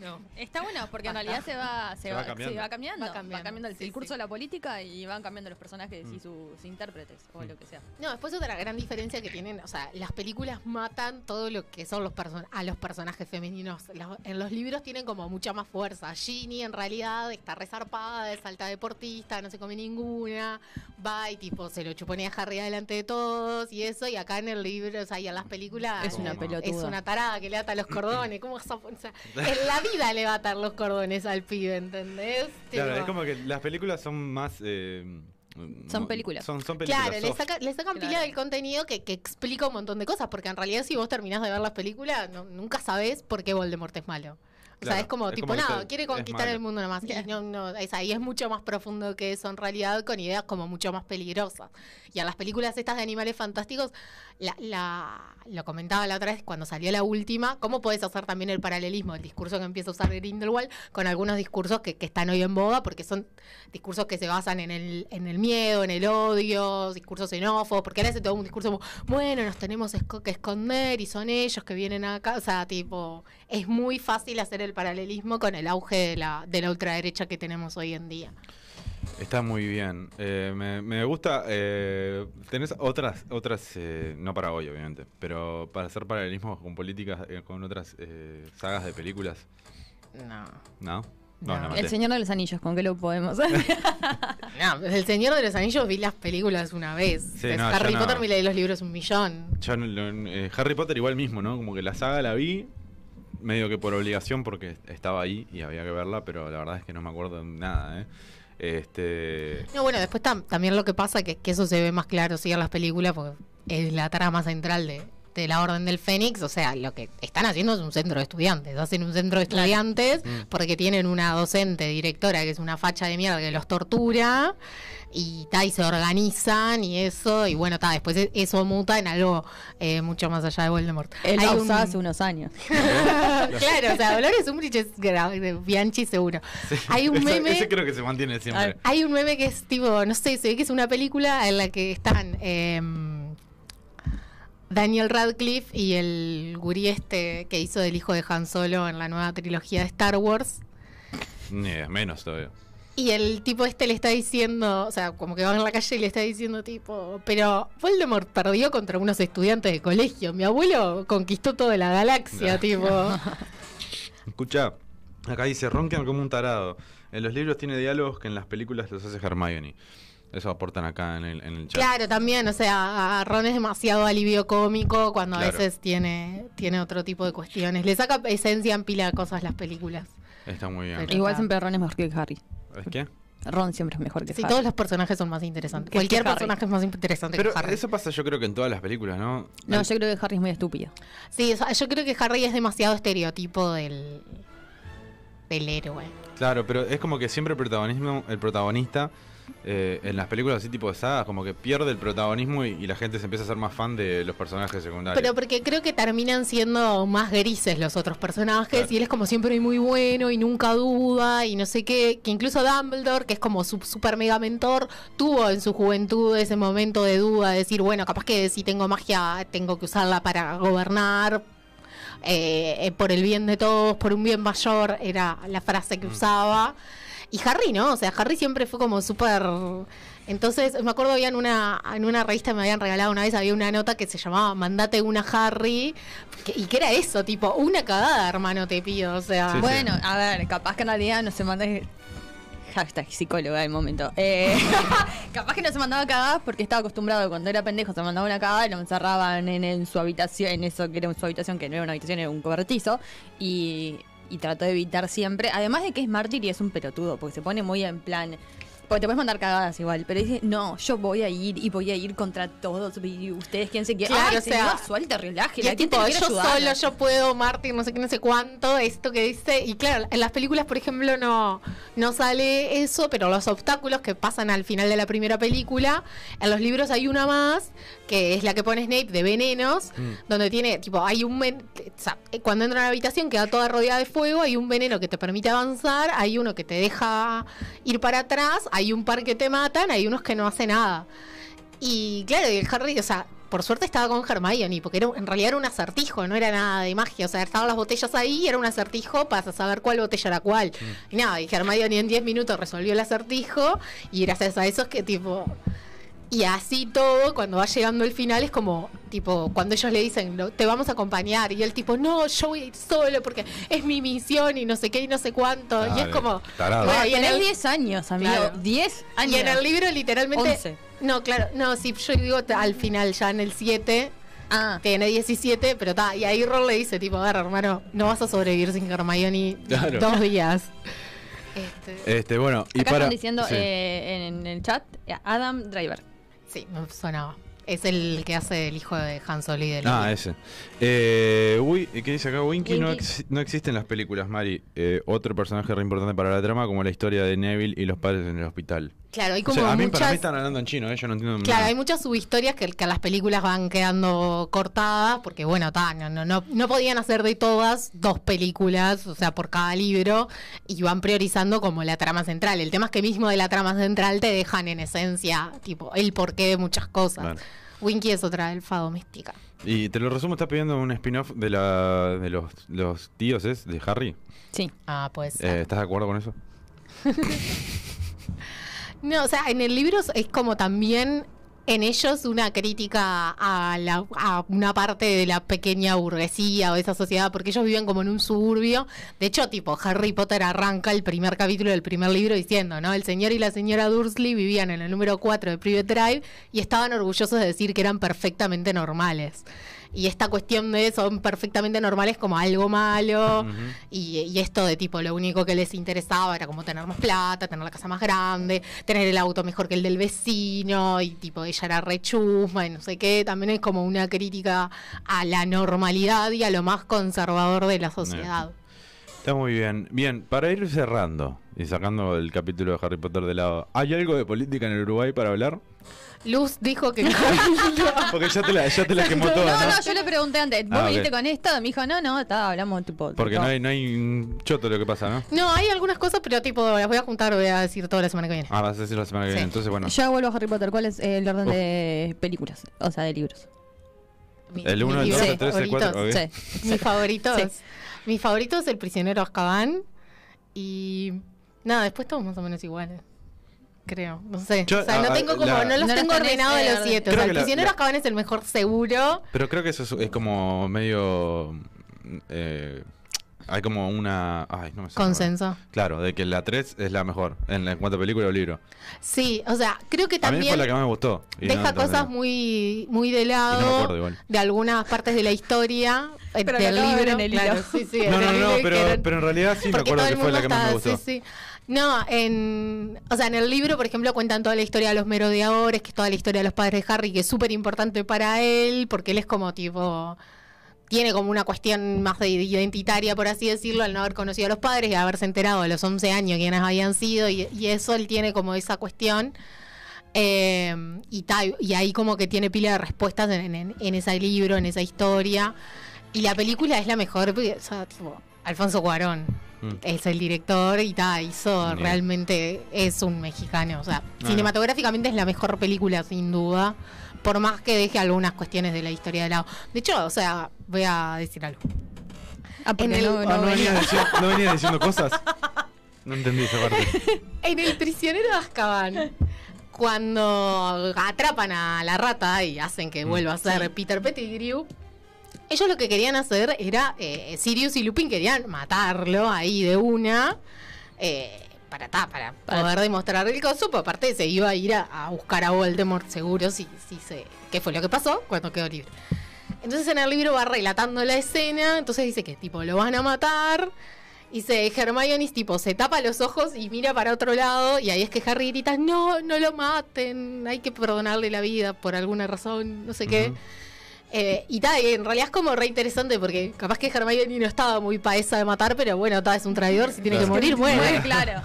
Speaker 3: No.
Speaker 13: Está bueno porque en
Speaker 3: Basta.
Speaker 13: realidad se va, se
Speaker 1: Se va
Speaker 13: va,
Speaker 1: cambiando.
Speaker 13: se va cambiando.
Speaker 3: Va
Speaker 13: Va
Speaker 3: cambiando,
Speaker 13: cambiando, el,
Speaker 3: sí,
Speaker 13: el curso
Speaker 3: sí.
Speaker 13: de la política y van cambiando los personajes
Speaker 1: Mm.
Speaker 13: y sus intérpretes o
Speaker 1: Mm.
Speaker 13: lo que sea.
Speaker 3: No, después otra gran diferencia que tienen, o sea, las películas matan todo lo que son los person- a los personajes femeninos. Los- en los libros tienen como mucha más fuerza. Ginny en realidad está resarpada, es alta deportista, no se come ninguna, va y tipo se lo chuponea a Harry delante de todos y eso, y acá en el libro, o sea, y en las películas
Speaker 13: Es una
Speaker 3: eh,
Speaker 13: pelotuda.
Speaker 3: es una tarada que le ata los cordones. ¿Cómo vas a pon- o sea, en la vida le va a atar los cordones al pibe, ¿entendés?
Speaker 1: Claro,
Speaker 3: Tipo-
Speaker 1: es como que las películas son más. eh, mo-
Speaker 13: películas.
Speaker 1: Son, son películas.
Speaker 3: Claro, le
Speaker 1: soft.
Speaker 3: sacan, le sacan pila
Speaker 13: Claro.
Speaker 3: del contenido que, que explica un montón de cosas, porque en realidad si vos terminás de ver las películas, no- nunca sabés por qué Voldemort es malo. O sea,
Speaker 1: Claro,
Speaker 3: es como,
Speaker 1: es
Speaker 3: tipo,
Speaker 1: como que
Speaker 3: nada,
Speaker 1: te-
Speaker 3: quiere
Speaker 1: es
Speaker 3: conquistar el
Speaker 1: malo.
Speaker 3: mundo nomás. Y, no, no, es ahí es mucho más profundo que eso en realidad, con ideas como mucho más peligrosas. Y en las películas estas de animales fantásticos, la, la- lo comentaba la otra vez cuando salió la última, ¿cómo puedes hacer también el paralelismo, el discurso que empieza a usar Grindelwald con algunos discursos que, que están hoy en boga, porque son discursos que se basan en el, en el miedo, en el odio, discursos xenófobos, porque ahora se todo un discurso como, bueno, nos tenemos esco- que esconder y son ellos que vienen acá, o sea, tipo, es muy fácil hacer el paralelismo con el auge de la, de la ultraderecha que tenemos hoy en día.
Speaker 1: Está muy bien. Eh, me, me gusta. eh, tenés otras, otras eh, no para hoy, obviamente, pero para hacer paralelismos con políticas, eh, con otras eh, sagas de películas.
Speaker 3: No.
Speaker 1: ¿No? No, no,
Speaker 13: El
Speaker 1: maté.
Speaker 13: Señor de los Anillos, ¿con qué lo podemos?
Speaker 3: No, desde El Señor de los Anillos vi las películas una vez.
Speaker 1: Sí,
Speaker 3: Desde
Speaker 1: no, yo
Speaker 3: Harry
Speaker 1: no.
Speaker 3: Potter me leí los libros un millón.
Speaker 1: Ya no- no- eh, Harry Potter igual mismo, ¿no? Como que la saga la vi medio que por obligación porque estaba ahí y había que verla, pero la verdad es que no me acuerdo de nada, ¿eh? Este...
Speaker 3: No, bueno, después tam- también lo que pasa que, que eso se ve más claro, sí, en las películas, porque es la trama central de, de la Orden del Fénix. O sea, lo que están haciendo es un centro de estudiantes. Hacen un centro de estudiantes
Speaker 14: Mm.
Speaker 3: porque tienen una docente directora que es una facha de mierda que los tortura. Y, ta, y se organizan y eso. Y bueno, ta, después e- eso muta en algo eh, mucho más allá de Voldemort.
Speaker 13: Él
Speaker 3: Hay
Speaker 13: la
Speaker 3: un-
Speaker 13: usaba hace unos años.
Speaker 3: claro, o sea, Dolores Umbridge es gra- de Bianchi seguro. Hay un
Speaker 1: Ese-
Speaker 3: meme.
Speaker 1: Ese creo que se mantiene siempre.
Speaker 3: Hay un meme que es tipo, no sé, se ve que es una película en la que están em, Daniel Radcliffe y el gurí este que hizo del hijo de Han Solo en la nueva trilogía de Star Wars.
Speaker 1: Ni idea, menos todavía.
Speaker 3: Y el tipo este le está diciendo, o sea, como que va en la calle y le está diciendo tipo, pero Voldemort perdió contra unos estudiantes de colegio. Mi abuelo conquistó toda la galaxia, tipo.
Speaker 1: Escucha, acá dice, ronquen como un tarado. En los libros tiene diálogos que en las películas los hace Hermione. Eso aportan acá en el, en el chat.
Speaker 3: Claro, también, o sea, a Ron es demasiado alivio cómico cuando a
Speaker 1: Claro.
Speaker 3: veces tiene, tiene otro tipo de cuestiones. Le saca esencia en pila de cosas las películas.
Speaker 1: Está muy bien.
Speaker 13: Igual siempre Ron es mejor que Harry.
Speaker 1: ¿Es qué?
Speaker 13: Ron siempre es mejor que
Speaker 3: Sí,
Speaker 13: Harry.
Speaker 3: todos los personajes son más interesantes.
Speaker 13: Que
Speaker 3: Cualquier
Speaker 13: Harry.
Speaker 3: personaje es más interesante
Speaker 1: Pero
Speaker 3: que Harry.
Speaker 1: eso pasa yo creo que en todas las películas, ¿no?
Speaker 13: No, yo creo que Harry es muy estúpido.
Speaker 3: Sí, o sea, yo creo que Harry es demasiado estereotipo del, del héroe.
Speaker 1: Claro, pero es como que siempre el protagonismo, el protagonista eh, en las películas así tipo de sagas, como que pierde el protagonismo y, y la gente se empieza a ser más fan de los personajes secundarios.
Speaker 3: Pero porque creo que terminan siendo más grises los otros personajes y él es como siempre muy bueno y nunca duda y no sé qué, que incluso Dumbledore, que es como su super mega mentor, tuvo en su juventud ese momento de duda, de decir, bueno, capaz que si tengo magia tengo que usarla para gobernar. eh, eh, por el bien de todos, por un bien mayor, era la frase que usaba. Y Harry, ¿no? O sea, Harry siempre fue como súper... Entonces, me acuerdo había en una, en una revista que me habían regalado una vez, había una nota que se llamaba Mandate una Harry, que- y que era eso, tipo, una cagada, hermano, te pido, o sea...
Speaker 13: bueno, a ver, capaz que en realidad no se manda. Hashtag psicóloga del momento. Eh, capaz que no se mandaba cagadas porque estaba acostumbrado cuando era pendejo, se mandaba una cagada y lo encerraban en, en su habitación, en eso que era su habitación, que no era una habitación, era un cobertizo. Y, y trató de evitar siempre. Además de que es mártir y es un pelotudo, porque se pone muy en plan. Porque te puedes mandar cagadas igual, pero dice, no, yo voy a ir y voy a ir contra todos. Y ustedes quién se quiere.
Speaker 3: Claro,
Speaker 13: Ay,
Speaker 3: o sea,
Speaker 13: señor, suelta,
Speaker 3: Y
Speaker 13: relájela,
Speaker 3: es
Speaker 13: ¿quién te
Speaker 3: tipo,
Speaker 13: quiere
Speaker 3: yo
Speaker 13: ayudar?
Speaker 3: solo, yo puedo, Martín, no sé qué, no sé cuánto, esto que dice. Y claro, en las películas, por ejemplo, no, no sale eso, pero los obstáculos que pasan al final de la primera película, en los libros hay una más, que es la que pone Snape de venenos,
Speaker 14: Mm.
Speaker 3: donde tiene, tipo, hay un ven- o sea, eh, cuando entra a la habitación queda toda rodeada de fuego, hay un veneno que te permite avanzar, hay uno que te deja ir para atrás, hay un par que te matan, hay unos que no hacen nada. Y claro, y el Harry, o sea, por suerte estaba con Hermione, porque era, en realidad era un acertijo, no era nada de magia. O sea, estaban las botellas ahí, era un acertijo para saber cuál botella era cuál. Y nada, y Hermione en 10 minutos resolvió el acertijo, y gracias a eso es que tipo. Y así todo, cuando va llegando el final, es como, tipo, cuando ellos le dicen, "Lo- te vamos a acompañar, y él tipo, no, yo voy a ir solo porque es mi misión y no sé qué y no sé cuánto. y
Speaker 1: Ah,
Speaker 3: es
Speaker 13: Dale,
Speaker 3: como,
Speaker 13: tarado.
Speaker 3: bueno, y en
Speaker 13: Tenés
Speaker 3: el-
Speaker 13: 10 años, amigo. 10 años.
Speaker 3: Y en el libro literalmente...
Speaker 13: 11.
Speaker 3: No, claro, no, si yo digo t- al final ya en el 7...
Speaker 13: ah,
Speaker 3: Tiene 17, pero está. Y ahí Ron le dice, tipo, a ver, hermano, no vas a sobrevivir sin Hermione
Speaker 1: Claro.
Speaker 3: dos días.
Speaker 1: Este, bueno, y
Speaker 13: Acá
Speaker 3: eh,
Speaker 1: para...
Speaker 13: están diciendo
Speaker 1: sí.
Speaker 13: eh, en, el chat eh, Adam Driver.
Speaker 3: Sí, me sonaba. Es el que hace el hijo de Han Solo y de
Speaker 1: Ah, ese. Eh, Wi- ¿Qué dice acá? Winky no,
Speaker 3: Winky.
Speaker 1: exi- no existe en las películas, Mari. Eh, otro personaje re importante para la trama, como la historia de Neville y los padres en el hospital.
Speaker 3: Claro, y
Speaker 1: O
Speaker 3: como
Speaker 1: sea, a mí para
Speaker 3: muchas...
Speaker 1: mí están hablando en chino, eh, yo no entiendo
Speaker 3: Claro,
Speaker 1: nada.
Speaker 3: hay muchas subhistorias que, que las películas van quedando cortadas, porque bueno, ta, no, no, no, no podían hacer de todas dos películas, o sea, por cada libro, y van priorizando como la trama central. El tema es que mismo de la trama central te dejan en esencia, tipo, el porqué de muchas cosas.
Speaker 1: Claro.
Speaker 3: Winky es otra elfa doméstica.
Speaker 1: Y te lo resumo, estás pidiendo un spin-off de la de los, los tíos, ¿es? De Harry.
Speaker 13: Sí.
Speaker 3: Ah, pues.
Speaker 1: Eh, ¿Estás de acuerdo con eso?
Speaker 3: No, o sea, en el libro es- es como también en ellos una crítica a, la- a una parte de la pequeña burguesía o esa sociedad, porque ellos viven como en un suburbio. De hecho, tipo, Harry Potter arranca el primer capítulo del primer libro diciendo, ¿no? El señor y la señora Dursley vivían en el número 4 de Private Drive y estaban orgullosos de decir que eran perfectamente normales. Y esta cuestión de son perfectamente normales como algo malo, y, y esto de tipo, lo único que les interesaba era como tener más plata, tener la casa más grande, tener el auto mejor que el del vecino, y tipo, ella era rechusma y no sé qué. También es como una crítica a la normalidad y a lo más conservador de la sociedad.
Speaker 1: Está muy bien. Bien, para ir cerrando y sacando el capítulo de Harry Potter de lado, ¿hay algo de política en el Uruguay para hablar?
Speaker 3: Luz dijo que.
Speaker 1: Porque ya te la, ya te la quemó
Speaker 13: No,
Speaker 1: toda, ¿no?
Speaker 13: no, yo le pregunté antes, ¿vos
Speaker 1: Ah, ok.
Speaker 13: viniste con esto? Me dijo, no, no, está, hablamos tipo. de
Speaker 1: Porque no
Speaker 13: todo.
Speaker 1: hay, no hay un choto lo que pasa, ¿no?
Speaker 3: No, hay algunas cosas, pero tipo, las voy a juntar, voy a decir toda la semana que viene.
Speaker 1: Ah, vas a decir la semana que viene. Entonces, bueno,
Speaker 13: Ya vuelvo a Harry Potter, ¿cuál es el orden
Speaker 1: Uf.
Speaker 13: de películas? O sea, de libros.
Speaker 1: el 1, el 2, el 3, el 4.
Speaker 13: favoritos.
Speaker 3: Mis favoritos. Mi favorito es El prisionero Azkaban. Y nada, después todos más o menos iguales. Creo, no sé.
Speaker 1: Yo,
Speaker 3: o sea, no
Speaker 1: ah,
Speaker 3: tengo como,
Speaker 1: la-
Speaker 3: no los
Speaker 13: No los
Speaker 3: tengo
Speaker 13: tenés,
Speaker 3: ordenados
Speaker 13: eh,
Speaker 3: de los siete. O
Speaker 1: Creo
Speaker 3: sea,
Speaker 1: que
Speaker 3: el
Speaker 1: la-
Speaker 3: prisionero
Speaker 1: la-
Speaker 3: Azkaban es el mejor seguro.
Speaker 1: Pero creo que eso es, es como medio. eh, hay como una. Ay, no me sale
Speaker 3: Consenso.
Speaker 1: ahora. Claro, de que la 3 es la mejor en, la- en cuanto a película o libro.
Speaker 3: Sí, o sea, creo que
Speaker 1: A mí fue
Speaker 3: también
Speaker 1: la que más me gustó. y no
Speaker 3: deja
Speaker 1: entendí.
Speaker 3: cosas muy, muy de
Speaker 1: Y no me
Speaker 3: lado
Speaker 1: acuerdo igual.
Speaker 3: de algunas partes de la historia. eh,
Speaker 13: Pero lo
Speaker 3: del
Speaker 13: acabo de
Speaker 3: libro.
Speaker 13: ver en el hilo.
Speaker 3: claro, sí, sí, en
Speaker 1: No, no,
Speaker 3: el
Speaker 1: no,
Speaker 3: hilo y que
Speaker 1: pero,
Speaker 3: eran-
Speaker 1: pero en realidad sí me
Speaker 3: Porque
Speaker 1: acuerdo
Speaker 3: todo
Speaker 1: que
Speaker 3: el
Speaker 1: fue
Speaker 3: mundo
Speaker 1: la que más me
Speaker 3: estaba,
Speaker 1: gustó.
Speaker 3: sí, sí. No, en, o sea, en el libro, por ejemplo, cuentan toda la historia de los merodeadores, que es toda la historia de los padres de Harry, que es súper importante para él, porque él es como tipo, tiene como una cuestión más de identitaria, por así decirlo, al no haber conocido a los padres y haberse enterado a los 11 años quiénes habían sido, y, y eso él tiene como esa cuestión. Eh, y, ta- y ahí como que tiene pila de respuestas en, en- en ese libro, en esa historia. Y la película es la mejor, porque, o sea, tipo, Alfonso Cuarón
Speaker 1: Mm.
Speaker 3: es el director y ta, hizo
Speaker 1: Bien.
Speaker 3: realmente, es un mexicano. O sea,
Speaker 1: Ah.
Speaker 3: cinematográficamente es la mejor película, sin duda. Por más que deje algunas cuestiones de la historia de lado. De hecho, o sea, voy a decir algo.
Speaker 13: Ah, porque
Speaker 3: En el-
Speaker 13: no, no
Speaker 1: Ah, no,
Speaker 13: venía.
Speaker 1: venías diciendo, no venías diciendo cosas. No entendí esa parte.
Speaker 3: En el prisionero de Azkaban, cuando atrapan a la rata y hacen que vuelva a ser Peter Pettigrew, ellos lo que querían hacer era, eh, Sirius y Lupin querían matarlo ahí de una, eh, para, ta, para
Speaker 13: Para-
Speaker 3: poder demostrar el coso, pero aparte se iba a ir a, a buscar a Voldemort seguro, si, si se, qué fue lo que pasó cuando quedó libre. Entonces en el libro va relatando la escena, entonces dice que tipo lo van a matar. Y se, Hermione tipo se tapa los ojos y mira para otro lado y ahí es que Harry grita, no, no lo maten, hay que perdonarle la vida por alguna razón, no sé qué. Eh, y tal, en realidad es como re interesante porque capaz que Hermione no estaba muy pa' esa de matar, pero bueno, ta, es un traidor, si tiene que
Speaker 1: Claro.
Speaker 3: morir, muere.
Speaker 13: Claro.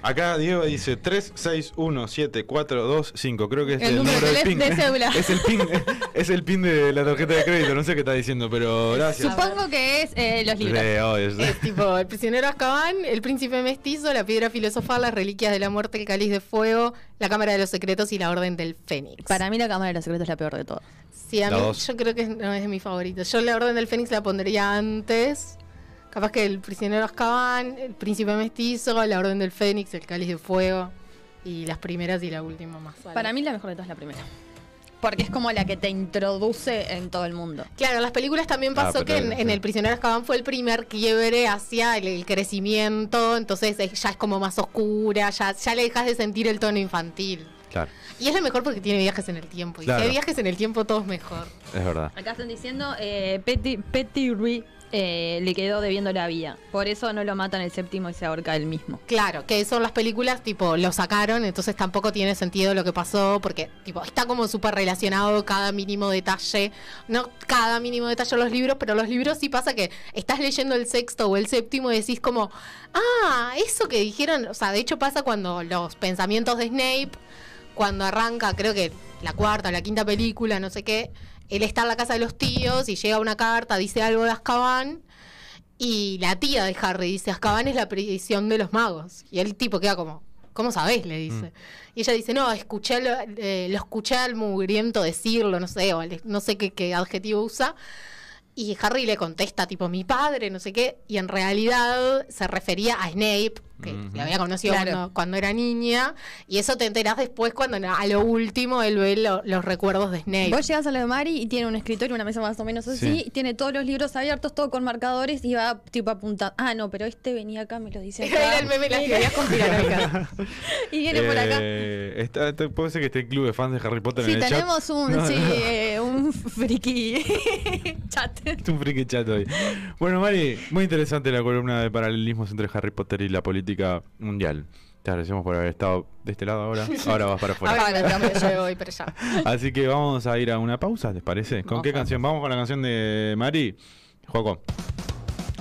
Speaker 1: Acá Diego dice 3, 6, 1, 7, 4, 2, 5. Creo que es
Speaker 13: El
Speaker 1: el,
Speaker 13: número
Speaker 1: número
Speaker 13: de
Speaker 1: del
Speaker 13: tele-
Speaker 1: pin.
Speaker 13: de cédula.
Speaker 1: es el pin. Es el pin de la tarjeta de crédito. No sé qué está diciendo, pero gracias.
Speaker 13: Supongo que es eh, los libros.
Speaker 1: Sí, obvio, sí.
Speaker 3: Es tipo el prisionero Azkaban, el príncipe mestizo, la piedra filosofal, las reliquias de la muerte, el cáliz de fuego, la cámara de los secretos y la orden del fénix.
Speaker 13: Para mí la Cámara de los Secretos es la peor de todas.
Speaker 3: Sí, a
Speaker 13: La
Speaker 3: mí
Speaker 13: dos.
Speaker 3: yo creo que es- no es mi favorito. Yo la Orden del Fénix la pondría antes. Capaz que el prisionero Azkaban, el príncipe mestizo, la Orden del Fénix, el cáliz de fuego y las primeras y la última más. alta.
Speaker 13: Para mí la mejor de todas es la primera. Porque es como la que te introduce en todo el mundo.
Speaker 3: Claro, en las películas también
Speaker 13: Ah,
Speaker 3: pasó
Speaker 13: pero
Speaker 3: que en,
Speaker 13: claro,
Speaker 3: en
Speaker 13: sí.
Speaker 3: El prisionero Azkaban fue el primer quiebre hacia el, el crecimiento, entonces es- ya es como más oscura, ya, ya le dejas de sentir el tono infantil.
Speaker 1: Claro,
Speaker 3: Y es lo mejor porque tiene viajes en el tiempo. Y
Speaker 1: Claro.
Speaker 3: si hay viajes en el tiempo, todo es mejor.
Speaker 1: es verdad.
Speaker 13: Acá están diciendo eh, Petty, Petty Re- eh, le quedó debiendo la vida. Por eso no lo matan el séptimo y se ahorca él mismo.
Speaker 3: Claro, que son las películas, tipo, lo sacaron, entonces tampoco tiene sentido lo que pasó, porque tipo, está como súper relacionado cada mínimo detalle, no cada mínimo detalle a los libros, pero los libros sí pasa que estás leyendo el sexto o el séptimo y decís como, ah, eso que dijeron, o sea, de hecho pasa cuando los pensamientos de Snape, cuando arranca, creo que la cuarta o la quinta película, no sé qué, él está en la casa de los tíos y llega una carta, dice algo de Azkaban. Y la tía de Harry dice, Azkaban es la predicción de los magos. Y el tipo queda como, ¿cómo sabés? Le dice. Y ella dice, no, escuché lo, eh, lo escuché al mugriento decirlo, no sé, o al- no sé qué, qué adjetivo usa. Y Harry le contesta, tipo, mi padre, no sé qué. Y en realidad se refería a Snape, que le había conocido
Speaker 13: Claro.
Speaker 3: cuando, cuando era niña. Y eso te enterás después cuando a lo último él ve lo- los recuerdos de Snape.
Speaker 13: Vos llegas a lo de Mari y tiene un escritorio, una mesa más o menos así,
Speaker 3: Sí.
Speaker 13: y tiene todos los libros abiertos, todo con marcadores y va tipo apuntando. Ah, no, pero este venía acá, me lo dice. acá.
Speaker 3: Era el meme de las
Speaker 13: Y-
Speaker 3: teorías conspiranoicas.
Speaker 13: Y viene por acá.
Speaker 1: Eh, está- está- puede ser que esté el club de fans de Harry Potter
Speaker 13: Sí,
Speaker 1: en el chat.
Speaker 13: tenemos un,
Speaker 1: No,
Speaker 13: sí,
Speaker 1: no.
Speaker 13: eh, un friki chat.
Speaker 1: Es un friki chat hoy. Bueno, Mari, muy interesante la columna de paralelismos entre Harry Potter y la política mundial. Te agradecemos por haber estado de este lado ahora. Ahora vas para afuera.
Speaker 3: Ahora, ahora, yo me voy para allá.
Speaker 1: Así que vamos a ir a una pausa, ¿les parece? ¿Con qué canción? Vamos con la canción de Mari. Juaco.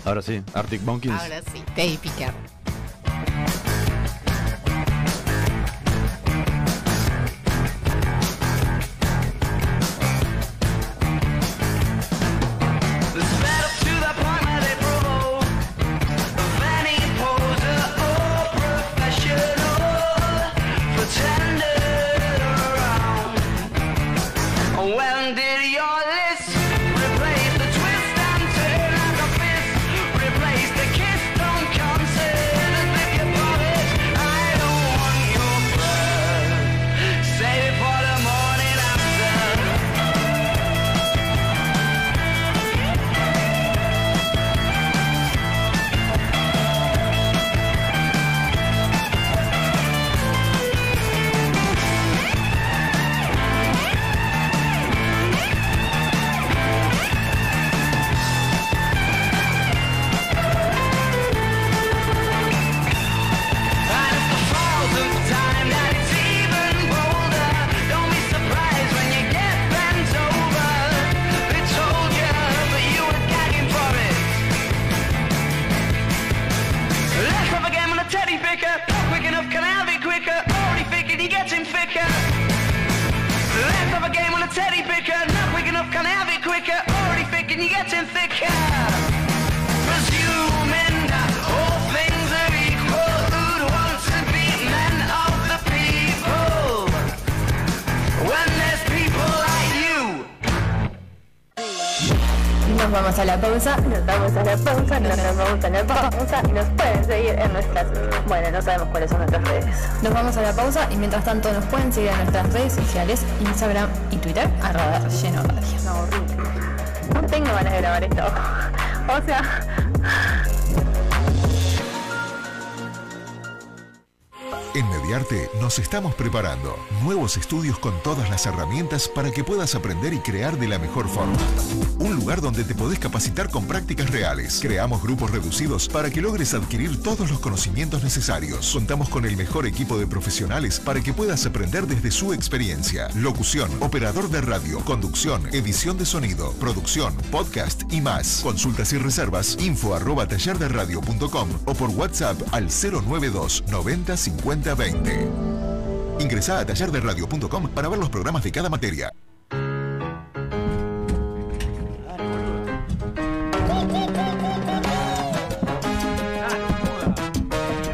Speaker 1: Ahora sí, Arctic Monkeys.
Speaker 3: Ahora sí, Teddy Picker.
Speaker 1: Eh,
Speaker 5: When did your list replace the twist and turn like a fist? Replace the kiss, don't consider that you bought it. I don't want your blood. Save it for the morning after. Teddy picker, not quick enough, can have it quicker. Already thinking you're getting thicker. Presuming that all things are equal, who'd want to be men of the people? When there's people like you.
Speaker 15: Nos vamos a la pausa.
Speaker 16: Nos vamos a la pausa, nos vamos a la pausa y nos pueden seguir en nuestras... Bueno, no sabemos cuáles son nuestras redes.
Speaker 15: Nos vamos a la pausa y mientras tanto nos pueden seguir en nuestras redes sociales, Instagram y Twitter, arroba relleno radio.
Speaker 16: No, horrible. No tengo ganas de grabar esto. O sea...
Speaker 9: En Mediarte nos estamos preparando nuevos estudios con todas las herramientas para que puedas aprender y crear de la mejor forma. Un lugar donde te podés capacitar con prácticas reales. Creamos grupos reducidos para que logres adquirir todos los conocimientos necesarios. Contamos con el mejor equipo de profesionales para que puedas aprender desde su experiencia. Locución, operador de radio, conducción, edición de sonido, producción, podcast y más. Consultas y reservas, info arroba tallerderradio.com o por WhatsApp al 092 90 50 20. Ingresá a tallerderradio.com para ver los programas de cada materia.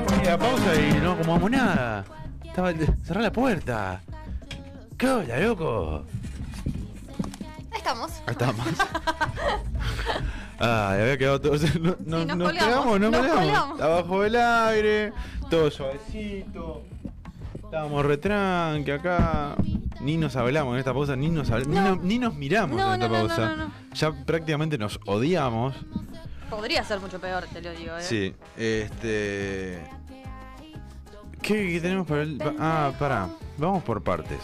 Speaker 1: Fui a la pausa y no acomodamos nada. Estaba cerrá la puerta. ¿Qué onda, loco?
Speaker 13: Ahí estamos.
Speaker 1: Ahí estamos. Ay, Ah, había quedado todo. No, no,
Speaker 13: Sí, nos
Speaker 1: nos
Speaker 13: colgamos,
Speaker 1: pegamos, no
Speaker 13: nos
Speaker 1: pegamos.
Speaker 13: colgamos.
Speaker 1: Abajo del aire, todo suavecito. Estábamos retranque acá. Ni nos hablamos en esta pausa, ni nos, habl- ni no- ni nos miramos
Speaker 2: No,
Speaker 1: en esta
Speaker 2: no, no, no,
Speaker 1: pausa.
Speaker 2: no, no.
Speaker 1: Ya prácticamente nos odiamos.
Speaker 2: Podría ser mucho peor, te lo digo. ¿eh?
Speaker 1: Sí, este. ¿Qué, qué tenemos para el.? pa- Ah, pará. Vamos por partes.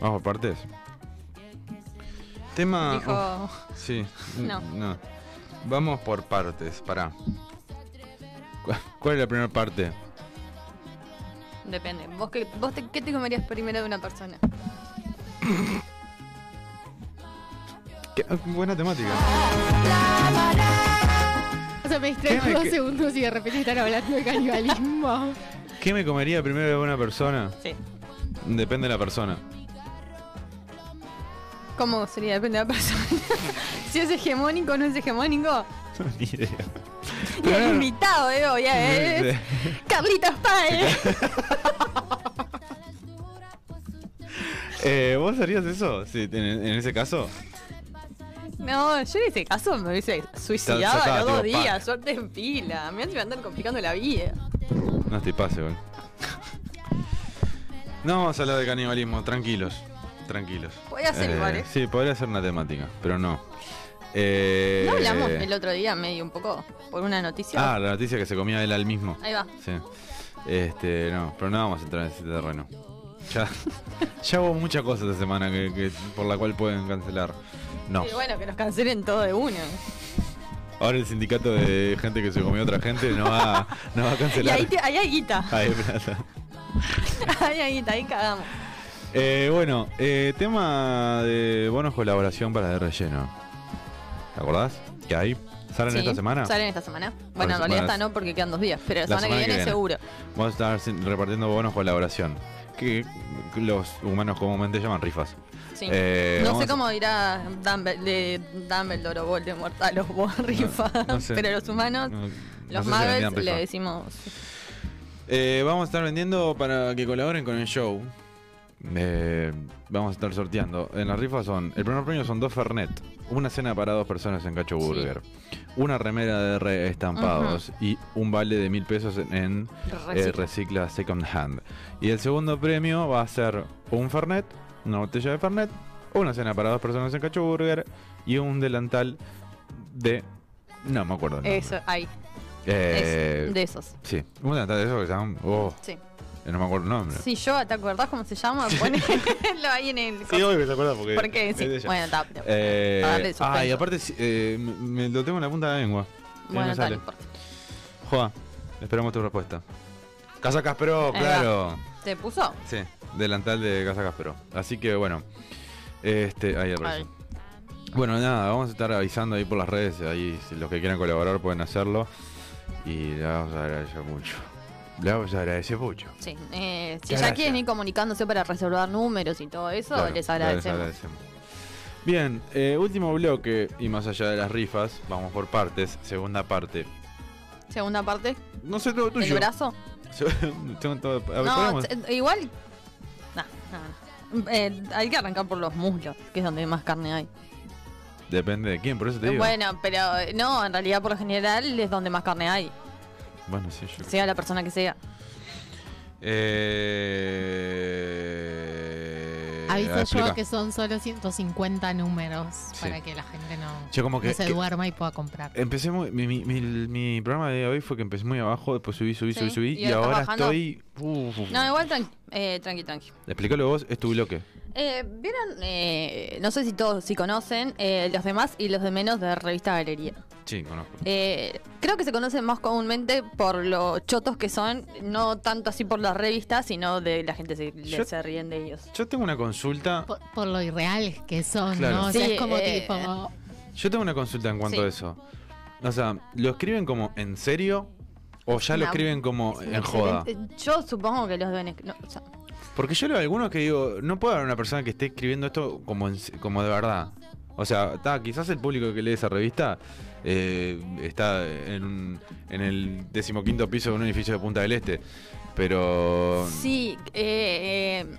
Speaker 1: Vamos por partes. Tema.
Speaker 2: Dijo-
Speaker 1: Ah, Uf, sí. Mm,
Speaker 2: No.
Speaker 1: No. Vamos por partes, pará. Cu- ¿Cuál es la primera parte?
Speaker 2: Depende. ¿Vos, qué, vos te, qué te comerías primero de una persona?
Speaker 1: Qué- ah, buena temática.
Speaker 3: O sea, me distraje
Speaker 1: Déjame
Speaker 3: dos
Speaker 1: que-
Speaker 3: segundos y de repente están hablando de canibalismo.
Speaker 1: ¿Qué me comería primero de una persona?
Speaker 2: Sí.
Speaker 1: Depende de la persona.
Speaker 2: ¿Cómo sería? Depende de la persona. si es hegemónico o no es hegemónico.
Speaker 1: Ni idea.
Speaker 2: Y el invitado eh, de hoy es. Carlitos Páez.
Speaker 1: Eh, ¿Vos harías eso? Sí, en, en ese caso.
Speaker 2: No, yo en ese caso me hubiese
Speaker 1: Ya-
Speaker 2: suicidado
Speaker 1: ya
Speaker 2: a
Speaker 1: estaba,
Speaker 2: los dos
Speaker 1: tipo, pa.
Speaker 2: días. Suerte en pila. Me van a andar complicando la vida.
Speaker 1: No te pase, güey. No vamos a hablar de canibalismo, tranquilos. Tranquilos.
Speaker 2: Podría ser igual, ¿eh?
Speaker 1: Sí, podría ser una temática, pero no. Eh,
Speaker 2: No hablamos el otro día medio un poco por una noticia.
Speaker 1: Ah, la noticia que se comía él al mismo.
Speaker 2: Ahí va.
Speaker 1: Sí. Este, no, pero no vamos a entrar en ese terreno. Ya, ya hubo muchas cosas esta semana que, que- por la cual pueden cancelar. No.
Speaker 2: Y bueno, que nos cancelen todo de uno.
Speaker 1: Ahora el sindicato de gente que se comió a otra gente no va, no va a
Speaker 2: Y
Speaker 1: cancelar.
Speaker 2: ahí, te- ahí hay guita.
Speaker 1: Ahí, plata.
Speaker 2: ahí hay guita, ahí cagamos.
Speaker 1: Eh, bueno, eh, tema de bonos colaboración para de relleno. ¿Te acordás? Que ahí salen
Speaker 2: Sí,
Speaker 1: esta semana.
Speaker 2: Salen esta semana.
Speaker 1: Ahora
Speaker 2: Bueno, en
Speaker 1: sí,
Speaker 2: realidad
Speaker 1: bueno,
Speaker 2: esta no porque quedan dos días, pero la, semana, que viene, seguro.
Speaker 1: Vamos a estar sin- repartiendo bonos colaboración. Que los humanos comúnmente llaman rifas.
Speaker 2: Sí.
Speaker 1: Eh,
Speaker 2: no
Speaker 1: vamos
Speaker 2: sé
Speaker 1: a-
Speaker 2: cómo dirá Dumbledore, de Dumbledore o Voldemort a los borrifas,
Speaker 1: no sé.
Speaker 2: pero los humanos,
Speaker 1: No- no sé
Speaker 2: los
Speaker 1: si
Speaker 2: magos,
Speaker 1: vendían rifa.
Speaker 2: le decimos...
Speaker 1: Eh, vamos a estar vendiendo para que colaboren con el show. Eh, vamos a estar sorteando. En la rifa son. El primer premio son dos Fernet. Una cena para dos personas en Cacho Burger. Una remera de re estampados. Y un vale de mil pesos en, en,
Speaker 17: Recicla.
Speaker 1: eh, Recicla Second Hand. Y el segundo premio va a ser un Fernet. Una botella de Fernet. Una cena para dos personas en Cacho Burger. Y un delantal de. No me acuerdo. el nombre.
Speaker 2: Eso, ahí.
Speaker 1: Eh,
Speaker 2: Eso, de esos.
Speaker 1: Sí, un delantal de esos que se llaman. oh,
Speaker 2: Sí.
Speaker 1: no me acuerdo el nombre.
Speaker 2: Si yo, ¿te acordás cómo se llama? Ponelo ahí en el...
Speaker 1: Sí, obvio que se acuerda porque.
Speaker 2: Porque
Speaker 1: es
Speaker 2: sí.
Speaker 1: de ella.
Speaker 2: Bueno, está.
Speaker 1: Eh,
Speaker 2: para darle
Speaker 1: ah, y
Speaker 2: suspenso.
Speaker 1: aparte, sí, eh, me, me lo tengo en la punta de la lengua. Y
Speaker 2: Bueno,
Speaker 1: no
Speaker 2: está, no
Speaker 1: sale.
Speaker 2: importa.
Speaker 1: Joa, esperamos tu respuesta. Casa Caspero,
Speaker 2: Ahí va.
Speaker 1: claro.
Speaker 2: ¿Se puso?
Speaker 1: Sí, delantal de Casa Caspero. Así que bueno. Este, ahí aparece.
Speaker 2: Ay.
Speaker 1: Bueno, nada, vamos a estar avisando ahí por las redes. Ahí si los que quieran colaborar pueden hacerlo. Y le vamos a agradecer mucho. Le vamos a agradecer mucho.
Speaker 2: Sí, eh, si ya
Speaker 1: Gracias.
Speaker 2: quieren ir comunicándose para reservar números y todo eso,
Speaker 1: Claro,
Speaker 2: les agradecemos.
Speaker 1: Bien, eh, último bloque y más allá de las rifas, vamos por partes, segunda parte.
Speaker 2: Segunda parte.
Speaker 1: No sé todo
Speaker 2: ¿El
Speaker 1: tuyo.
Speaker 2: brazo?
Speaker 1: Tengo todo- a ver,
Speaker 2: No,
Speaker 1: ¿podemos?
Speaker 2: t- igual. Nah, nah, nah. Eh, hay que arrancar por los muslos, que es donde más carne hay.
Speaker 1: Depende de quién, por eso te digo.
Speaker 2: Bueno, pero eh, no, en realidad por lo general es donde más carne hay,
Speaker 1: Bueno, sí, yo.
Speaker 2: sea la persona que sea.
Speaker 1: Eh...
Speaker 3: Aviso
Speaker 1: explica.
Speaker 3: yo que son solo 150 números para que la gente no,
Speaker 1: Yo como que-
Speaker 3: no se
Speaker 1: que- Eh.
Speaker 3: duerma y pueda comprar.
Speaker 1: Empecé muy, mi, mi, mi, mi programa de hoy fue que empecé muy abajo, después subí, subí,
Speaker 2: Sí,
Speaker 1: subí, subí,
Speaker 2: y
Speaker 1: y,
Speaker 2: ahora
Speaker 1: ahora
Speaker 2: estás bajando.
Speaker 1: estoy. Uf, uf.
Speaker 2: No, igual tranqui, eh, tranqui, tranqui.
Speaker 1: Explícalo vos, es tu bloque.
Speaker 2: Eh, ¿Vieron? eh, no sé si todos si conocen, eh, los demás y los de menos de Revista Galería.
Speaker 1: Sí, conozco.
Speaker 2: Eh, creo que se conocen más comúnmente por los chotos que son, no tanto así por las revistas, sino de la gente se, le-
Speaker 1: Yo-
Speaker 2: se ríen de ellos.
Speaker 1: Yo tengo una consulta.
Speaker 3: Por, por lo irreales que son,
Speaker 1: Claro.
Speaker 3: ¿no? O sea,
Speaker 2: Sí,
Speaker 3: es como
Speaker 2: eh,
Speaker 3: tipo.
Speaker 1: Yo tengo una consulta en cuanto
Speaker 2: Sí.
Speaker 1: a eso. O sea, ¿lo escriben como en serio o ya lo
Speaker 2: No.
Speaker 1: escriben como en joda?
Speaker 2: Eh, Yo supongo que los deben. esc- no, o sea,
Speaker 1: Porque yo leo algunos que digo, no puede haber una persona que esté escribiendo esto como, en se- como de verdad. O sea, ta, quizás el público que lee esa revista eh, está en, un- en el decimoquinto piso de un edificio de Punta del Este. Pero
Speaker 2: sí, eh, eh,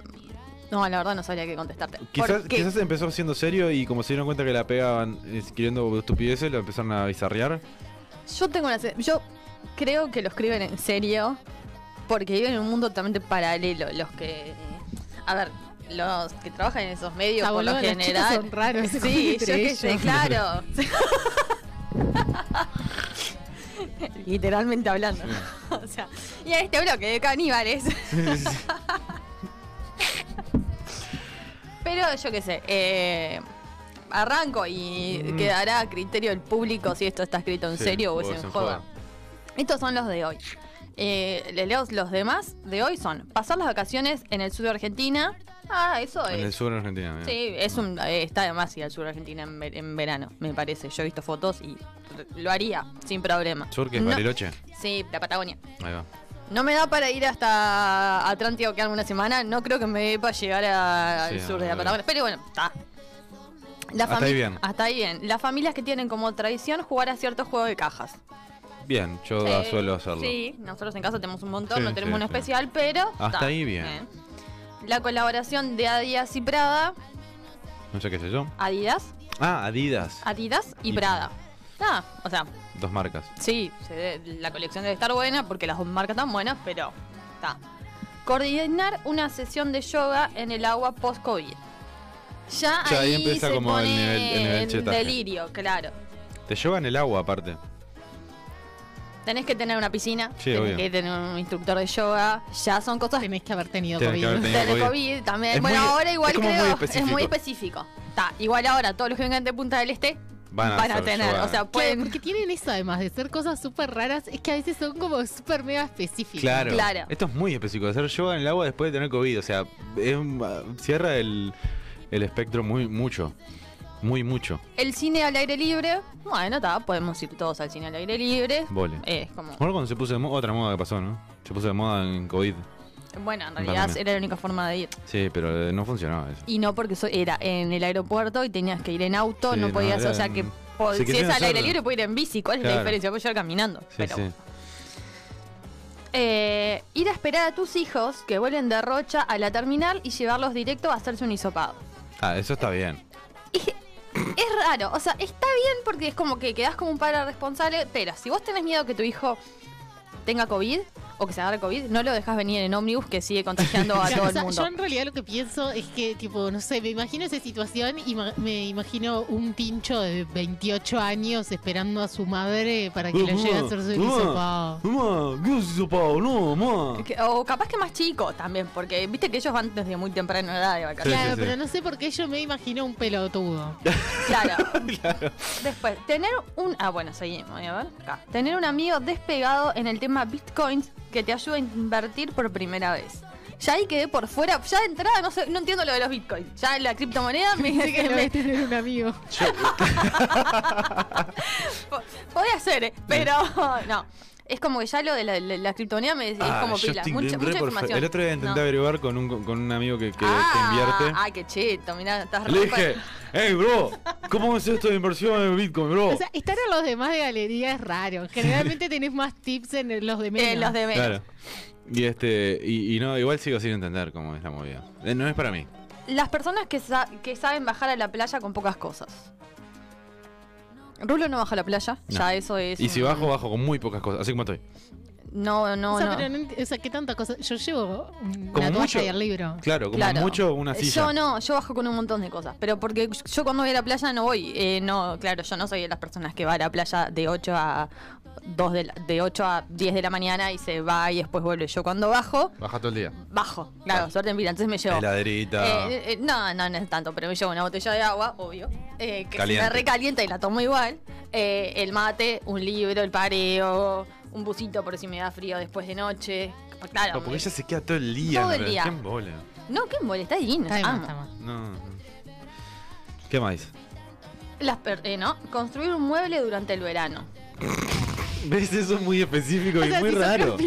Speaker 2: no, la verdad no sabría qué contestarte.
Speaker 1: quizás,
Speaker 2: Porque-
Speaker 1: quizás empezó siendo serio y como se dieron cuenta que la pegaban escribiendo estupideces, lo empezaron a bizarrear.
Speaker 2: Yo tengo una. se- Yo creo que lo escriben en serio. Porque viven en un mundo totalmente paralelo. Los que. A ver, los que trabajan en esos medios,
Speaker 3: Ah,
Speaker 2: por lo
Speaker 3: boludo, los
Speaker 2: general.
Speaker 3: chicos son raros, se comen
Speaker 2: Sí, yo
Speaker 3: entre
Speaker 2: qué sé,
Speaker 3: ellos.
Speaker 2: claro. Literalmente hablando. o sea, y a este bloque de caníbales. Pero yo qué sé. eh, arranco y
Speaker 13: Mm.
Speaker 2: quedará a criterio del público si esto está escrito en
Speaker 13: Sí,
Speaker 2: serio o es en joda. Estos son los de hoy. Eh, les leo los demás de hoy son pasar las vacaciones en el sur de Argentina. Ah, eso
Speaker 1: En el
Speaker 2: es.
Speaker 1: sur de Argentina. bien.
Speaker 2: Sí, es un, eh, está de más ir al sur de Argentina en, ver- en verano, me parece. Yo he visto fotos y lo haría sin problema.
Speaker 1: ¿Sur que es
Speaker 2: No-
Speaker 1: Bariloche?
Speaker 2: Sí, la Patagonia.
Speaker 1: Ahí va.
Speaker 2: No me da para ir hasta Atlántico que una semana. No creo que me dé para llegar a-
Speaker 1: Sí,
Speaker 2: al sur
Speaker 1: no,
Speaker 2: de la
Speaker 1: no,
Speaker 2: Patagonia. Pero bueno, está. La
Speaker 1: Hasta
Speaker 2: fami-
Speaker 1: ahí bien.
Speaker 2: Hasta ahí bien. Las familias que tienen como tradición jugar a ciertos juegos de cajas.
Speaker 1: Bien, yo
Speaker 2: Eh,
Speaker 1: suelo hacerlo.
Speaker 2: Sí, nosotros en casa tenemos un montón,
Speaker 1: Sí,
Speaker 2: no tenemos
Speaker 1: sí,
Speaker 2: uno
Speaker 1: sí.
Speaker 2: especial, pero.
Speaker 1: Hasta
Speaker 2: está,
Speaker 1: ahí bien.
Speaker 2: La colaboración de Adidas y Prada.
Speaker 1: No sé qué sé yo.
Speaker 2: Adidas,
Speaker 1: Ah, Adidas.
Speaker 2: Adidas y,
Speaker 1: Y-
Speaker 2: Prada. Ah, o sea,
Speaker 1: Dos marcas.
Speaker 2: Sí, se de- la colección debe estar buena porque las dos marcas están buenas, pero está. Coordinar una sesión de yoga en el agua post-COVID. Ya
Speaker 1: Ya
Speaker 2: ahí,
Speaker 1: ahí empieza
Speaker 2: se
Speaker 1: como el
Speaker 2: pone
Speaker 1: nivel- el nivel
Speaker 2: en
Speaker 1: chetaje.
Speaker 2: delirio, claro.
Speaker 1: Te llevan el agua aparte.
Speaker 2: Tenés que tener una piscina,
Speaker 1: Sí,
Speaker 2: tenés
Speaker 1: obvio.
Speaker 2: que tener un instructor de yoga, ya son cosas... Tenés que haber tenido
Speaker 1: Tenés que COVID. haber tenido COVID.
Speaker 2: Tenés COVID también.
Speaker 1: Es
Speaker 2: bueno,
Speaker 1: muy-
Speaker 2: ahora
Speaker 1: es
Speaker 2: igual
Speaker 1: como
Speaker 2: creo,
Speaker 1: muy
Speaker 2: es muy
Speaker 1: específico.
Speaker 2: específico. Está, igual ahora todos los que vengan de Punta del Este
Speaker 1: Van a,
Speaker 2: van a
Speaker 1: hacer
Speaker 2: tener,
Speaker 1: yoga.
Speaker 2: o sea,
Speaker 3: Claro,
Speaker 2: pueden...
Speaker 3: porque tienen eso además de ser cosas súper raras, es que a veces son como súper mega específicas.
Speaker 1: Claro. Esto es muy específico. Hacer yoga en el agua después de tener COVID. O sea, es un- ah, cierra el, el espectro muy mucho. Muy mucho.
Speaker 2: El cine al aire libre, bueno, está, podemos ir todos al cine al aire libre.
Speaker 1: Vole.
Speaker 2: Es como,
Speaker 1: Bueno, cuando se puso de moda, otra moda que pasó, ¿no? Se puso de moda en COVID.
Speaker 2: bueno, en
Speaker 1: En
Speaker 2: realidad
Speaker 1: pandemia.
Speaker 2: era la única forma de ir.
Speaker 1: Sí, pero eh, no funcionaba eso.
Speaker 2: Y no porque so- era en el aeropuerto y tenías que ir en auto,
Speaker 1: Sí,
Speaker 2: no
Speaker 1: no,
Speaker 2: podías, o sea
Speaker 1: eran-
Speaker 2: que po-
Speaker 1: se
Speaker 2: si es
Speaker 1: quisieron
Speaker 2: al aire
Speaker 1: hacer-
Speaker 2: libre puedes ir en bici, ¿cuál es la
Speaker 1: Claro.
Speaker 2: diferencia? Puedes llegar caminando.
Speaker 1: Sí,
Speaker 2: pero,
Speaker 1: sí.
Speaker 2: Eh, ir a esperar a tus hijos que vuelen de Rocha a la terminal y llevarlos directo a hacerse un hisopado.
Speaker 1: Ah, eso está bien.
Speaker 2: Es raro, o sea, está bien porque es como que quedás como un padre responsable, pero si vos tenés miedo que tu hijo tenga COVID o que se agarre COVID, no lo dejas venir en ómnibus que sigue contagiando a
Speaker 3: Ya,
Speaker 2: todo
Speaker 3: o sea,
Speaker 2: el mundo.
Speaker 3: Yo en realidad lo que pienso es que, tipo, no sé, me imagino esa situación y ma- me imagino un tincho de 28 años esperando a su madre para que le llegue a hacer su
Speaker 1: Uh-huh.
Speaker 3: hisopado.
Speaker 1: Mamá, ¿qué es hisopado? No, mamá.
Speaker 2: Que- O capaz que más chico también, porque viste que ellos van desde muy temprana edad de vacaciones.
Speaker 3: Claro, pero no sé por qué yo me imagino un pelotudo.
Speaker 2: Después, tener un. Ah, bueno, seguimos, voy a ver. Acá. Tener un amigo despegado en el tema bitcoins que te ayuda a invertir por primera vez. Ya ahí quedé por fuera. Ya de entrada no, sé, no entiendo lo de los bitcoins. Ya la criptomoneda me.
Speaker 3: Pensé que lo
Speaker 2: me-
Speaker 3: de tener un amigo.
Speaker 2: Podría ser, eh, pero no. Es como que ya lo de la, la- la criptomoneda me es
Speaker 1: Ah,
Speaker 2: como
Speaker 1: yo
Speaker 2: pila.
Speaker 1: estoy re
Speaker 2: Mucha, mucha
Speaker 1: por fe-
Speaker 2: información.
Speaker 1: El otro día intenté
Speaker 2: No.
Speaker 1: averiguar con un, con un amigo que, que- que invierte.
Speaker 2: Ah, ay, qué cheto, mirá, estás re
Speaker 1: Le dije, hey bro, ¿cómo es esto de inversión en Bitcoin, bro?
Speaker 3: O sea, estar a los demás de galería es raro. Generalmente tenés más tips en los de menos. En los
Speaker 2: Eh, de
Speaker 1: Claro. Y este, y, y no, igual sigo sin entender cómo es la movida. Eh, No es para mí.
Speaker 2: Las personas que, sa- que saben bajar a la playa con pocas cosas. Rulo no baja a la playa,
Speaker 1: No.
Speaker 2: ya eso es.
Speaker 1: Y si
Speaker 2: un-
Speaker 1: bajo, bajo con muy pocas cosas, así como estoy.
Speaker 2: No, no,
Speaker 3: o sea,
Speaker 2: no.
Speaker 3: pero no ent- o sea, ¿qué tanta cosa? Yo llevo una
Speaker 1: Como
Speaker 3: toalla
Speaker 1: mucho-
Speaker 3: y el libro.
Speaker 1: Claro, como mucho una silla.
Speaker 2: Eh, Yo no, yo bajo con un montón de cosas. Pero porque yo cuando voy a la playa no voy. eh, no, claro, yo no soy de las personas que va a la playa de 8 a 2 de, la- de 8 a 10 de la mañana y se va y después vuelve. Yo cuando bajo,
Speaker 1: Baja todo el día.
Speaker 2: bajo. Claro, suerte en vida, entonces me llevo.
Speaker 1: Heladerita.
Speaker 2: Eh, eh, no, no, no es tanto, pero me llevo una botella de agua, obvio, eh, que se me
Speaker 1: Caliente.
Speaker 2: recalienta y la tomo igual. Eh, el mate, un libro, el pareo, un busito por si me da frío después de noche. Claro,
Speaker 1: no, porque ella se queda todo el día.
Speaker 2: Todo
Speaker 1: en
Speaker 2: el
Speaker 1: realidad.
Speaker 2: día.
Speaker 1: Qué embole.
Speaker 2: no, qué mole, está divino. amo.
Speaker 1: No. no. ¿Qué más?
Speaker 2: Las per- eh, ¿no? Construir un mueble durante el verano.
Speaker 1: ¿Ves? Eso es muy específico y muy raro. Ok.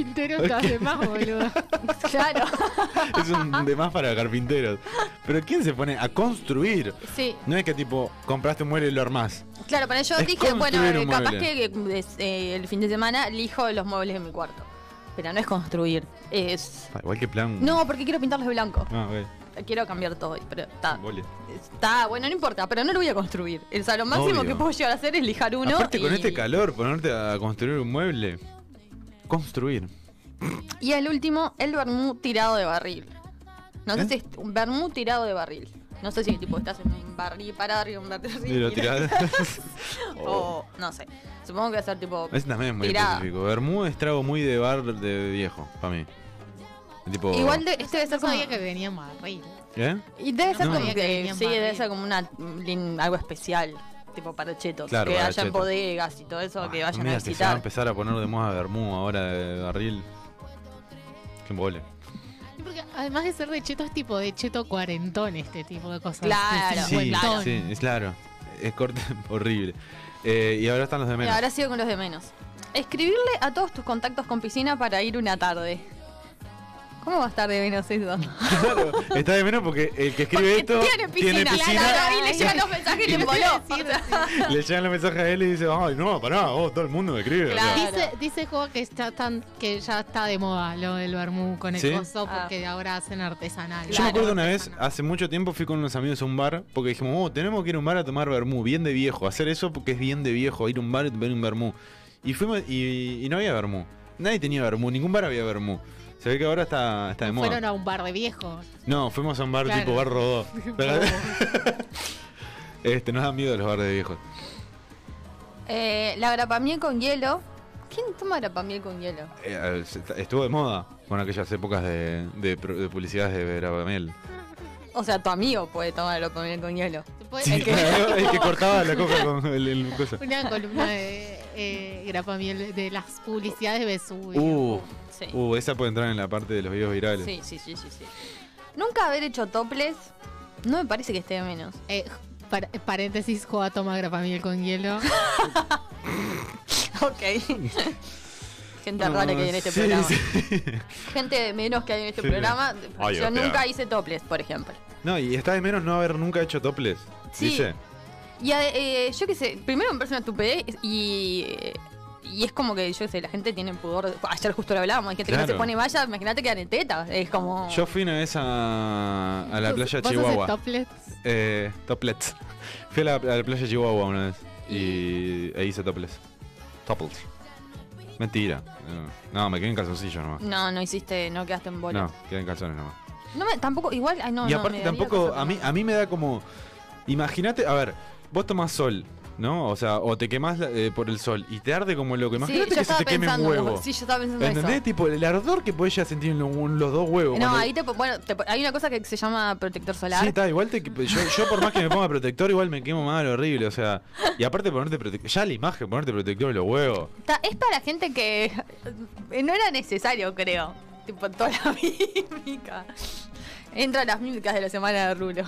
Speaker 3: boludo.
Speaker 2: claro,
Speaker 1: Es un de más para carpinteros. Pero ¿quién se pone a construir?
Speaker 2: sí.
Speaker 1: No es que tipo, compraste un mueble y lo armás.
Speaker 2: Claro, pero yo
Speaker 1: Es
Speaker 2: dije, bueno,
Speaker 1: construir
Speaker 2: eh,
Speaker 1: un
Speaker 2: capaz que
Speaker 1: mueble.
Speaker 2: eh, es, eh, el fin de semana elijo los muebles de mi cuarto. Pero no es construir, es...
Speaker 1: Ah, Igual que plan.
Speaker 2: No, porque quiero pintarlos de blanco.
Speaker 1: Ah, ok.
Speaker 2: Quiero cambiar todo, pero está,
Speaker 1: Embole.
Speaker 2: Está, bueno, no importa, pero no lo voy a construir. O sea, lo máximo
Speaker 1: Obvio.
Speaker 2: que puedo llegar a hacer es lijar uno.
Speaker 1: Aparte con
Speaker 2: y-
Speaker 1: este calor, ponerte a construir un mueble. Construir.
Speaker 2: Y el último, el vermú tirado de barril. No
Speaker 1: ¿Eh?
Speaker 2: sé si es un vermú tirado de barril. No sé si tipo estás en un barril para arriba, un barril
Speaker 1: Y lo
Speaker 2: tirado.
Speaker 1: tirás.
Speaker 2: o no sé. Supongo que va a ser tipo.
Speaker 1: Ese también Oh. es muy
Speaker 2: tirada.
Speaker 1: específico. Bermú es trago muy de bar de viejo, para mí. Tipo,
Speaker 2: Igual de- este debe ser
Speaker 3: No
Speaker 2: como.
Speaker 3: sabía que venía barril.
Speaker 1: ¿Eh?
Speaker 2: Y debe ser
Speaker 1: No.
Speaker 2: como que,
Speaker 18: tenían
Speaker 2: sí,
Speaker 18: barriga.
Speaker 2: debe ser como una, lin- algo especial, tipo para chetos,
Speaker 1: Claro,
Speaker 2: que
Speaker 1: para
Speaker 2: haya en
Speaker 1: chetos.
Speaker 2: bodegas y todo eso, que vayan a
Speaker 1: Ah, Mira, que se va a
Speaker 2: visitar.
Speaker 1: empezar a poner de moda Bermuda ahora de barril. Qué embole.
Speaker 3: Sí, Porque además de ser de cheto, es tipo de cheto cuarentón este tipo de cosas.
Speaker 2: Claro,
Speaker 1: Sí,
Speaker 3: cincuentón.
Speaker 1: sí, es claro. Es corte horrible. Eh, y ahora están los de
Speaker 2: Y
Speaker 1: menos.
Speaker 2: ahora sigo con los de menos. Escribirle a todos tus contactos con piscina para ir una tarde. ¿Cómo va a estar de menos eso?
Speaker 1: Claro, está de menos porque el que escribe esto
Speaker 2: Tiene piscina, claro, y le llegan los mensajes y le voló.
Speaker 1: le llegan los mensajes a él y dice, ay, no, pará, vos, todo el mundo me escribe. O sea,
Speaker 3: Dice, dice Joa que está tan, que ya está de moda lo del vermú con el
Speaker 1: ¿Sí?
Speaker 3: coso porque ahora hacen artesanal.
Speaker 1: Yo me acuerdo una vez, ah, hace mucho tiempo fui con unos amigos a un bar porque dijimos, oh, tenemos que ir a un bar a tomar vermú, bien de viejo, hacer eso porque es bien de viejo, ir a un bar y tomar un vermú. Y fuimos y, y no había vermú. Nadie tenía vermú, ningún bar había vermú. Se ve que ahora está, está de moda.
Speaker 3: Fueron a un bar de viejos.
Speaker 1: No, fuimos a un bar
Speaker 3: Claro.
Speaker 1: tipo bar rodó. este, nos dan miedo los bares de viejos.
Speaker 2: Eh, la grapamiel con hielo. ¿Quién toma grapamiel con hielo?
Speaker 1: Eh, eh, se- Estuvo de moda con aquellas épocas de, de, pro- de publicidades de Veramel.
Speaker 2: O sea, tu amigo puede tomar grapamiel con hielo.
Speaker 1: El que, el que cortaba la coca con el, el cosa.
Speaker 3: Una columna de eh, grapamiel de las publicidades de Vesubio.
Speaker 1: Uh,
Speaker 2: Sí.
Speaker 1: uh, esa puede entrar en la parte de los videos virales.
Speaker 2: Sí, sí, sí, sí, sí. Nunca haber hecho toples no me parece que esté de menos.
Speaker 3: Eh, par- paréntesis, Joa toma grapamiel con hielo.
Speaker 2: ok. Gente rara que hay en este
Speaker 1: Sí,
Speaker 2: programa.
Speaker 1: sí.
Speaker 2: Gente de menos que hay en este
Speaker 1: Sí.
Speaker 2: programa.
Speaker 1: Ay,
Speaker 2: Yo
Speaker 1: o sea.
Speaker 2: nunca hice toples, por ejemplo.
Speaker 1: No, y está de menos no haber nunca hecho toples.
Speaker 2: Sí.
Speaker 1: Dice.
Speaker 2: Y eh, eh, yo qué sé, primero me parece una estupidez y, eh, y es como que, yo qué sé, la gente tiene pudor. Ayer justo lo hablábamos, hay gente que no
Speaker 1: Claro.
Speaker 2: se pone valla, imagínate que dan en tetas. Es como.
Speaker 1: Yo fui una vez a, a la playa de
Speaker 2: ¿Vos haces
Speaker 1: Chihuahua.
Speaker 2: toplets?
Speaker 1: Eh, toplets. Fui a la, a la playa de Chihuahua una vez y e hice toplets. Toplets. Mentira. No, No, me quedé en calzoncillo nomás.
Speaker 2: No, no hiciste, no quedaste en bola.
Speaker 1: No, quedé en calzones nomás.
Speaker 2: No me- tampoco, igual, ay no,
Speaker 1: y
Speaker 2: no,
Speaker 1: aparte
Speaker 2: me daría
Speaker 1: tampoco,
Speaker 2: cosa
Speaker 1: a mí, a mí me da como. Imagínate, a ver, vos tomás sol, ¿no? O sea, o te quemás la- eh, por el sol y te arde como loco.
Speaker 2: Sí,
Speaker 1: Imagínate que
Speaker 2: yo
Speaker 1: se
Speaker 2: estaba
Speaker 1: te queme un
Speaker 2: pensando,
Speaker 1: huevo.
Speaker 2: sí, yo estaba pensando eso.
Speaker 1: ¿Entendés? Tipo, el ardor que podés llegar a sentir en lo- en los dos huevos.
Speaker 2: No,
Speaker 1: cuando-
Speaker 2: ahí te, po- bueno, te po- hay una cosa que se llama protector solar.
Speaker 1: Sí, está, igual te, pues, yo, yo por más que me ponga protector, igual me quemo mal, horrible, o sea. Y aparte ponerte protector, ya la imagen, ponerte protector en los huevos.
Speaker 2: Está- es para gente que eh, no era necesario, creo. Tipo, toda la mímica. Entra las mímicas de la semana de Rulo.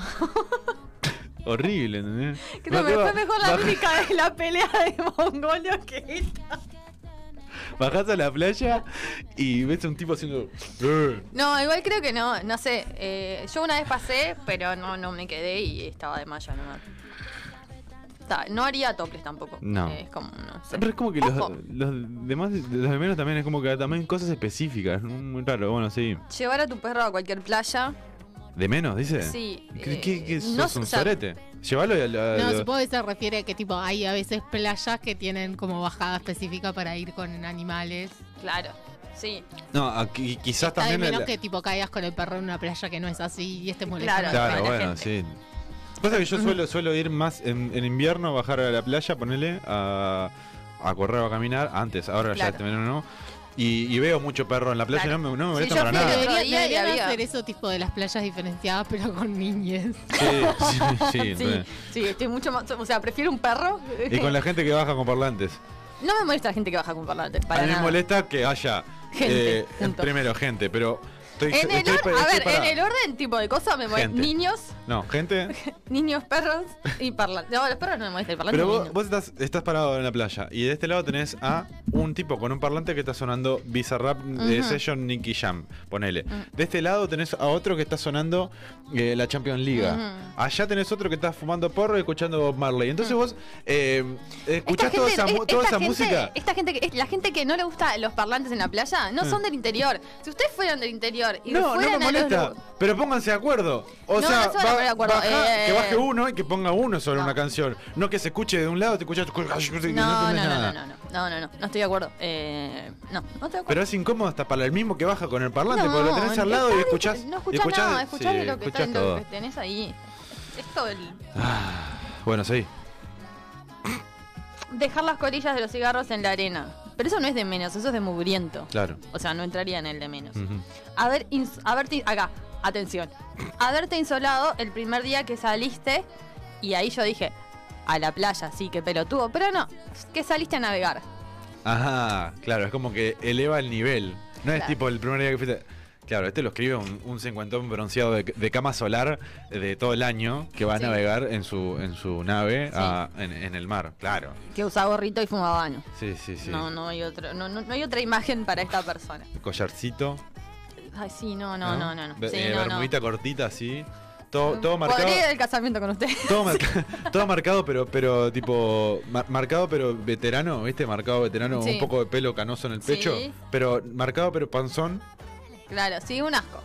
Speaker 1: Horrible, ¿entendés?
Speaker 2: Creo que
Speaker 1: Bajá-
Speaker 2: fue mejor la
Speaker 1: bajá-
Speaker 2: mímica de la pelea de Mongolio que esta.
Speaker 1: Bajás a la playa y ves a un tipo haciendo. "Eh".
Speaker 2: No, igual creo que no, no sé. eh, yo una vez pasé, pero no, no me quedé y estaba de malla nomás. Está, no haría toples tampoco.
Speaker 1: No.
Speaker 2: Eh, es como, no sé.
Speaker 1: Pero es como que los,
Speaker 2: Ojo.
Speaker 1: los demás, los de menos también es como que también cosas específicas. Muy raro, bueno, sí.
Speaker 2: Llevar a tu perro a cualquier playa.
Speaker 1: ¿De menos, dice?
Speaker 2: Sí,
Speaker 1: ¿Qué,
Speaker 2: eh,
Speaker 1: qué, qué
Speaker 2: no
Speaker 1: sos, un
Speaker 2: sé, o sea-
Speaker 1: sorete? Llévalo a la.
Speaker 3: No,
Speaker 1: a la-
Speaker 3: supongo que se refiere a que tipo hay a veces playas que tienen como bajada específica para ir con animales.
Speaker 2: Claro, sí.
Speaker 1: No, a- qui- quizás
Speaker 3: Está de
Speaker 1: también.
Speaker 3: menos
Speaker 1: el-
Speaker 3: que tipo caigas con el perro en una playa que no es así y estés molestando.
Speaker 1: Claro, bueno, sí. Pasa que yo suelo, suelo ir más en, en invierno, bajar a la playa, ponerle a, a correr o a caminar antes, ahora
Speaker 3: Claro.
Speaker 1: ya también no. Y, y veo mucho perro en la playa, no, me, no me
Speaker 3: Sí,
Speaker 1: molesta
Speaker 3: yo
Speaker 1: para
Speaker 3: fui el
Speaker 1: nada.
Speaker 3: otro día
Speaker 2: Debería-
Speaker 3: y deberían
Speaker 2: había-
Speaker 3: hacer eso tipo de las playas diferenciadas pero con niñez.
Speaker 1: Sí, sí, sí,
Speaker 2: Sí, sí, estoy mucho más. O sea, prefiero un perro.
Speaker 1: Y con la gente que baja con parlantes.
Speaker 2: No me molesta la gente que baja con parlantes,
Speaker 1: a
Speaker 2: para
Speaker 1: mí
Speaker 2: nada.
Speaker 1: me molesta que haya
Speaker 2: Gente,
Speaker 1: eh, primero gente, pero estoy,
Speaker 2: En el
Speaker 1: estoy-
Speaker 2: or- a
Speaker 1: estoy
Speaker 2: ver, en
Speaker 1: para-
Speaker 2: el orden tipo de cosas me molestan
Speaker 1: Gente.
Speaker 2: niños,
Speaker 1: No, gente.
Speaker 2: niños, perros y parlantes. No, los perros no me molestan, el parlante
Speaker 1: Pero
Speaker 2: es
Speaker 1: vos,
Speaker 2: lindo.
Speaker 1: vos estás, estás parado en la playa y de este lado tenés a un tipo con un parlante que está sonando Bizarrap de
Speaker 2: Ujú.
Speaker 1: Session Nicky Jam, ponele.
Speaker 2: Ujú.
Speaker 1: De este lado tenés a otro que está sonando eh, la Champions League.
Speaker 2: Ujú.
Speaker 1: Allá tenés otro que está fumando porro y escuchando Bob Marley. Entonces vos eh, escuchás toda
Speaker 2: Gente-
Speaker 1: esa, mu-
Speaker 2: es-
Speaker 1: toda
Speaker 2: esta
Speaker 1: esa
Speaker 2: gente-
Speaker 1: música.
Speaker 2: Esta gente que, es- la gente que no le gusta los parlantes en la playa no
Speaker 1: Mm.
Speaker 2: son del interior. Si ustedes fueran del interior y
Speaker 1: No, no me
Speaker 2: fueran a los
Speaker 1: molesta,
Speaker 2: lu-
Speaker 1: pero pónganse de acuerdo. O
Speaker 2: No,
Speaker 1: sea,
Speaker 2: no se van a
Speaker 1: ba-
Speaker 2: poner de acuerdo,
Speaker 1: baja-
Speaker 2: eh.
Speaker 1: que baje uno y que ponga uno sobre una canción. No que se escuche de un lado, te escuchas. No,
Speaker 2: No, no,
Speaker 1: entendés
Speaker 2: no,
Speaker 1: nada.
Speaker 2: no, no, no, no, no, no, no estoy de acuerdo. Eh, no, no estoy de acuerdo.
Speaker 1: Pero es incómodo hasta para el mismo que baja con el parlante,
Speaker 2: No,
Speaker 1: porque lo tenés al lado y
Speaker 2: está-
Speaker 1: escuchás.
Speaker 2: No
Speaker 1: y
Speaker 2: escuchás nada, escuchás
Speaker 1: sí,
Speaker 2: de lo, que
Speaker 1: escuchás
Speaker 2: está- lo
Speaker 1: todo.
Speaker 2: que tenés ahí. Es todo el.
Speaker 1: Bueno, sí.
Speaker 2: Dejar las colillas de los cigarros en la arena. Pero eso no es de menos, eso es de mugriento.
Speaker 1: Claro. Mm.
Speaker 2: O sea, no entraría en el de menos.
Speaker 1: Ujú.
Speaker 2: Haber, ins- haberte, acá, atención, haberte insolado el primer día que saliste y ahí yo dije, a la playa, sí, que pelotudo, pero no, que saliste a navegar.
Speaker 1: Ajá, claro, es como que eleva el nivel. No es
Speaker 2: Claro.
Speaker 1: tipo el primer día que fuiste. Claro, este lo escribe un, un cincuentón bronceado de, de cama solar de todo el año que va a navegar en su, en su nave a- en, en el mar, claro.
Speaker 2: Que usaba gorrito y fumaba baño.
Speaker 1: Sí, sí, sí.
Speaker 2: No, no hay, otro, no, no, no hay otra imagen para esta persona.
Speaker 1: Collarcito.
Speaker 2: Ay, sí, no, no, no, no. no.
Speaker 1: Be-
Speaker 2: Sí,
Speaker 1: eh,
Speaker 2: no, no.
Speaker 1: bermudita cortita, así. Todo, todo marcado.
Speaker 2: Podría ir al casamiento con usted.
Speaker 1: Todo, marca- todo marcado, pero, pero tipo. mar- marcado, pero veterano, ¿viste? Marcado veterano,
Speaker 2: Sí.
Speaker 1: un poco de pelo canoso en el pecho.
Speaker 2: Sí.
Speaker 1: Pero marcado, pero panzón.
Speaker 2: Claro, sí, un asco.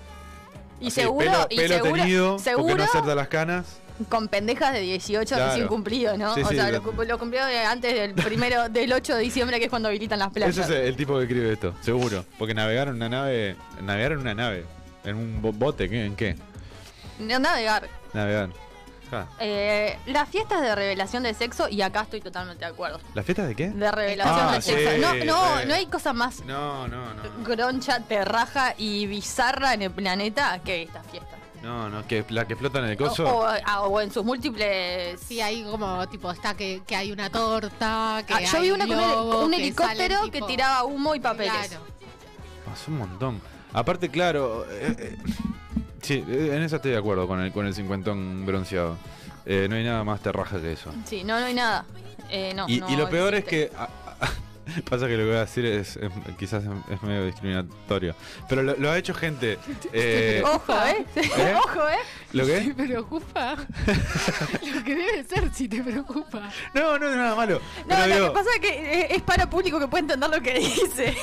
Speaker 2: Y
Speaker 1: así,
Speaker 2: seguro,
Speaker 1: pelo,
Speaker 2: y
Speaker 1: pelo
Speaker 2: seguro,
Speaker 1: teñido,
Speaker 2: seguro
Speaker 1: porque no acerta las canas.
Speaker 2: con pendejas de 18
Speaker 1: Claro.
Speaker 2: recién cumplido, ¿no?
Speaker 1: Sí,
Speaker 2: o
Speaker 1: sí,
Speaker 2: sea,
Speaker 1: lo-
Speaker 2: lo, cu- lo cumplió de- antes del primero, del 8 de diciembre, que es cuando habilitan las playas.
Speaker 1: Ese es el tipo que escribe esto, seguro. Porque navegaron una nave. Navegaron una nave. En un bo- bote, ¿qué? ¿en qué?
Speaker 2: No, Navegar.
Speaker 1: Navegaron. Ja.
Speaker 2: Eh, las fiestas de revelación de sexo, y acá estoy totalmente de acuerdo.
Speaker 1: ¿Las fiestas de qué?
Speaker 2: De revelación
Speaker 1: Ah,
Speaker 2: de sexo.
Speaker 1: sí,
Speaker 2: no, no,
Speaker 1: sí.
Speaker 2: no hay cosa más
Speaker 1: No, no, no.
Speaker 2: groncha, terraja y bizarra en el planeta que estas fiestas.
Speaker 1: No, no, que la que flota en el
Speaker 2: O,
Speaker 1: coso.
Speaker 2: o- ah, o en sus múltiples.
Speaker 3: Sí, hay como, tipo, está que, que hay una torta, que
Speaker 2: Ah, yo vi
Speaker 3: hay
Speaker 2: una con un-
Speaker 3: globos,
Speaker 2: con un
Speaker 3: que
Speaker 2: helicóptero
Speaker 3: salen,
Speaker 2: que
Speaker 3: tipo-
Speaker 2: tiraba humo y papeles.
Speaker 3: Claro.
Speaker 1: Pasó un montón. Aparte, claro. eh, eh, sí, eh, en eso estoy de acuerdo con el, con el cincuentón bronceado. Eh, no hay nada más terraja que eso.
Speaker 2: Sí, no, no hay nada. Eh, no,
Speaker 1: y,
Speaker 2: no
Speaker 1: y lo peor es
Speaker 2: existe.
Speaker 1: que. a- a- Pasa que lo que voy a decir es, es- quizás es, es medio discriminatorio. Pero lo, lo ha hecho gente. eh,
Speaker 2: Ojo, ¿eh?
Speaker 1: ¿Eh?
Speaker 2: Ojo, ¿eh?
Speaker 1: ¿Lo qué?
Speaker 3: ¿Te preocupa? Lo que debe ser si te preocupa.
Speaker 1: No, no es nada malo.
Speaker 2: No,
Speaker 1: pero,
Speaker 2: lo
Speaker 1: digo,
Speaker 2: que pasa es que eh, es para público que puede entender lo que dice.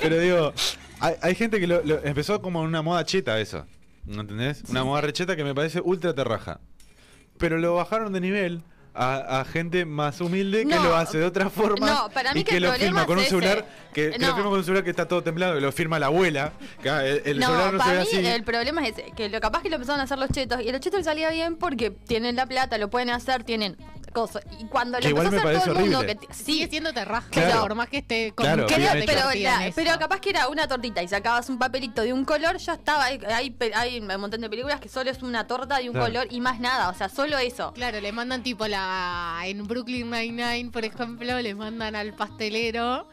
Speaker 1: pero digo, hay, hay gente que lo, lo- empezó como una moda cheta eso. ¿No entendés? Una moda recheta que me parece ultra terraja. Pero lo bajaron de nivel a, a gente más humilde que
Speaker 2: No,
Speaker 1: lo hace de otra forma.
Speaker 2: no, para mí
Speaker 1: y
Speaker 2: que
Speaker 1: que,
Speaker 2: el
Speaker 1: lo
Speaker 2: problema
Speaker 1: firma con
Speaker 2: es
Speaker 1: un celular. Que, que
Speaker 2: No.
Speaker 1: lo firma con un celular que está todo temblado, que lo firma la abuela. que, ah, el, el
Speaker 2: no,
Speaker 1: celular no se ve
Speaker 2: para mí
Speaker 1: así.
Speaker 2: el problema es ese, que lo capaz que lo empezaron a hacer los chetos y a los chetos les salía bien porque tienen la plata, lo pueden hacer, tienen cosas. Y cuando
Speaker 1: Que
Speaker 2: lo
Speaker 1: igual
Speaker 2: empezó a
Speaker 1: me
Speaker 2: hacer todo el
Speaker 1: parece
Speaker 2: mundo, que
Speaker 1: horrible.
Speaker 2: t-
Speaker 3: Sigue siendo terraja,
Speaker 1: Claro.
Speaker 3: por más que esté con
Speaker 1: Claro,
Speaker 3: un
Speaker 1: bien
Speaker 3: chorro de
Speaker 1: hecho.
Speaker 2: pero,
Speaker 3: tortilla
Speaker 2: la-
Speaker 3: en eso.
Speaker 2: pero capaz que era una tortita y sacabas un papelito de un color, ya estaba. Hay, hay pe- hay un montón de películas que solo es una torta de un
Speaker 3: Claro.
Speaker 2: color y más nada, o sea, solo eso.
Speaker 3: Claro, le mandan tipo la. En Brooklyn Nine-Nine, por ejemplo, le mandan al pastelero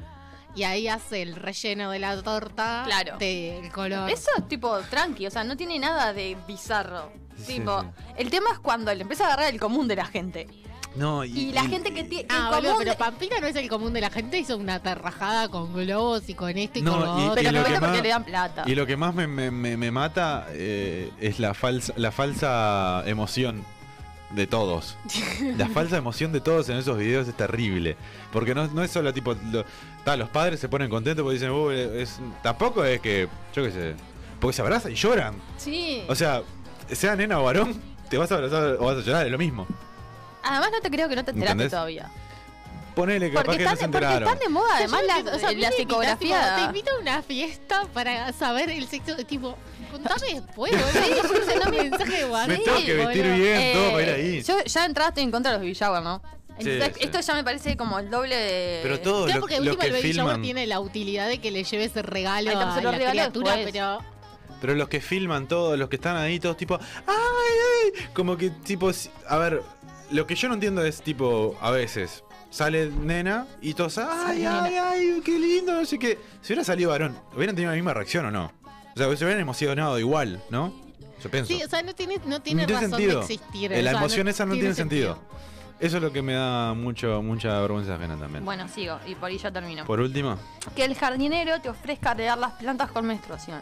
Speaker 3: y ahí hace el relleno de la torta
Speaker 2: Claro.
Speaker 3: del color.
Speaker 2: Eso es tipo tranqui, o sea, no tiene nada de bizarro.
Speaker 1: Sí,
Speaker 2: tipo,
Speaker 1: sí.
Speaker 2: el tema es cuando le empieza a agarrar el común de la gente.
Speaker 1: No, y,
Speaker 2: Y, la gente que tiene. el
Speaker 3: Ah,
Speaker 2: común
Speaker 3: boludo, pero
Speaker 2: de-
Speaker 3: Pampita no es el común de la gente, hizo una terrajada con globos y con esto y
Speaker 1: No,
Speaker 3: con lo
Speaker 1: y- y
Speaker 3: otro.
Speaker 1: lo que más-
Speaker 2: porque le dan plata.
Speaker 1: Y lo que más me, me- me- me mata eh, es la falsa, la falsa emoción de todos. La falsa emoción de todos en esos videos es terrible. Porque no, no es solo tipo. lo- ta, los padres se ponen contentos porque dicen, "Uh, es, tampoco es que. Yo qué sé. Porque se abrazan y lloran.
Speaker 2: Sí.
Speaker 1: O sea, sea nena o varón, te vas a abrazar o vas a llorar, es lo mismo.
Speaker 2: Además, no te creo que no te enteraste
Speaker 1: ¿Entendés?
Speaker 2: todavía.
Speaker 1: Ponele que capaz
Speaker 2: Porque
Speaker 1: que no
Speaker 2: están,
Speaker 1: se
Speaker 2: porque
Speaker 1: enteraron.
Speaker 2: están de moda,
Speaker 3: O sea, yo
Speaker 2: además,
Speaker 3: no
Speaker 2: la,
Speaker 3: entiendo, o sea, a mí
Speaker 2: la
Speaker 3: me invitás, tipo, Te
Speaker 2: psicografía.
Speaker 3: invito a una fiesta para saber el sexo. Tipo, contame después,
Speaker 2: Sí,
Speaker 3: boludo.
Speaker 2: porque no me-
Speaker 3: mensaje de WhatsApp.
Speaker 1: Me tengo que vestir
Speaker 3: boludo.
Speaker 1: bien, todo para ir ahí.
Speaker 2: Eh, Yo ya de entrada estoy en contra de los baby shower, ¿no? Entonces,
Speaker 1: sí.
Speaker 2: Esto ya me parece como el doble de.
Speaker 1: Pero todo
Speaker 3: Claro,
Speaker 1: lo,
Speaker 3: porque de
Speaker 1: lo
Speaker 3: última
Speaker 1: que
Speaker 3: el baby shower
Speaker 1: filman.
Speaker 3: tiene la utilidad de que le lleves el regalo
Speaker 2: Ahí está,
Speaker 3: a
Speaker 2: se lo
Speaker 3: la
Speaker 2: regaló
Speaker 3: criatura,
Speaker 2: después.
Speaker 3: pero
Speaker 1: Pero los que filman todos, los que están ahí, todos tipo, ¡ay, ay! Como que tipo, si- a ver, lo que yo no entiendo es tipo, a veces sale nena y todos, ¡ay,
Speaker 14: Sale
Speaker 1: ay, ay! ¡Qué lindo! No sé qué. Si hubiera salido varón, ¿hubieran tenido la misma reacción o no? O sea, se hubieran emocionado igual, ¿no? Yo pienso.
Speaker 3: sí, o sea, no tiene, no tiene razón de existir.
Speaker 1: Eh,
Speaker 3: o
Speaker 1: La
Speaker 3: sea,
Speaker 1: emoción esa no tiene, sentido. Eso es lo que me da mucho, mucha vergüenza ajena también.
Speaker 2: Bueno, sigo, y por ahí ya termino.
Speaker 1: Por último,
Speaker 2: Que el jardinero te ofrezca regar las plantas con menstruación.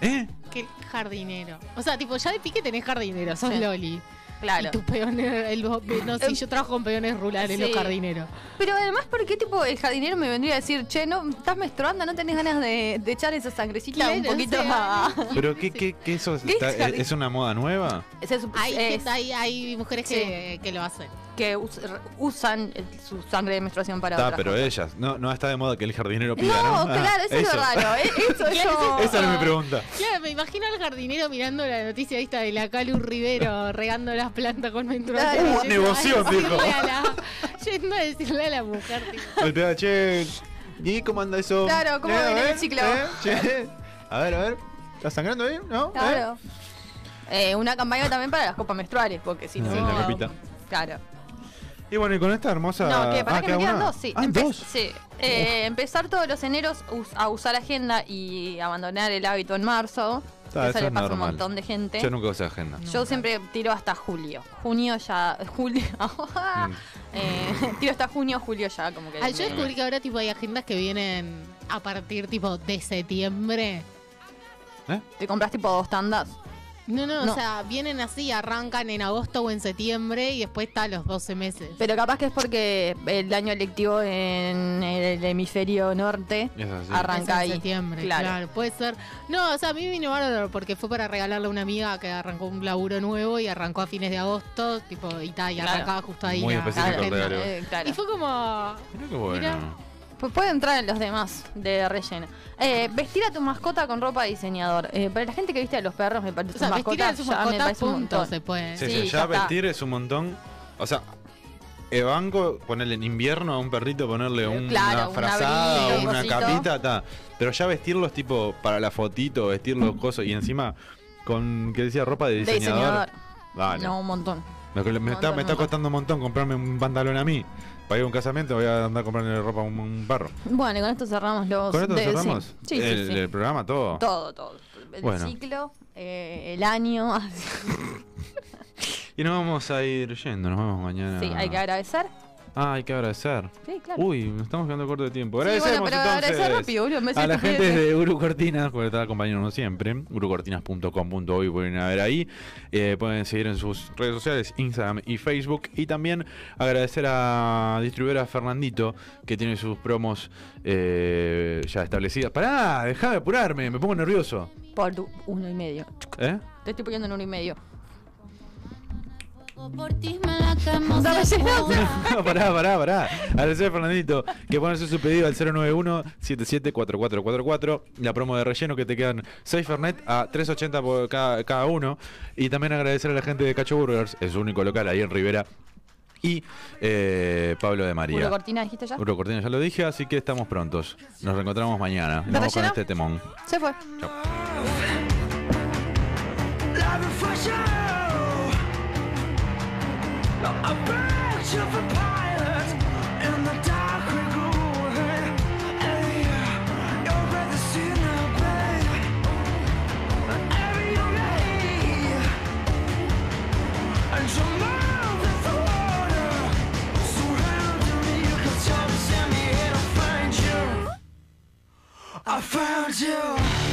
Speaker 1: ¿eh?
Speaker 3: Que jardinero. O sea, tipo, ya de pique tenés jardinero, sos
Speaker 2: Sí.
Speaker 3: Loli.
Speaker 2: Claro. Em,
Speaker 3: Y tus peones, el, bo- no sé, yo trabajo con peones rurales,
Speaker 2: Sí.
Speaker 3: los jardineros.
Speaker 2: Pero además, ¿por qué tipo el jardinero me vendría a decir, che, no, estás menstruando, no tenés ganas de, de echar esa sangrecita un
Speaker 3: Claro,
Speaker 2: poquito
Speaker 3: o sea,
Speaker 2: a...
Speaker 1: ¿Pero qué, qué, qué eso
Speaker 2: ¿Qué
Speaker 1: está- eh,
Speaker 2: es jardín?
Speaker 1: es una moda nueva?
Speaker 2: Se sup-
Speaker 3: Hay,
Speaker 2: es-
Speaker 3: gente- hay, hay mujeres
Speaker 2: Sí.
Speaker 3: que, que lo hacen.
Speaker 2: que us- re- usan eh, su sangre de menstruación para
Speaker 1: Está,
Speaker 2: otras
Speaker 1: pero
Speaker 2: cosas.
Speaker 1: ellas. No, no está de moda que el jardinero pida,
Speaker 2: No,
Speaker 1: ¿no?
Speaker 2: claro,
Speaker 1: Ah,
Speaker 2: eso, es lo raro. eh, Eso es
Speaker 3: Claro,
Speaker 2: como-
Speaker 1: Esa era mi pregunta.
Speaker 3: Claro, me imagino al jardinero mirando la noticia esta de la Calu Rivero regando las plantas con menstruación.
Speaker 1: Hubo
Speaker 3: Yendo a
Speaker 1: negoción,
Speaker 3: decirle
Speaker 1: dijo.
Speaker 3: a la- Yendo a decirle a la mujer, tipo,
Speaker 1: Golpeaba, che. ¿Y cómo anda eso? Eh,
Speaker 2: Claro, ¿cómo
Speaker 1: a
Speaker 2: viene el
Speaker 1: ver,
Speaker 2: ciclo?
Speaker 1: eh, che. eh. A ver, a ver. ¿Está sangrando ahí? ¿No?
Speaker 2: Claro. Eh, una campaña también para las copas menstruales, porque si no.
Speaker 1: Sí, Ah, la copita.
Speaker 2: Claro.
Speaker 1: Y bueno, y con esta hermosa.
Speaker 2: No, que para
Speaker 1: Ah,
Speaker 2: que
Speaker 1: ¿queda
Speaker 2: me quedan
Speaker 1: una?
Speaker 2: dos, sí.
Speaker 1: Ah,
Speaker 2: Empe-
Speaker 1: dos.
Speaker 2: sí. Eh, empezar todos los eneros us- a usar agenda y abandonar el hábito en marzo.
Speaker 1: Ah,
Speaker 2: eso
Speaker 1: eso
Speaker 2: le
Speaker 1: es
Speaker 2: pasa a un
Speaker 1: normal.
Speaker 2: montón de gente.
Speaker 1: Yo nunca usé agenda.
Speaker 2: Yo siempre tiro hasta julio. Junio ya. Julio.
Speaker 1: Mm.
Speaker 2: Eh, tiro hasta junio, julio ya, como que.
Speaker 3: Al Ah, yo descubrí que ahora tipo hay agendas que vienen a partir tipo de septiembre.
Speaker 2: ¿Te compras tipo dos tandas?
Speaker 3: No, no,
Speaker 2: No.
Speaker 3: o sea, vienen así, arrancan en agosto o en septiembre y después está los 12 meses.
Speaker 2: Pero capaz que es porque el año electivo en el hemisferio norte
Speaker 3: Es así. Es en
Speaker 2: arranca ahí.
Speaker 3: septiembre, claro, puede ser. No, o sea, a mí me vino bárbaro porque fue para regalarle a una amiga que arrancó un laburo nuevo y arrancó a fines de agosto, tipo, y, ta, y
Speaker 2: Claro.
Speaker 3: arrancaba justo ahí.
Speaker 1: Muy
Speaker 3: la-
Speaker 1: específico,
Speaker 3: la agenda.
Speaker 1: claro.
Speaker 2: Eh, claro.
Speaker 3: Y fue como...
Speaker 1: Mirá qué bueno.
Speaker 3: Mirá.
Speaker 2: Pues puede entrar en los demás de relleno. Eh, vestir a tu mascota con ropa de diseñador. Eh, para la gente que viste a los perros, me parece
Speaker 3: O sea,
Speaker 2: sus
Speaker 3: vestir a
Speaker 2: mascotas,
Speaker 3: sus
Speaker 2: ya me
Speaker 3: mascotas,
Speaker 2: parece un
Speaker 3: punto,
Speaker 2: montón.
Speaker 3: se puede.
Speaker 1: Sí, sí,
Speaker 2: Sí,
Speaker 1: ya
Speaker 2: ya está.
Speaker 1: vestir es un montón. O sea, el banco, ponerle en invierno a un perrito, ponerle un-
Speaker 2: claro,
Speaker 1: una
Speaker 2: un
Speaker 1: frazada
Speaker 2: abrigo,
Speaker 1: o una
Speaker 2: un cosito.
Speaker 1: capita, ta. Pero ya vestirlos tipo para la fotito, vestirlos cosas y encima con, ¿qué decía? Ropa de
Speaker 2: Mm. De
Speaker 1: diseñador.
Speaker 2: diseñador.
Speaker 1: Vale.
Speaker 2: No, un montón.
Speaker 1: Me, me
Speaker 2: montón,
Speaker 1: está, me está
Speaker 2: montón.
Speaker 1: costando un montón comprarme un pantalón a mí. Para ir a un casamiento voy a andar a comprarle ropa a un, un perro.
Speaker 2: Bueno, y con esto cerramos los.
Speaker 1: ¿Con esto
Speaker 2: de- sí.
Speaker 1: cerramos?
Speaker 2: Sí, sí,
Speaker 1: el,
Speaker 2: sí.
Speaker 1: el programa, todo.
Speaker 2: Todo, todo. El
Speaker 1: Bueno.
Speaker 2: ciclo, eh, el año.
Speaker 1: Y nos vamos a ir yendo, nos vamos mañana.
Speaker 2: Sí, hay que agradecer.
Speaker 1: Ah, hay que agradecer.
Speaker 2: Sí, claro.
Speaker 1: Uy, nos estamos quedando corto de tiempo.
Speaker 2: Sí, bueno,
Speaker 1: Uh, Agradecemos
Speaker 2: pero
Speaker 1: entonces
Speaker 2: agradecer rápido, boludo, me
Speaker 1: a
Speaker 2: decís
Speaker 1: la
Speaker 2: que
Speaker 1: gente
Speaker 2: piense.
Speaker 1: de Uru Cortinas, por estar acompañándonos siempre. urucortinas.com.hoy pueden a ver ahí. Eh, pueden seguir en sus redes sociales, Instagram y Facebook. Y también agradecer a distribuidora Fernandito, que tiene sus promos eh, ya establecidas. Pará, dejá de apurarme, me pongo nervioso.
Speaker 2: Por tu- uno y medio.
Speaker 1: ¿Eh?
Speaker 2: Te estoy poniendo en uno y medio.
Speaker 1: No, pará, pará, pará. Agradecer a Fernandito que puede hacer su pedido al 091-774444. La promo de relleno que te quedan 6 Fernet a 3.80 por cada, cada uno. Y también agradecer a la gente de Cacho Burgers, es su único local ahí en Rivera. Y eh, Pablo de María.
Speaker 2: ¿Puro cortina dijiste ya?
Speaker 1: Uro Cortina, ya lo dije, así que estamos prontos. Nos reencontramos mañana. Nos vamos con
Speaker 2: relleno?
Speaker 1: este temón.
Speaker 2: Se fue.
Speaker 1: Chao.
Speaker 14: Living for show. A branch of a pilot in the dark lagoon. Hey, your breath is in our babe. Every young age. And your mouth is the water. Surrounding me, you can tell me, send me here to find you. I found you.